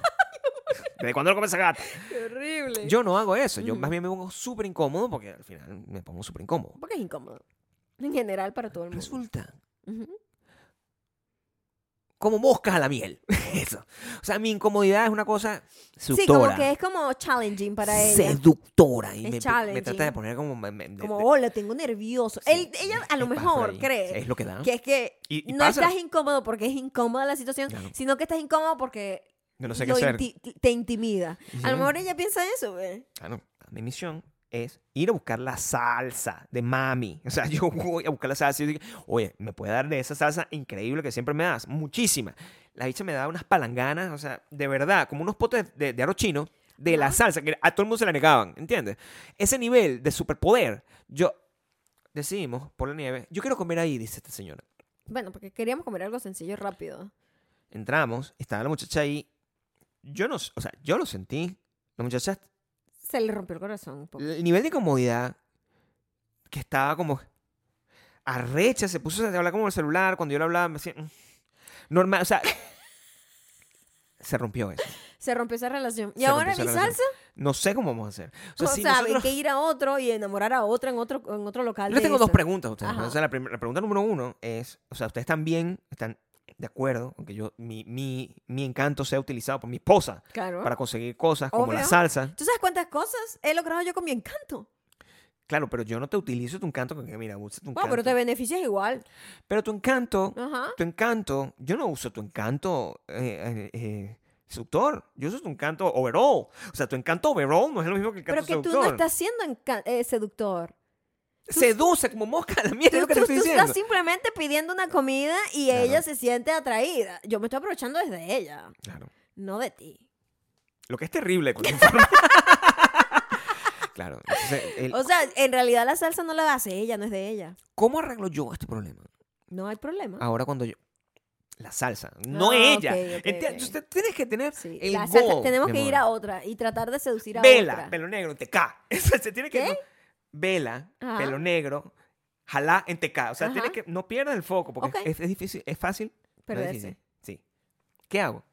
Speaker 2: ¿Desde cuándo lo come esa gata?
Speaker 1: Qué horrible.
Speaker 2: Yo no hago eso, yo
Speaker 1: Ujú.
Speaker 2: más bien me pongo súper incómodo, porque al final me pongo súper incómodo.
Speaker 1: Porque es incómodo. En general para todo el mundo.
Speaker 2: Resulta
Speaker 1: Ujú.
Speaker 2: como moscas a la miel. [LAUGHS] Eso. O sea, mi incomodidad es una cosa
Speaker 1: Sí, como
Speaker 2: seductora.
Speaker 1: que es como challenging para ella.
Speaker 2: seductora. Y
Speaker 1: Es
Speaker 2: me- me,
Speaker 1: challenging.
Speaker 2: trata de poner como... me- me- de-
Speaker 1: como,
Speaker 2: de-
Speaker 1: hola, tengo nervioso. Él- ella a lo
Speaker 2: es
Speaker 1: mejor
Speaker 2: pastoril.
Speaker 1: cree
Speaker 2: Es lo que da.
Speaker 1: que es que
Speaker 2: Y- y
Speaker 1: no
Speaker 2: pasa.
Speaker 1: estás incómodo porque es incómoda la situación,
Speaker 2: Claro.
Speaker 1: sino que estás incómodo porque
Speaker 2: Yo no sé qué
Speaker 1: lo
Speaker 2: hacer.
Speaker 1: inti- te intimida. A lo
Speaker 2: Ujú.
Speaker 1: mejor ella piensa eso, güey.
Speaker 2: Claro, mi misión es ir a buscar la salsa de mami. O sea, [LAUGHS] yo voy a buscar la salsa y digo, oye, me puede dar de esa salsa increíble que siempre me das, muchísima. La bicha me da unas palanganas, o sea, de verdad, como unos potes de, de arroz chino de la
Speaker 1: Ajá.
Speaker 2: salsa que a todo el mundo se la negaban, ¿entiendes? Ese nivel de superpoder, yo decidimos por la nieve, yo quiero comer ahí, dice esta señora.
Speaker 1: Bueno, porque queríamos comer algo sencillo y rápido.
Speaker 2: Entramos, estaba la muchacha ahí. Yo no, s- o sea, yo lo sentí. La muchacha
Speaker 1: Se le rompió el corazón un poco.
Speaker 2: el nivel de comodidad que estaba como arrecha, se puso a hablar como el celular, cuando yo le hablaba me decía, "Mm". normal, o
Speaker 1: [LAUGHS]
Speaker 2: sea, se rompió eso.
Speaker 1: Se rompió esa relación. Y
Speaker 2: Se
Speaker 1: ahora mi
Speaker 2: rompió esa
Speaker 1: salsa,
Speaker 2: relación. No sé cómo vamos a hacer. O
Speaker 1: o
Speaker 2: sea,
Speaker 1: sea,
Speaker 2: si
Speaker 1: hay
Speaker 2: nosotros-
Speaker 1: que ir a otro y enamorar a otra en otro, en otro local.
Speaker 2: Yo les
Speaker 1: de
Speaker 2: tengo dos
Speaker 1: eso.
Speaker 2: preguntas a ustedes. ¿no?
Speaker 1: Ajá.
Speaker 2: O sea, la, prim- la pregunta número uno es, o sea, ustedes están bien, están de acuerdo con que yo, mi, mi, mi encanto sea utilizado por mi esposa
Speaker 1: Claro.
Speaker 2: para conseguir cosas como la
Speaker 1: Oh. Obvio.
Speaker 2: salsa.
Speaker 1: ¿Tú sabes cuántas cosas he logrado yo con mi encanto?
Speaker 2: Claro, pero yo no te utilizo tu encanto porque mira, usa tu encanto.
Speaker 1: Bueno, pero te Ah. beneficias igual.
Speaker 2: pero tu encanto
Speaker 1: Ajá.
Speaker 2: tu encanto, yo no uso tu encanto eh, eh, eh, seductor, yo uso tu encanto overall. O sea, tu encanto overall no es lo mismo que el encanto
Speaker 1: Pero que tú
Speaker 2: seductor.
Speaker 1: no estás siendo enca- eh, seductor.
Speaker 2: Seduce como mosca a la mierda,
Speaker 1: Tú,
Speaker 2: es lo que te
Speaker 1: tú-
Speaker 2: estoy
Speaker 1: tú
Speaker 2: diciendo.
Speaker 1: estás simplemente pidiendo una comida y
Speaker 2: Claro.
Speaker 1: ella se siente atraída. Yo me estoy aprovechando desde ella,
Speaker 2: Claro.
Speaker 1: no de ti.
Speaker 2: Lo que es
Speaker 1: [LAUGHS]
Speaker 2: terrible con informe. [LAUGHS] claro. entonces, el-
Speaker 1: O sea, en realidad la salsa no la hace ella, no es de ella.
Speaker 2: ¿Cómo arreglo yo este problema?
Speaker 1: No hay problema.
Speaker 2: Ahora cuando yo... La salsa, no
Speaker 1: Ah,
Speaker 2: ella.
Speaker 1: ok, ok,
Speaker 2: Enti-
Speaker 1: ok.
Speaker 2: Entonces, tienes que tener
Speaker 1: Sí,
Speaker 2: el
Speaker 1: la salsa-
Speaker 2: goal,
Speaker 1: tenemos
Speaker 2: mi
Speaker 1: que ir
Speaker 2: amor.
Speaker 1: a otra y tratar de seducir a
Speaker 2: Vela,
Speaker 1: otra.
Speaker 2: pelo negro, en [LAUGHS] TK. Eso se tiene que.
Speaker 1: ¿Qué?
Speaker 2: no- vela,
Speaker 1: Ajá.
Speaker 2: pelo negro, jalá en TK. O sea, tiene
Speaker 1: Ajá.
Speaker 2: que. No pierdas el foco porque
Speaker 1: Ok.
Speaker 2: es, es difícil, es fácil. pero es
Speaker 1: Perderse.
Speaker 2: difícil. Sí. ¿Qué hago?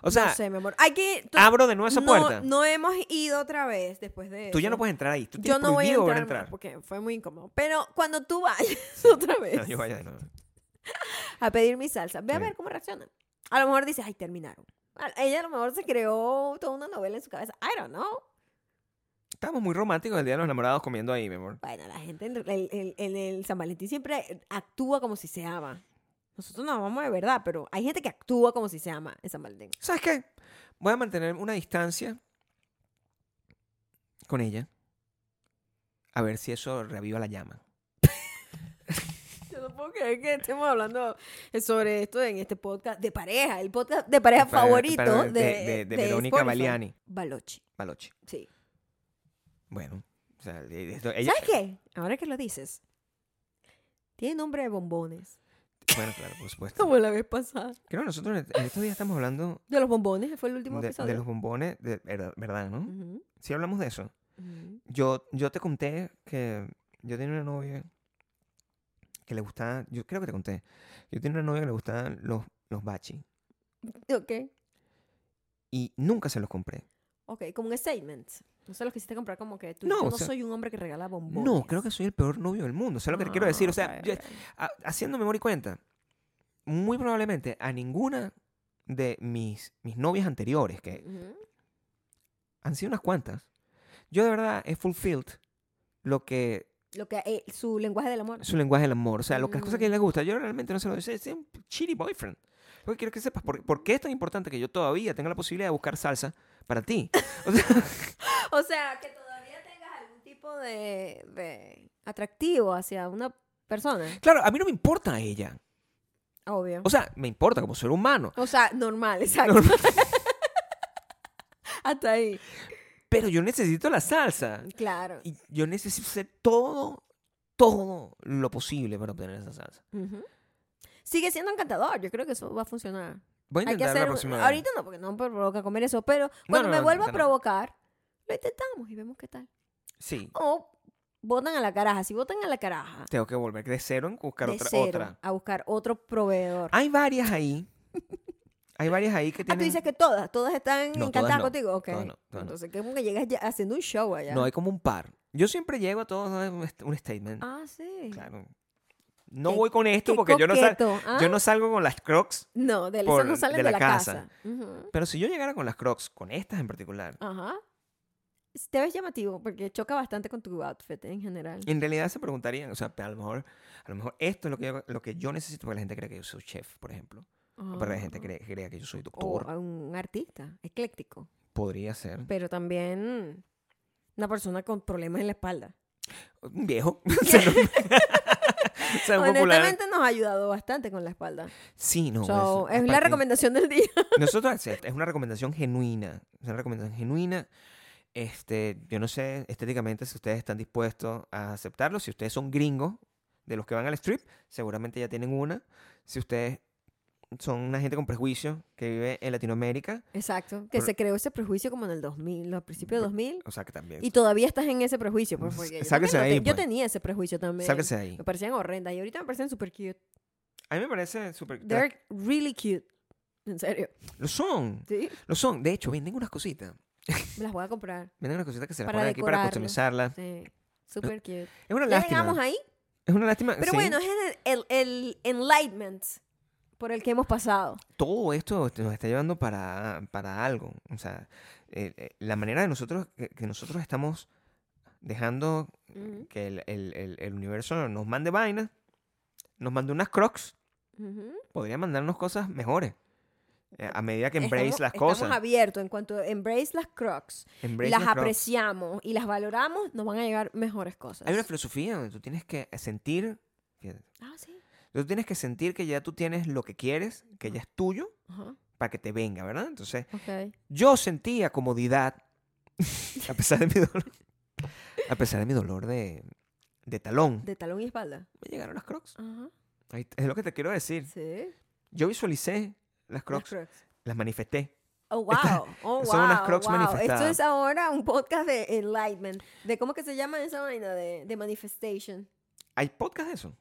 Speaker 2: O
Speaker 1: no
Speaker 2: sea,
Speaker 1: sé, mi amor. Hay que tú-
Speaker 2: abro de nuevo esa
Speaker 1: no,
Speaker 2: puerta.
Speaker 1: no hemos ido otra vez después de
Speaker 2: Tú ya
Speaker 1: eso.
Speaker 2: no puedes entrar ahí. Tú
Speaker 1: Yo
Speaker 2: tienes
Speaker 1: no voy a
Speaker 2: prohibido
Speaker 1: entrar,
Speaker 2: volver
Speaker 1: más porque fue muy incómodo. Pero cuando tú vayas [LAUGHS] otra vez
Speaker 2: [LAUGHS] No, yo vaya de nuevo.
Speaker 1: a pedir mi salsa, ve a
Speaker 2: Sí.
Speaker 1: ver cómo reacciona. A lo mejor dices, ay, terminaron. A- Ella a lo mejor se creó toda una novela en su cabeza. I don't know.
Speaker 2: Estamos muy románticos el día de los enamorados comiendo ahí, mi amor.
Speaker 1: Bueno, la gente en el, en- en el San Valentín siempre actúa como si se ama. Nosotros nos amamos de verdad, pero hay gente que actúa como si se ama en San Valentín.
Speaker 2: ¿Sabes qué? Voy a mantener una distancia con ella. A ver si eso reviva la llama.
Speaker 1: Yo no puedo creer que estemos hablando sobre esto en este podcast de pareja, el podcast de pareja [LAUGHS]
Speaker 2: Para-
Speaker 1: favorito
Speaker 2: para-
Speaker 1: de,
Speaker 2: de- de Verónica
Speaker 1: Spotify.
Speaker 2: Baliani.
Speaker 1: Balochi,
Speaker 2: Balochi.
Speaker 1: sí.
Speaker 2: Bueno. O sea, eh, esto- ella,
Speaker 1: ¿Sabes qué? Ahora que lo dices, tiene nombre de
Speaker 2: [LAUGHS]
Speaker 1: bombones.
Speaker 2: Bueno, claro, por supuesto.
Speaker 1: Como la vez pasada.
Speaker 2: Creo que nosotros en- en estos días estamos hablando
Speaker 1: De los bombones, fue el último
Speaker 2: de,
Speaker 1: episodio.
Speaker 2: de los bombones, de, verdad- ¿verdad, no?
Speaker 1: Ujú,
Speaker 2: Si hablamos de eso.
Speaker 1: ujú.
Speaker 2: Yo, yo te conté que yo tenía una novia que le gustaba, yo creo que te conté, yo tenía una novia que le gustaban los, los bachi
Speaker 1: Ok,
Speaker 2: y nunca se los compré.
Speaker 1: ok, como un statement. No sé, los quisiste comprar como que tú,
Speaker 2: No,
Speaker 1: yo
Speaker 2: o
Speaker 1: no
Speaker 2: sea,
Speaker 1: soy un hombre que regala bombones.
Speaker 2: No, creo que soy el peor novio del mundo, sé lo que te quiero
Speaker 1: Ah,
Speaker 2: decir. O sea,
Speaker 1: ok,
Speaker 2: yo-
Speaker 1: ok.
Speaker 2: a- haciendo memoria y cuenta, muy probablemente a ninguna de mis, mis novias anteriores, que
Speaker 1: Ujú.
Speaker 2: han sido unas cuantas, yo de verdad he fulfilled lo que
Speaker 1: Lo que, eh, su lenguaje del amor.
Speaker 2: su lenguaje del amor. O sea, lo que, las cosas que a
Speaker 1: Mm.
Speaker 2: él le gusta. Yo realmente no se lo dice. Es un shitty boyfriend. Porque quiero que sepas por, por qué es tan importante que yo todavía tenga la posibilidad de buscar salsa para ti. O sea,
Speaker 1: O sea, que todavía tengas algún tipo de, de atractivo hacia una persona,
Speaker 2: claro, a mí no me importa a ella.
Speaker 1: obvio.
Speaker 2: O sea, me importa como ser humano.
Speaker 1: O sea,
Speaker 2: [LAUGHS]
Speaker 1: normal, exacto. Hasta ahí.
Speaker 2: Pero yo necesito la salsa.
Speaker 1: Claro.
Speaker 2: Y yo necesito hacer todo, todo lo posible para obtener esa salsa.
Speaker 1: Ujú. Sigue siendo encantador, yo creo que eso va a funcionar.
Speaker 2: Voy a
Speaker 1: Hay que
Speaker 2: intentar la
Speaker 1: hacer. un-
Speaker 2: próxima vez.
Speaker 1: Ahorita no, porque no me provoca comer eso, pero cuando
Speaker 2: no,
Speaker 1: me
Speaker 2: no,
Speaker 1: vuelva a
Speaker 2: ahorita no.
Speaker 1: provocar, lo intentamos y vemos qué tal.
Speaker 2: Sí,
Speaker 1: O votan a la caraja. Si votan a la caraja,
Speaker 2: tengo que volver de cero en buscar
Speaker 1: de
Speaker 2: otra,
Speaker 1: cero,
Speaker 2: otra. Ah,
Speaker 1: a buscar otro proveedor.
Speaker 2: Hay varias ahí. Hay varias ahí que
Speaker 1: Ah,
Speaker 2: tienen...
Speaker 1: tú dices que todas, todas están
Speaker 2: No, todas
Speaker 1: encantadas
Speaker 2: no.
Speaker 1: contigo. Ok.
Speaker 2: Todas no, todas no.
Speaker 1: Entonces, que como que llegas ya haciendo un show allá.
Speaker 2: No, hay como un par. Yo siempre llego a todos a dar un est- un statement.
Speaker 1: Ah, sí.
Speaker 2: Claro. no
Speaker 1: Qué-
Speaker 2: voy con esto
Speaker 1: qué
Speaker 2: porque yo no, sal-
Speaker 1: coqueto, ¿ah?
Speaker 2: yo no salgo con las crocs.
Speaker 1: No, de,
Speaker 2: por-
Speaker 1: esas no salen de, la, casa. Ujú.
Speaker 2: Pero si yo llegara con las crocs, con estas en particular,
Speaker 1: Ajá. Te ves llamativo porque choca bastante con tu outfit en general.
Speaker 2: en realidad se preguntarían, o sea, a lo mejor, a lo mejor esto es lo que, yo, lo que yo necesito para que la gente crea que yo soy chef, por ejemplo. O para que la gente
Speaker 1: Ah.
Speaker 2: crea, crea que yo soy doctor.
Speaker 1: O a un artista ecléctico,
Speaker 2: Podría ser.
Speaker 1: pero también una persona con problemas en la espalda. [LAUGHS]
Speaker 2: Un viejo. [LAUGHS] O sea, no- o sea, un popular.
Speaker 1: Honestamente nos ha ayudado bastante con la espalda.
Speaker 2: Sí, no.
Speaker 1: So, es la
Speaker 2: aparte-
Speaker 1: recomendación del día.
Speaker 2: [LAUGHS]
Speaker 1: [LAUGHS]
Speaker 2: Nosotros es- es una recomendación genuina. Es una recomendación genuina. Este, yo no sé estéticamente si ustedes están dispuestos a aceptarlo. Si ustedes son gringos de los que van al strip, seguramente ya tienen una. Si ustedes son una gente con prejuicio que vive en Latinoamérica,
Speaker 1: Exacto, que
Speaker 2: Por-
Speaker 1: se creó ese prejuicio como en el 2000, los principios de 2000,
Speaker 2: o sea que también.
Speaker 1: y todavía estás en ese prejuicio. Pues,
Speaker 2: S-
Speaker 1: porque yo,
Speaker 2: sáquese
Speaker 1: también lo
Speaker 2: ahí,
Speaker 1: te- yo
Speaker 2: pues.
Speaker 1: tenía ese prejuicio también.
Speaker 2: Sáquese de ahí.
Speaker 1: Me parecían horrendas y ahorita me parecen super cute.
Speaker 2: A mí me parece súper.
Speaker 1: They're really cute. En serio.
Speaker 2: Lo son,
Speaker 1: Sí.
Speaker 2: lo son. De hecho, venden unas cositas.
Speaker 1: Me las voy a comprar.
Speaker 2: Venden unas cositas que se las
Speaker 1: Para
Speaker 2: ponen aquí para
Speaker 1: decorarlo.
Speaker 2: customizarlas.
Speaker 1: Sí. Super cute.
Speaker 2: Es una
Speaker 1: Ya
Speaker 2: lástima.
Speaker 1: Eh, llegamos ahí.
Speaker 2: Es una lástima.
Speaker 1: Pero
Speaker 2: sí.
Speaker 1: bueno, es el, el- el enlightenment por el que hemos pasado.
Speaker 2: todo esto nos está llevando para, para algo. O sea, eh, eh, la manera de nosotros, que, que nosotros estamos dejando
Speaker 1: Ujú,
Speaker 2: que el, el- el- el universo nos mande vainas, nos mande unas crocs,
Speaker 1: ujú.
Speaker 2: podría mandarnos cosas mejores. Eh, A medida que embrace
Speaker 1: Estamos-
Speaker 2: las
Speaker 1: Estamos
Speaker 2: cosas.
Speaker 1: abiertos en cuanto embrace las crocs,
Speaker 2: embrace
Speaker 1: las
Speaker 2: las crocs.
Speaker 1: apreciamos y las valoramos, nos van a llegar mejores cosas.
Speaker 2: Hay una filosofía donde tú tienes que sentir, fíjate,
Speaker 1: Ah, sí.
Speaker 2: tú tienes que sentir que ya tú tienes lo que quieres, que ya es tuyo,
Speaker 1: Ajá.
Speaker 2: para que te venga, ¿verdad? Entonces,
Speaker 1: Ok.
Speaker 2: Yo sentía comodidad, [LAUGHS] a pesar de mi dolor, a pesar de mi dolor de, de talón.
Speaker 1: De talón y espalda.
Speaker 2: Me llegaron las crocs.
Speaker 1: Ajá.
Speaker 2: Ahí t- Es lo que te quiero decir.
Speaker 1: Sí.
Speaker 2: Yo visualicé
Speaker 1: Las
Speaker 2: las crocs, las manifesté.
Speaker 1: Oh,
Speaker 2: [LAUGHS]
Speaker 1: wow. Oh, wow.
Speaker 2: son unas Crocs
Speaker 1: wow. Esto
Speaker 2: manifestadas.
Speaker 1: es ahora un podcast de enlightenment. ¿De cómo que se llama esa vaina? De, de manifestation.
Speaker 2: ¿Hay podcast de eso?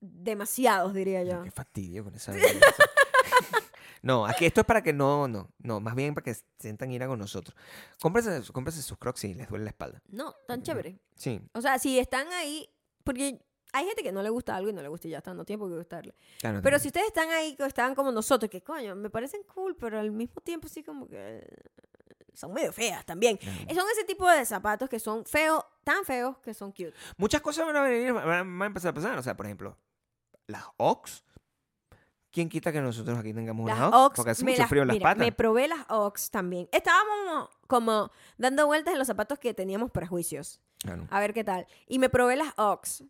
Speaker 1: Demasiados, diría
Speaker 2: No,
Speaker 1: yo.
Speaker 2: Qué fastidio con esa... vaina, o sea. [LAUGHS] No, aquí esto es para que no, no, no, más bien para que sientan ira con nosotros. Cómprense, cómprense sus crocs si les duele la espalda.
Speaker 1: No, tan chévere.
Speaker 2: Sí,
Speaker 1: O sea, si están ahí, porque hay gente que no le gusta algo y no le gusta y ya está, no tiene por qué gustarle.
Speaker 2: claro.
Speaker 1: Pero
Speaker 2: también.
Speaker 1: si ustedes están ahí, que están como nosotros, que coño, me parecen cool, pero al mismo tiempo sí como que eh, son medio feas también.
Speaker 2: Claro.
Speaker 1: Son ese tipo de zapatos que son feos, tan feos que son cute.
Speaker 2: Muchas cosas van a venir, van a- van a empezar a pasar. O sea, por ejemplo, las Ox. ¿Quién quita que nosotros aquí tengamos
Speaker 1: Las
Speaker 2: unas Ox?
Speaker 1: Ox,
Speaker 2: Porque hace
Speaker 1: me
Speaker 2: mucho
Speaker 1: las-
Speaker 2: frío en las
Speaker 1: mira,
Speaker 2: patas.
Speaker 1: Me probé las Ox también. Estábamos como dando vueltas en los zapatos que teníamos prejuicios.
Speaker 2: Claro.
Speaker 1: A ver qué tal. Y me probé las Ox.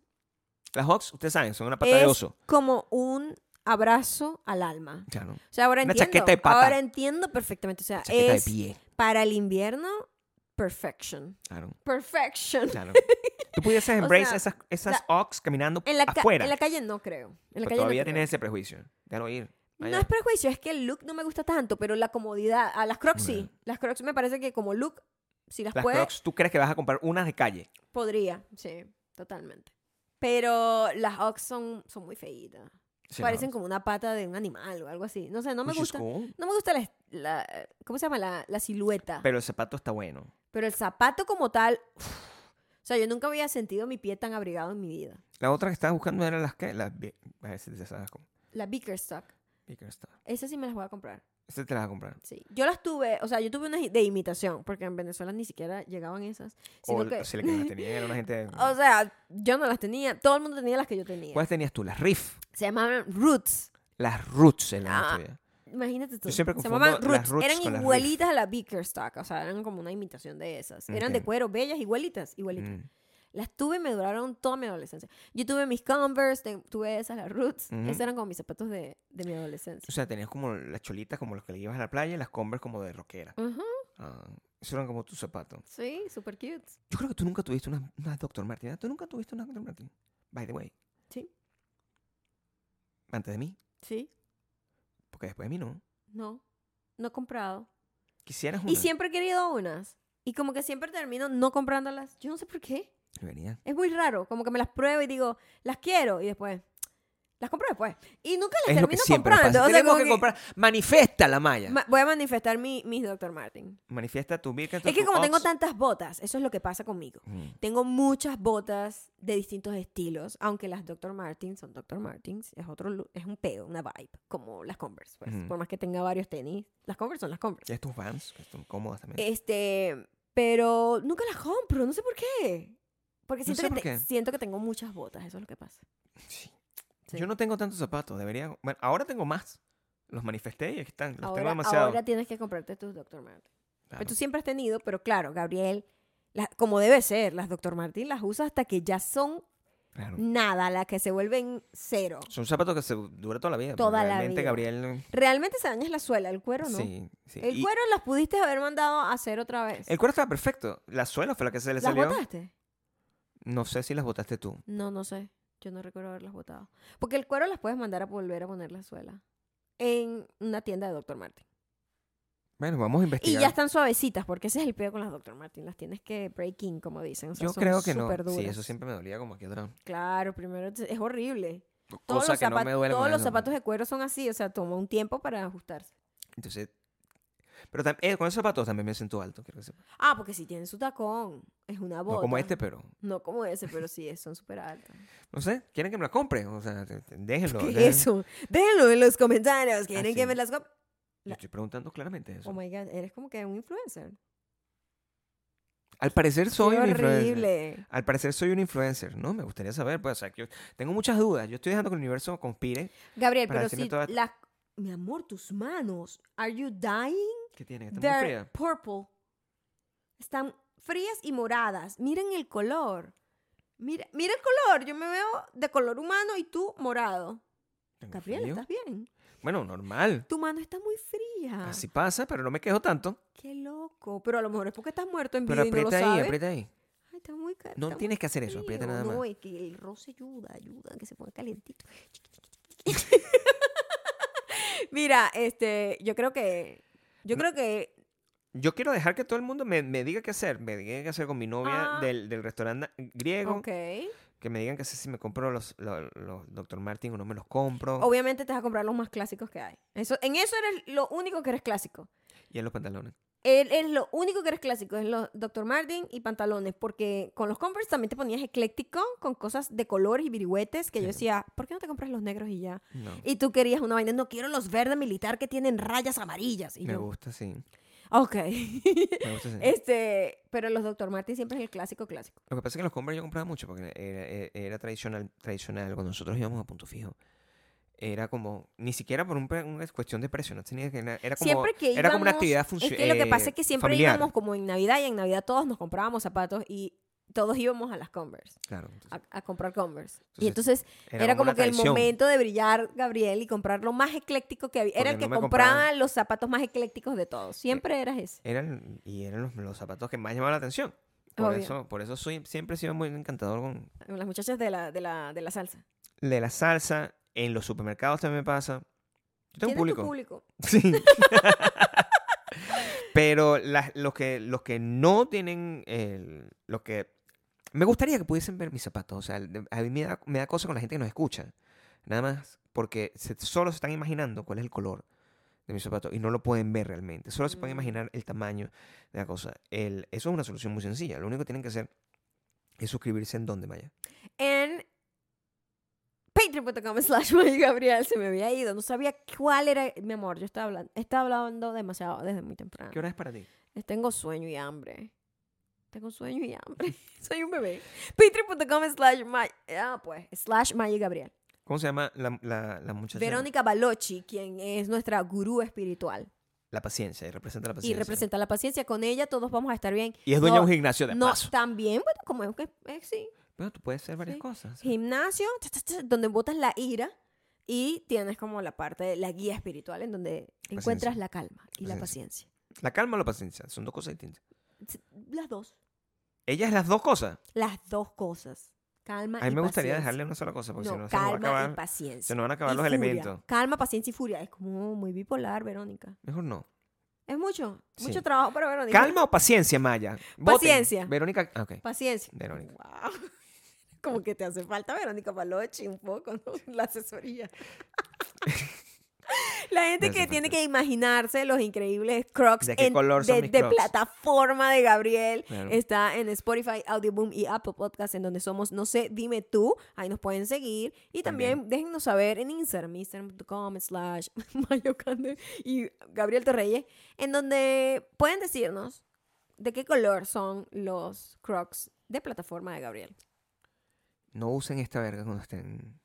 Speaker 2: Las Ox, ustedes saben, son una pata de
Speaker 1: Es
Speaker 2: oso.
Speaker 1: como un abrazo al alma.
Speaker 2: Claro.
Speaker 1: O sea, ahora
Speaker 2: Una
Speaker 1: entiendo.
Speaker 2: chaqueta de pata.
Speaker 1: Ahora entiendo perfectamente. O sea,
Speaker 2: Chaqueta
Speaker 1: es
Speaker 2: de pie.
Speaker 1: para el invierno, perfection. [LAUGHS]
Speaker 2: Claro.
Speaker 1: Perfection.
Speaker 2: claro. Tú pudieses embrace
Speaker 1: sea,
Speaker 2: esas, esas Ox caminando
Speaker 1: En la, ca-
Speaker 2: afuera.
Speaker 1: en la calle no creo. En la
Speaker 2: Pero
Speaker 1: calle no
Speaker 2: todavía
Speaker 1: creo.
Speaker 2: tienes ese prejuicio. Déjalo ir.
Speaker 1: No
Speaker 2: Vaya.
Speaker 1: es prejuicio, es que el look no me gusta tanto, pero la comodidad. A las crocs sí.
Speaker 2: Bueno.
Speaker 1: Las crocs me parece que como look, si las,
Speaker 2: las
Speaker 1: puedes,
Speaker 2: Crocs, tú crees que vas a comprar unas de calle.
Speaker 1: podría. Sí, totalmente. Pero las Ox son, son muy feitas.
Speaker 2: Sí, ¿no?
Speaker 1: Parecen como una pata de un animal o algo así. No sé, no me
Speaker 2: Which is
Speaker 1: gusta.
Speaker 2: cool,
Speaker 1: No me gusta la, est- la- ¿cómo se llama? La, la silueta.
Speaker 2: Pero el zapato está bueno.
Speaker 1: Pero el zapato como tal, uf. o sea, yo nunca había sentido mi pie tan abrigado en mi vida.
Speaker 2: La otra que estabas buscando era las que. Las. bi- A ver si te sabes cómo.
Speaker 1: La Bickerstock,
Speaker 2: Bickerstaff.
Speaker 1: esas sí me las voy a comprar.
Speaker 2: Ese te las vas a comprar.
Speaker 1: Sí. Yo las tuve, o sea, yo tuve unas de imitación, porque en Venezuela ni siquiera llegaban esas. sino
Speaker 2: O
Speaker 1: que-
Speaker 2: si la que las tenían era
Speaker 1: [LAUGHS]
Speaker 2: una gente.
Speaker 1: o sea, yo no las tenía, todo el mundo tenía las que yo tenía.
Speaker 2: ¿Cuáles tenías tú? Las Riff.
Speaker 1: Se llamaban Roots.
Speaker 2: Las Roots en la Mm.
Speaker 1: Ah,
Speaker 2: historia.
Speaker 1: Imagínate tú.
Speaker 2: Yo siempre
Speaker 1: se
Speaker 2: confundo
Speaker 1: llamaban
Speaker 2: las
Speaker 1: Roots.
Speaker 2: Roots
Speaker 1: Eran
Speaker 2: con las Riff.
Speaker 1: igualitas a la Bickerstock, o sea, eran como una imitación de esas. Eran de
Speaker 2: Ok.
Speaker 1: cuero, bellas, igualitas, igualitas.
Speaker 2: Mm.
Speaker 1: Las tuve y me duraron toda mi adolescencia. Yo tuve mis Converse, te- tuve esas, las Roots.
Speaker 2: Ujú.
Speaker 1: Esos eran como mis zapatos de, de mi adolescencia.
Speaker 2: O sea, tenías como las cholitas como los que le llevas a la playa y las Converse como de rockera.
Speaker 1: Ujú,
Speaker 2: Ah, eso eran como tus zapatos.
Speaker 1: Sí, super cute.
Speaker 2: Yo creo que tú nunca tuviste unas unas Dr. Martin. ¿Tú nunca tuviste unas Dr. Martin? By the way.
Speaker 1: Sí.
Speaker 2: Antes de mí,
Speaker 1: Sí,
Speaker 2: porque después de mí no.
Speaker 1: no. No he comprado.
Speaker 2: Quisieras una.
Speaker 1: Y siempre he querido unas. Y como que siempre termino no comprándolas. Yo no sé por qué. [LAUGHS]
Speaker 2: Debería.
Speaker 1: Es muy raro. Como que me las pruebo y digo, las quiero. Y después, Las compro después. Y nunca las
Speaker 2: Es lo que
Speaker 1: termino
Speaker 2: siempre me
Speaker 1: comprando.
Speaker 2: pasa.
Speaker 1: o sea,
Speaker 2: Tenemos
Speaker 1: como
Speaker 2: que,
Speaker 1: que-
Speaker 2: comprar. Manifiesta la malla.
Speaker 1: Ma- voy a manifestar mi, mis Dr. Martin.
Speaker 2: Manifiesta tu Birken.
Speaker 1: Es que
Speaker 2: tu
Speaker 1: como tengo
Speaker 2: Ox.
Speaker 1: tantas botas, eso es lo que pasa conmigo.
Speaker 2: Mm.
Speaker 1: Tengo muchas botas de distintos estilos, aunque las Dr. Martens son Dr. Martens, es otro lu- es un pedo, una vibe, como las Converse, pues.
Speaker 2: Ujú.
Speaker 1: Por más que tenga varios tenis, las Converse son las Converse.
Speaker 2: Y tus Vans, que son cómodas también.
Speaker 1: Este, pero nunca las compro, no sé por qué. Porque
Speaker 2: No
Speaker 1: siento,
Speaker 2: sé
Speaker 1: que
Speaker 2: por
Speaker 1: te-
Speaker 2: qué.
Speaker 1: siento que tengo muchas botas, eso es lo que pasa.
Speaker 2: Sí.
Speaker 1: Sí.
Speaker 2: Yo no tengo tantos zapatos. Debería. Bueno, ahora tengo más. Los manifesté y aquí están. Los tengo
Speaker 1: Ahora,
Speaker 2: demasiado.
Speaker 1: ahora tienes que comprarte tus Dr. Martens.
Speaker 2: Claro.
Speaker 1: Pero tú siempre has tenido, pero claro, Gabriel, la- como debe ser, las Dr. Martens las usa hasta que ya son
Speaker 2: Claro.
Speaker 1: nada, las que se vuelven cero.
Speaker 2: Son zapatos que se dura toda la vida. pues,
Speaker 1: Toda la
Speaker 2: Realmente,
Speaker 1: vida.
Speaker 2: Gabriel.
Speaker 1: Realmente se daña la suela, el cuero no.
Speaker 2: Sí, sí.
Speaker 1: El
Speaker 2: Y
Speaker 1: cuero las pudiste haber mandado a hacer otra vez.
Speaker 2: el cuero estaba perfecto. La suela fue la que se le
Speaker 1: ¿Las
Speaker 2: salió.
Speaker 1: botaste?
Speaker 2: No sé si las botaste tú.
Speaker 1: No, no sé. Yo no recuerdo haberlas botado. Porque el cuero las puedes mandar a volver a poner la suela en una tienda de Dr. Martin.
Speaker 2: Bueno, vamos a investigar.
Speaker 1: Y ya están suavecitas, porque ese es el peor con las Dr. Martin. Las tienes que breaking, como dicen. O sea,
Speaker 2: Yo
Speaker 1: son
Speaker 2: creo que no.
Speaker 1: superduras.
Speaker 2: Sí, eso siempre me dolía como aquí atrás.
Speaker 1: Claro, primero es- es horrible. Todos,
Speaker 2: Cosa
Speaker 1: los,
Speaker 2: que no
Speaker 1: zapat-
Speaker 2: me duele.
Speaker 1: todos
Speaker 2: con
Speaker 1: los
Speaker 2: eso. pues.
Speaker 1: zapatos de cuero son así, o sea, toma un tiempo para ajustarse.
Speaker 2: Entonces. Pero tam- eh, con esos zapatos también me siento alto. quiero que sepa.
Speaker 1: Ah, porque si tienen su tacón, es una bota.
Speaker 2: No como este, pero.
Speaker 1: No como ese, pero sí, es- son súper altas.
Speaker 2: No sé, quieren que me la compre. O sea, te- te- déjenlo.
Speaker 1: ¿Qué
Speaker 2: déjenlo.
Speaker 1: es eso? Déjenlo en los comentarios. ¿Quieren
Speaker 2: Así.
Speaker 1: que me las comp-
Speaker 2: Yo estoy preguntando claramente eso.
Speaker 1: Oh my god, eres como que un influencer.
Speaker 2: Al parecer soy
Speaker 1: Qué
Speaker 2: un influencer.
Speaker 1: horrible.
Speaker 2: Al parecer soy un influencer, ¿no? Me gustaría saber, pues, o sea, que yo tengo muchas dudas. Yo estoy dejando que el universo conspire.
Speaker 1: Gabriel,
Speaker 2: Para
Speaker 1: pero
Speaker 2: decirme
Speaker 1: si
Speaker 2: toda-
Speaker 1: las mi amor, tus manos, are you dying?
Speaker 2: ¿Qué tiene? Está muy
Speaker 1: They're
Speaker 2: fría.
Speaker 1: purple. Están frías y moradas. Miren el color. Mira, mira el color. Yo me veo de color humano y tú morado.
Speaker 2: Tengo
Speaker 1: Gabriel,
Speaker 2: frío.
Speaker 1: ¿estás bien?
Speaker 2: Bueno, normal.
Speaker 1: Tu mano está muy fría.
Speaker 2: Así pasa, pero no me quejo tanto.
Speaker 1: Qué loco. Pero a lo mejor es porque estás muerto en vida
Speaker 2: Pero
Speaker 1: y no lo
Speaker 2: aprieta ahí,
Speaker 1: sabes.
Speaker 2: aprieta ahí.
Speaker 1: Ay, está muy ca- está
Speaker 2: No
Speaker 1: muy
Speaker 2: tienes que hacer eso, aprieta
Speaker 1: frío.
Speaker 2: nada más.
Speaker 1: No, es que el roce ayuda, ayuda, que se ponga calientito. [LAUGHS] Mira, este, yo creo que, yo creo que,
Speaker 2: Yo quiero dejar que todo el mundo me, me diga qué hacer. Me diga qué hacer con mi novia
Speaker 1: Ah.
Speaker 2: del, del restaurante griego.
Speaker 1: ok.
Speaker 2: Que me digan que sé si me compro los, los, los Dr. Martin o no me los compro.
Speaker 1: Obviamente te vas a comprar los más clásicos que hay. Eso, en eso eres lo único que eres clásico.
Speaker 2: Y en los pantalones.
Speaker 1: Él es lo único que eres clásico, es los Dr. Martin y pantalones, porque con los Converse también te ponías ecléctico con cosas de colores y virigüetes que yo
Speaker 2: Sí.
Speaker 1: decía, ¿por qué no te compras los negros y ya?
Speaker 2: No.
Speaker 1: Y tú querías una vaina, no quiero los verdes militar que tienen rayas amarillas. Y
Speaker 2: Me
Speaker 1: yo,
Speaker 2: gusta, sí.
Speaker 1: Ok. [LAUGHS]
Speaker 2: Me gusta, sí.
Speaker 1: este, pero los Dr. Martens siempre es el clásico clásico.
Speaker 2: Lo que pasa es que los Converse yo compraba mucho porque era, era- era tradicional, tradicional. Cuando nosotros íbamos a punto fijo, era como, ni siquiera por un pre- una cuestión de precio, no tenía que, era era como,
Speaker 1: siempre que
Speaker 2: era como una
Speaker 1: íbamos-
Speaker 2: actividad eh, funcional.
Speaker 1: Es que lo que pasa es que siempre íbamos como en Navidad y en Navidad todos nos comprábamos zapatos y todos íbamos a las Converse,
Speaker 2: Claro, entonces,
Speaker 1: a, a comprar Converse. y entonces era,
Speaker 2: una
Speaker 1: como que el
Speaker 2: tradición.
Speaker 1: momento de brillar, Gabriel, y comprar lo más ecléctico que había. Era
Speaker 2: Porque
Speaker 1: el que
Speaker 2: no me
Speaker 1: compraba
Speaker 2: compraban.
Speaker 1: los zapatos más eclécticos de todos. Siempre eras ese.
Speaker 2: Eran, y eran los, los zapatos que más llamaban la atención. Por
Speaker 1: Obvio.
Speaker 2: eso, por eso soy, siempre he sido muy encantador con
Speaker 1: Las muchachas de la, de la, de la salsa.
Speaker 2: de la salsa. En los supermercados también me pasa. Yo tengo un
Speaker 1: ¿Tienes
Speaker 2: público.
Speaker 1: tu público?
Speaker 2: Sí. Pero las- los, que, los que no tienen el- los que me gustaría que pudiesen ver mis zapatos. O sea, de- a mí me da, me da cosa con la gente que nos escucha. Nada más porque se- solo se están imaginando cuál es el color de mis zapatos y no lo pueden ver realmente. Solo se pueden
Speaker 1: Mm.
Speaker 2: imaginar el tamaño de la cosa. El, eso es una solución muy sencilla. Lo único que tienen que hacer es suscribirse en donde vaya.
Speaker 1: en patreon.com slash Maya Gabriel se me había ido no sabía cuál era mi amor yo estaba hablando estaba hablando demasiado desde muy temprano
Speaker 2: ¿Qué hora es para ti?
Speaker 1: tengo sueño y hambre tengo sueño y hambre [LAUGHS] soy un bebé patreon.com slash May- ah pues slash Maya Gabriel
Speaker 2: ¿Cómo se llama la, la, la muchacha?
Speaker 1: Verónica Balochi quien es nuestra gurú espiritual
Speaker 2: La paciencia. Y representa la
Speaker 1: y
Speaker 2: paciencia.
Speaker 1: representa la paciencia con ella todos vamos a estar bien
Speaker 2: Y es dueña de
Speaker 1: No,
Speaker 2: un gimnasio de
Speaker 1: no
Speaker 2: paso.
Speaker 1: también bueno como es que eh, sí
Speaker 2: Bueno, tú puedes hacer varias
Speaker 1: Sí.
Speaker 2: cosas.
Speaker 1: gimnasio, cha, cha, cha, donde botas la ira y tienes como la parte de la guía espiritual en donde encuentras la calma y la paciencia.
Speaker 2: La calma o la paciencia son dos cosas distintas.
Speaker 1: S- Las dos.
Speaker 2: Ella es las dos cosas.
Speaker 1: Las dos cosas. Calma Ah, y
Speaker 2: A
Speaker 1: paciencia.
Speaker 2: mí me gustaría dejarle una sola cosa porque si
Speaker 1: No,
Speaker 2: no se nos va a
Speaker 1: calma y
Speaker 2: acabar,
Speaker 1: paciencia.
Speaker 2: se nos van a acabar
Speaker 1: Y
Speaker 2: los
Speaker 1: furia.
Speaker 2: elementos.
Speaker 1: Calma, paciencia y furia. Es como muy bipolar, Verónica.
Speaker 2: Mejor no.
Speaker 1: Es mucho.
Speaker 2: Sí.
Speaker 1: Mucho trabajo para Verónica.
Speaker 2: ¿Calma o paciencia, Maya? Voten.
Speaker 1: Paciencia.
Speaker 2: Verónica. ah, ok.
Speaker 1: Paciencia.
Speaker 2: Verónica.
Speaker 1: Wow. [LAUGHS] Como que te hace falta Verónica Palochi un poco, ¿no? La
Speaker 2: [LAUGHS]
Speaker 1: asesoría. La gente
Speaker 2: Me
Speaker 1: que
Speaker 2: hace
Speaker 1: tiene
Speaker 2: falta.
Speaker 1: que imaginarse los increíbles crocs
Speaker 2: ¿De qué color son
Speaker 1: de,
Speaker 2: mis
Speaker 1: de
Speaker 2: Crocs?
Speaker 1: plataforma de Gabriel
Speaker 2: Claro.
Speaker 1: está en Spotify, Audioboom y Apple Podcast, en donde somos No sé, dime tú. Ahí nos pueden seguir. Y también,
Speaker 2: También.
Speaker 1: déjennos saber en Instagram, instagram.com slash [LAUGHS] mayocande y Gabriel Torreyes, en donde pueden decirnos de qué color son los crocs de plataforma de Gabriel.
Speaker 2: No usen esta verga cuando estén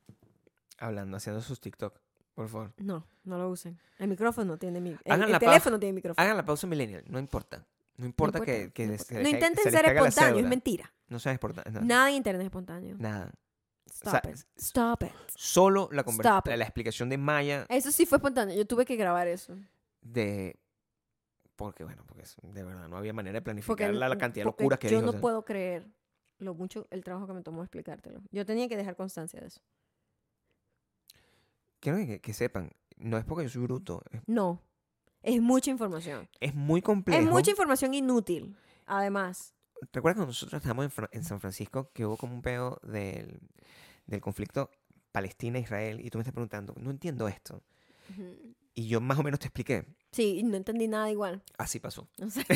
Speaker 2: hablando, haciendo sus TikTok, por favor.
Speaker 1: No, no lo usen. El micrófono tiene mi, el,
Speaker 2: Hagan
Speaker 1: el
Speaker 2: la paz.
Speaker 1: teléfono tiene micrófono.
Speaker 2: Hagan la pausa millennial, no importa. No importa, que, que
Speaker 1: no,
Speaker 2: se
Speaker 1: importa.
Speaker 2: les
Speaker 1: No
Speaker 2: ca-
Speaker 1: intenten
Speaker 2: se les
Speaker 1: ser
Speaker 2: caiga la
Speaker 1: espontáneos, es
Speaker 2: cédula.
Speaker 1: mentira.
Speaker 2: No sean espontáneos. no,
Speaker 1: Nada de internet espontáneo.
Speaker 2: Nada.
Speaker 1: Stop
Speaker 2: sea,
Speaker 1: it. Stop it.
Speaker 2: Solo la, conver-
Speaker 1: Stop
Speaker 2: la,
Speaker 1: it.
Speaker 2: la explicación de Maya
Speaker 1: Eso sí fue espontáneo. Yo tuve que grabar eso.
Speaker 2: de... Porque, bueno, porque es- de verdad no había manera de
Speaker 1: Porque
Speaker 2: planificar la, la cantidad de
Speaker 1: porque
Speaker 2: locuras
Speaker 1: yo
Speaker 2: que dijo.
Speaker 1: no
Speaker 2: o sea,
Speaker 1: puedo creer lo mucho el trabajo que me tomó explicártelo. Yo tenía que dejar constancia de eso.
Speaker 2: Quiero que, que sepan, no es porque yo soy bruto, es,
Speaker 1: No. Es mucha información.
Speaker 2: es muy complejo.
Speaker 1: Es mucha información inútil. Además,
Speaker 2: ¿Recuerdas cuando nosotros estábamos en, Fra- en San Francisco que hubo como un pedo del, del conflicto Palestina-Israel? Y tú me estás preguntando, no entiendo esto.
Speaker 1: ujú.
Speaker 2: Y yo más o menos te expliqué.
Speaker 1: sí, no entendí nada igual.
Speaker 2: Así pasó.
Speaker 1: No sé.